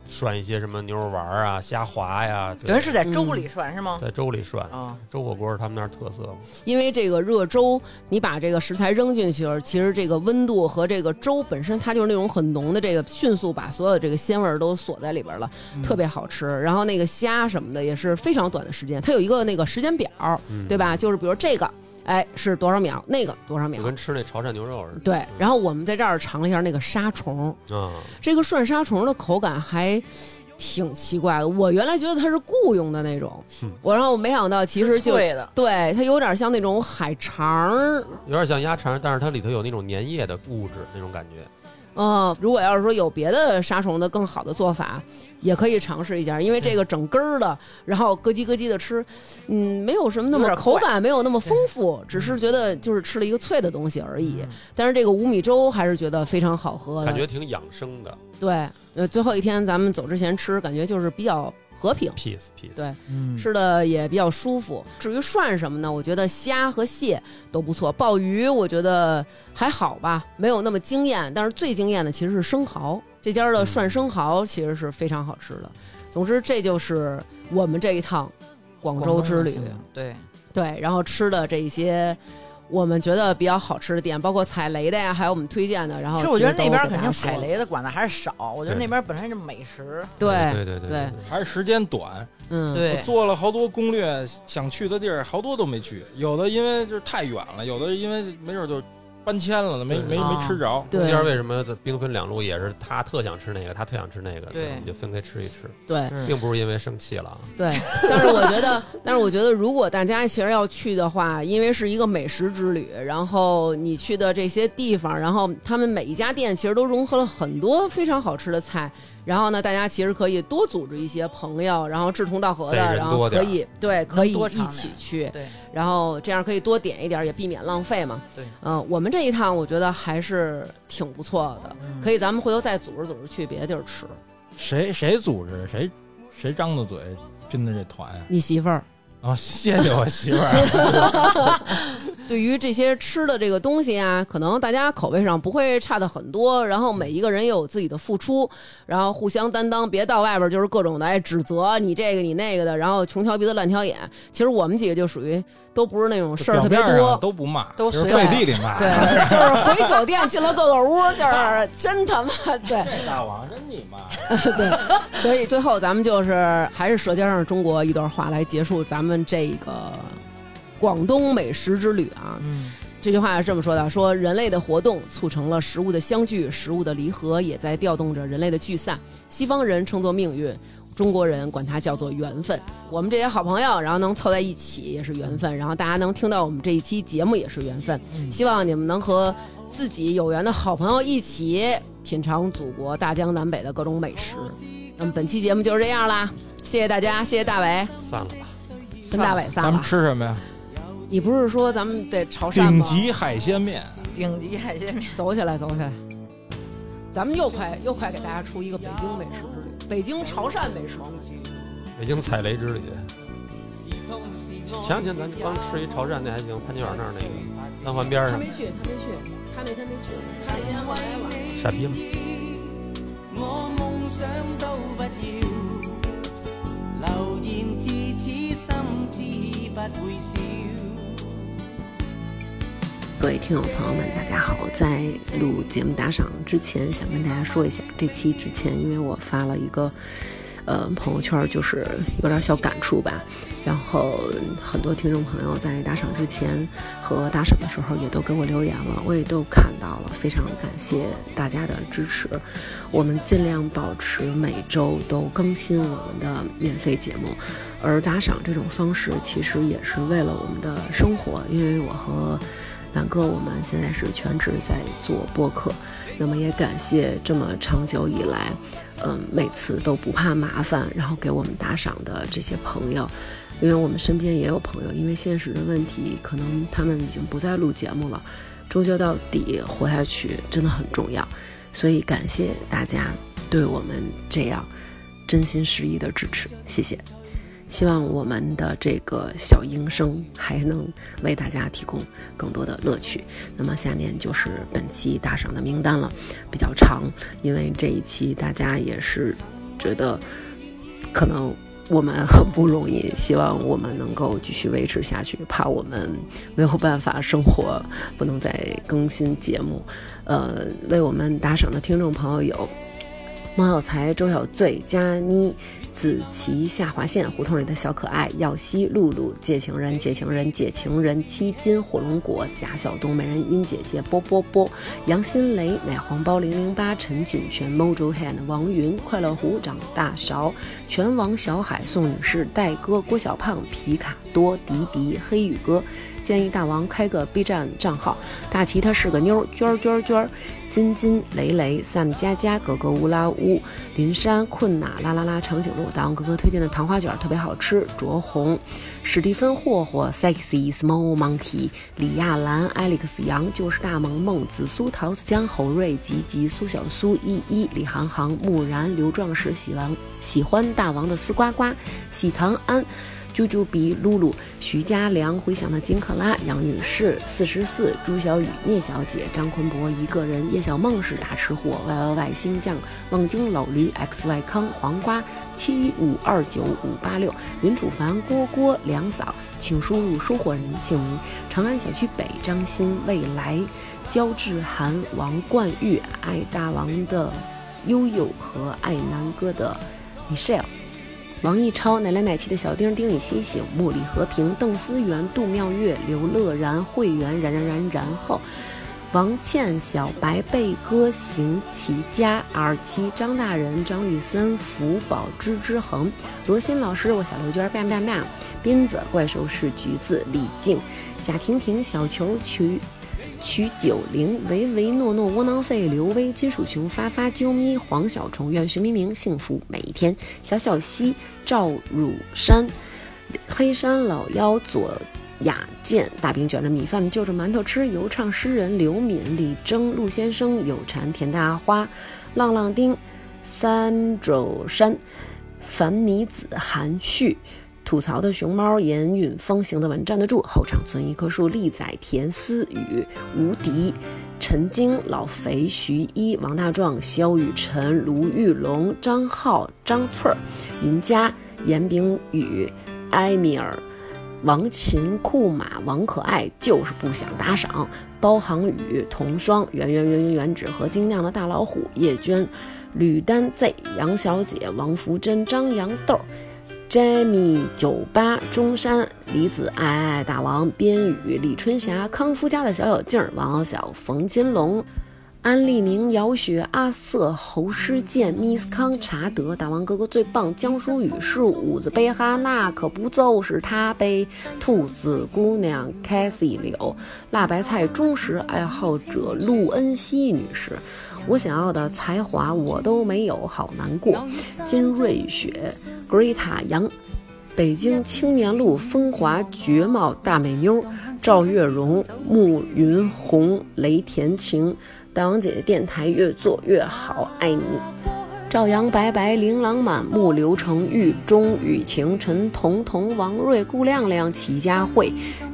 涮一些什么牛肉丸啊、虾滑呀，对等于是在粥嗯里涮是吗？在粥里涮。啊，粥火锅是他们那儿特色嘛，因为这个热粥，你把这个食材扔进去了，其实这个温度和这个粥本身，它就是那种很浓的这个，迅速把所有这个鲜味儿都锁在里边了，特别好吃。然后那个虾什么的也是非常短的时间，它有一个那个时间表，嗯对？吧？就是比如这个，哎，是多少秒，那个多少嗯就秒。跟吃那潮汕牛肉似的。对，然后我们在这儿尝了一下那个沙虫，啊，这个涮沙虫的口感还挺奇怪的。我原来觉得它是雇佣的那种嗯，我然后我没想到其实就对的，对它有点像那种海肠儿有点像鸭肠，但是它里头有那种粘液的物质那种感觉。嗯，如果要是说有别的杀虫的更好的做法，也可以尝试一下，因为这个整根儿的，然后咯叽咯叽的吃，嗯，没有什么那有么点口怪嗯感没有那么丰富，只是觉得就是吃了一个脆的东西而已。但是这个五米粥还是觉得非常好喝的，感觉挺养生的对，呃，最后一天咱们走之前吃，感觉就是比较和平。 ，peace peace。对嗯吃的也比较舒服。至于涮什么呢？我觉得虾和蟹都不错，鲍鱼我觉得还好吧，没有那么惊艳。但是最惊艳的其实是生蚝，这家的涮生蚝其实是非常好吃的。总之，这就是我们这一趟广州之旅。对，对，然后吃的这一些。我们觉得比较好吃的店，包括踩雷的呀，还有我们推荐的。然后其实我觉得其那实都边给肯大定家说踩了。雷的管的还是少，我觉得对那边本身是美食，对，对对对对对，还是时间短，嗯，我做了好多攻略，想去的地儿好多都没去，有的因为就是太远了，有的因为没准就搬迁了，没对没啊没吃着。对中间为什么这兵分两路，也是他特想吃那个，他特想吃那个，我对们就分开吃一吃，对，嗯并不是因为生气了啊。对，但是我觉得，但是我觉得，如果大家其实要去的话，因为是一个美食之旅，然后你去的这些地方，然后他们每一家店其实都融合了很多非常好吃的菜。然后呢，大家其实可以多组织一些朋友，然后志同道合的，对人然后多点可儿以对，可以多尝一点起去，对然后这样可以多点一点儿，也避免浪费嘛。对嗯、我们这一趟我觉得还是挺不错的，可以咱们回头再组织组织去别的地儿吃。谁谁组织谁谁张的嘴拼的这团呀？你媳妇儿。啊，谢谢我媳妇儿。 *laughs* 对于这些吃的这个东西啊，可能大家口味上不会差的很多，然后每一个人也有自己的付出，然后互相担当，别到外边就是各种的哎指责你这个你那个的，然后穷挑鼻子乱挑眼。其实我们几个就属于都不是那种事儿表特别面上多。都不骂，都就是随背便地里骂。对，就是回酒店进了各个屋，就是真他妈对，这大王真你 *laughs* 妈！所以最后咱们就是还是《舌尖上的中国》一段话来结束咱们这个广东美食之旅啊。嗯，这句话是这么说的：说人类的活动促成了食物的相聚，食物的离合也在调动着人类的聚散。西方人称作命运，中国人管它叫做缘分。我们这些好朋友，然后能凑在一起也是缘分，然后大家能听到我们这一期节目也是缘分。希望你们能和自己有缘的好朋友一起品尝祖国大江南北的各种美食。那么嗯本期节目就是这样啦，谢谢大家，谢谢大伟，散了吧，跟大伟咱散们了。吃什么呀？你不是说咱们得潮汕顶吗？级海鲜面。顶级海鲜面，走起来，走起来！咱们又快又快给大家出一个北京美食之旅，北京潮汕美食。北京踩雷之旅。一前两天咱刚吃一潮汕那还行，潘家园那儿那个三环边他儿上没，去，他没去，他那天没去，他那天回来了。傻逼吗？我夢想都不要，留言至此心知不會少。各位听友朋友们，大家好！在录节目打赏之前，想跟大家说一下，这期之前因为我发了一个呃朋友圈，就是有点小感触吧。然后很多听众朋友在打赏之前和打赏的时候也都给我留言了，我也都看到了，非常感谢大家的支持。我们尽量保持每周都更新我们的免费节目，而打赏这种方式其实也是为了我们的生活，因为我和南哥，我们现在是全职在做播客，那么也感谢这么长久以来，嗯，每次都不怕麻烦，然后给我们打赏的这些朋友，因为我们身边也有朋友，因为现实的问题，可能他们已经不再录节目了，终究到底活下去真的很重要，所以感谢大家对我们这样真心实意的支持，谢谢。希望我们的这个小营生还能为大家提供更多的乐趣。那么下面就是本期打赏的名单了，比较长，因为这一期大家也是觉得可能我们很不容易，希望我们能够继续维持下去，怕我们没有办法生活，不能再更新节目。呃，为我们打赏的听众朋友有猫小才、周小醉、佳妮、子琪、下划线、胡同里的小可爱、耀西、露露、借情人、借情人、借情人、七金、火龙果、贾晓东、美人音姐姐、波波波、杨新雷、奶黄包零零八、陈锦泉、Mojo Hand、王云、快乐虎、长大勺、拳王小海、宋女士、戴哥、郭小胖、皮卡多、迪迪、黑羽哥。建议大王开个 B 站账号，大齐他是个妞儿，娟儿娟儿娟儿，金金雷雷，Sam 佳佳，格格乌拉乌，林山困哪啦啦啦，长颈鹿，大王哥哥推荐的糖花卷儿特别好吃，卓红，史蒂芬霍霍，Sexy Small Monkey，李亚兰，Alex 杨就是大萌萌，紫苏桃子江，侯瑞吉吉，苏小苏，依依，李航航，木然，刘壮实喜欢喜欢大王的丝瓜瓜，喜糖安。啾啾比、露露、徐家良、回响的金克拉、杨女士、四十四、朱小雨、聂小姐、张坤博一个人、叶小梦是大吃货、Y Y Y 星酱、望京老驴、X Y 康、黄瓜、七五二九五八六、林楚凡、郭郭、梁嫂，请输入收货人姓名。长安小区北张鑫、未来、焦志涵、王冠玉、爱大王的悠悠和爱南哥的 Michelle。王一超、奶来奶气的小丁、丁禹兮、醒目、李和平、邓思源、杜妙月、刘乐然、会员、然然然然后，王倩、小白、贝哥、邢其佳、R 七、张大人、张玉森、福宝、芝芝恒、罗新老师、我小刘娟、bang bang bang、斌子、怪兽是橘子、李静、贾婷婷、小球、曲曲九龄、唯唯诺诺、窝囊废、刘威、金属熊、发发、啾咪、黄小虫、愿徐明明幸福每一天、小小溪、赵汝山、黑山老妖、左雅健、大饼卷着米饭就着馒头吃、游唱诗人刘敏、李征、陆先生、有蝉、田大花、浪浪丁、三肘山、樊妮子、韩旭。吐槽的熊猫，严允风行的文站得住，后场存一棵树，力仔田思雨无敌。陈晶、老肥、徐一、王大壮、肖雨辰、卢玉龙、张浩、张翠儿、云佳、严炳宇、埃米尔、王琴、库马、王可爱，就是不想打赏。包航宇、童双、圆圆圆圆圆纸和精酿的大老虎、叶娟、吕丹 Z、杨小姐、王福珍、张杨豆。Jamie 酒吧、中山、李子爱爱、大王、边宇、李春霞、康夫家的小小静儿、王小小、冯金龙、安利明、姚雪、阿瑟、侯诗健、Miss 康、查德、大王哥哥最棒、江疏雨是五子贝哈，那可不就是他呗？兔子姑娘、Cassie 柳、辣白菜、忠实爱好者陆恩熙女士。我想要的才华我都没有，好难过。金瑞雪、Greta 杨、北京青年路风华绝貌大美妞、赵月荣、慕云红、雷田晴、大王姐姐电台越做越好，爱你。赵阳、白白、琳琅满目、刘成玉、钟雨晴、陈彤彤、王瑞、顾亮亮、齐佳慧、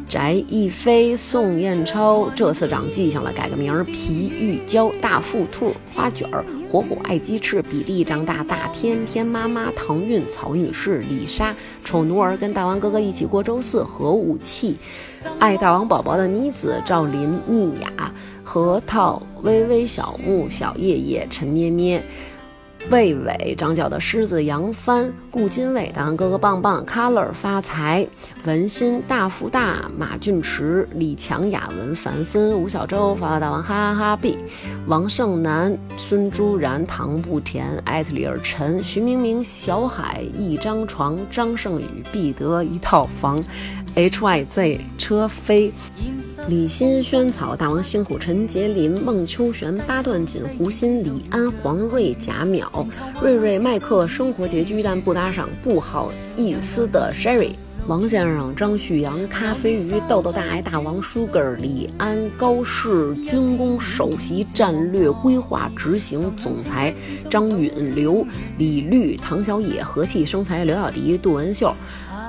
翟一飞、宋彦超，这次长记性了，改个名儿皮玉娇、大腹兔、花卷儿、火火爱鸡翅、比利张大大、天天妈妈、唐韵、曹女士、李莎、丑奴儿跟大王哥哥一起过周四、核武器、爱大王宝宝的妮子、赵琳、蜜雅、核桃、微微、小木、小叶叶、陈咩咩。魏伟、长角的狮子、杨帆、顾金伟、大安哥哥棒棒、Color 发财、文心、大富大、马俊驰、李强、雅文、樊森、吴小周、法法大王、哈哈哈 B、王胜男、孙朱然、唐不甜、艾特里尔、陈、徐明明、小海、一张床、张胜宇、必得一套房、HYZ 车飞。李欣、萱草、大王、星虎、陈杰林、孟秋璇、八段锦、胡鑫、李安、黄瑞、贾淼、瑞瑞、麦克，生活拮据但不打赏，不好意思的 Sherry。王先生、张旭阳、咖啡鱼、豆豆大爱、大王 Sugar、李安、高适、军工首席战略规划执行总裁张允、刘李律、唐小野、和气生财、刘小迪、杜文秀、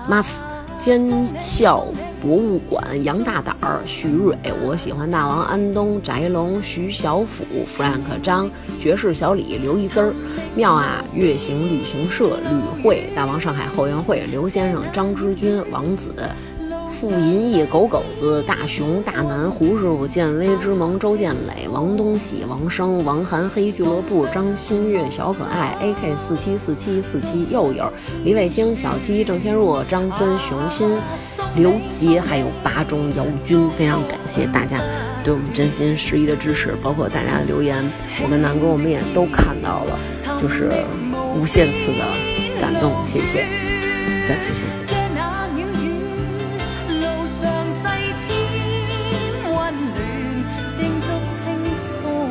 马斯。尖笑博物馆、杨大胆儿、徐蕊，我喜欢大王、安东、翟龙、徐小虎、Frank 张、爵士小李、刘一滋儿、妙啊、月行旅行社、吕慧、大王上海后援会、刘先生、张之军、王子。傅银义、狗狗子、大熊、大南、胡师傅、建威之盟、周建磊、王东喜、王生、王涵、黑俱乐部、张馨月、小可爱、AK 四七四七四七、佑佑、李卫星、小七、郑天若、张森、熊心、刘杰，还有八中姚军，非常感谢大家对我们真心实意的支持，包括大家的留言，我跟南哥我们也都看到了，就是无限次的感动，谢谢，再次谢谢。嘅那鳥語，路上細天溫暖，叮囑清風，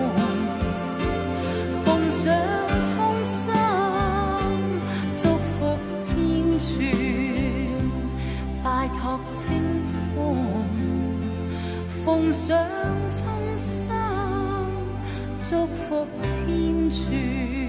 奉上衷心祝福千串，拜託清風，奉上衷心祝福千串。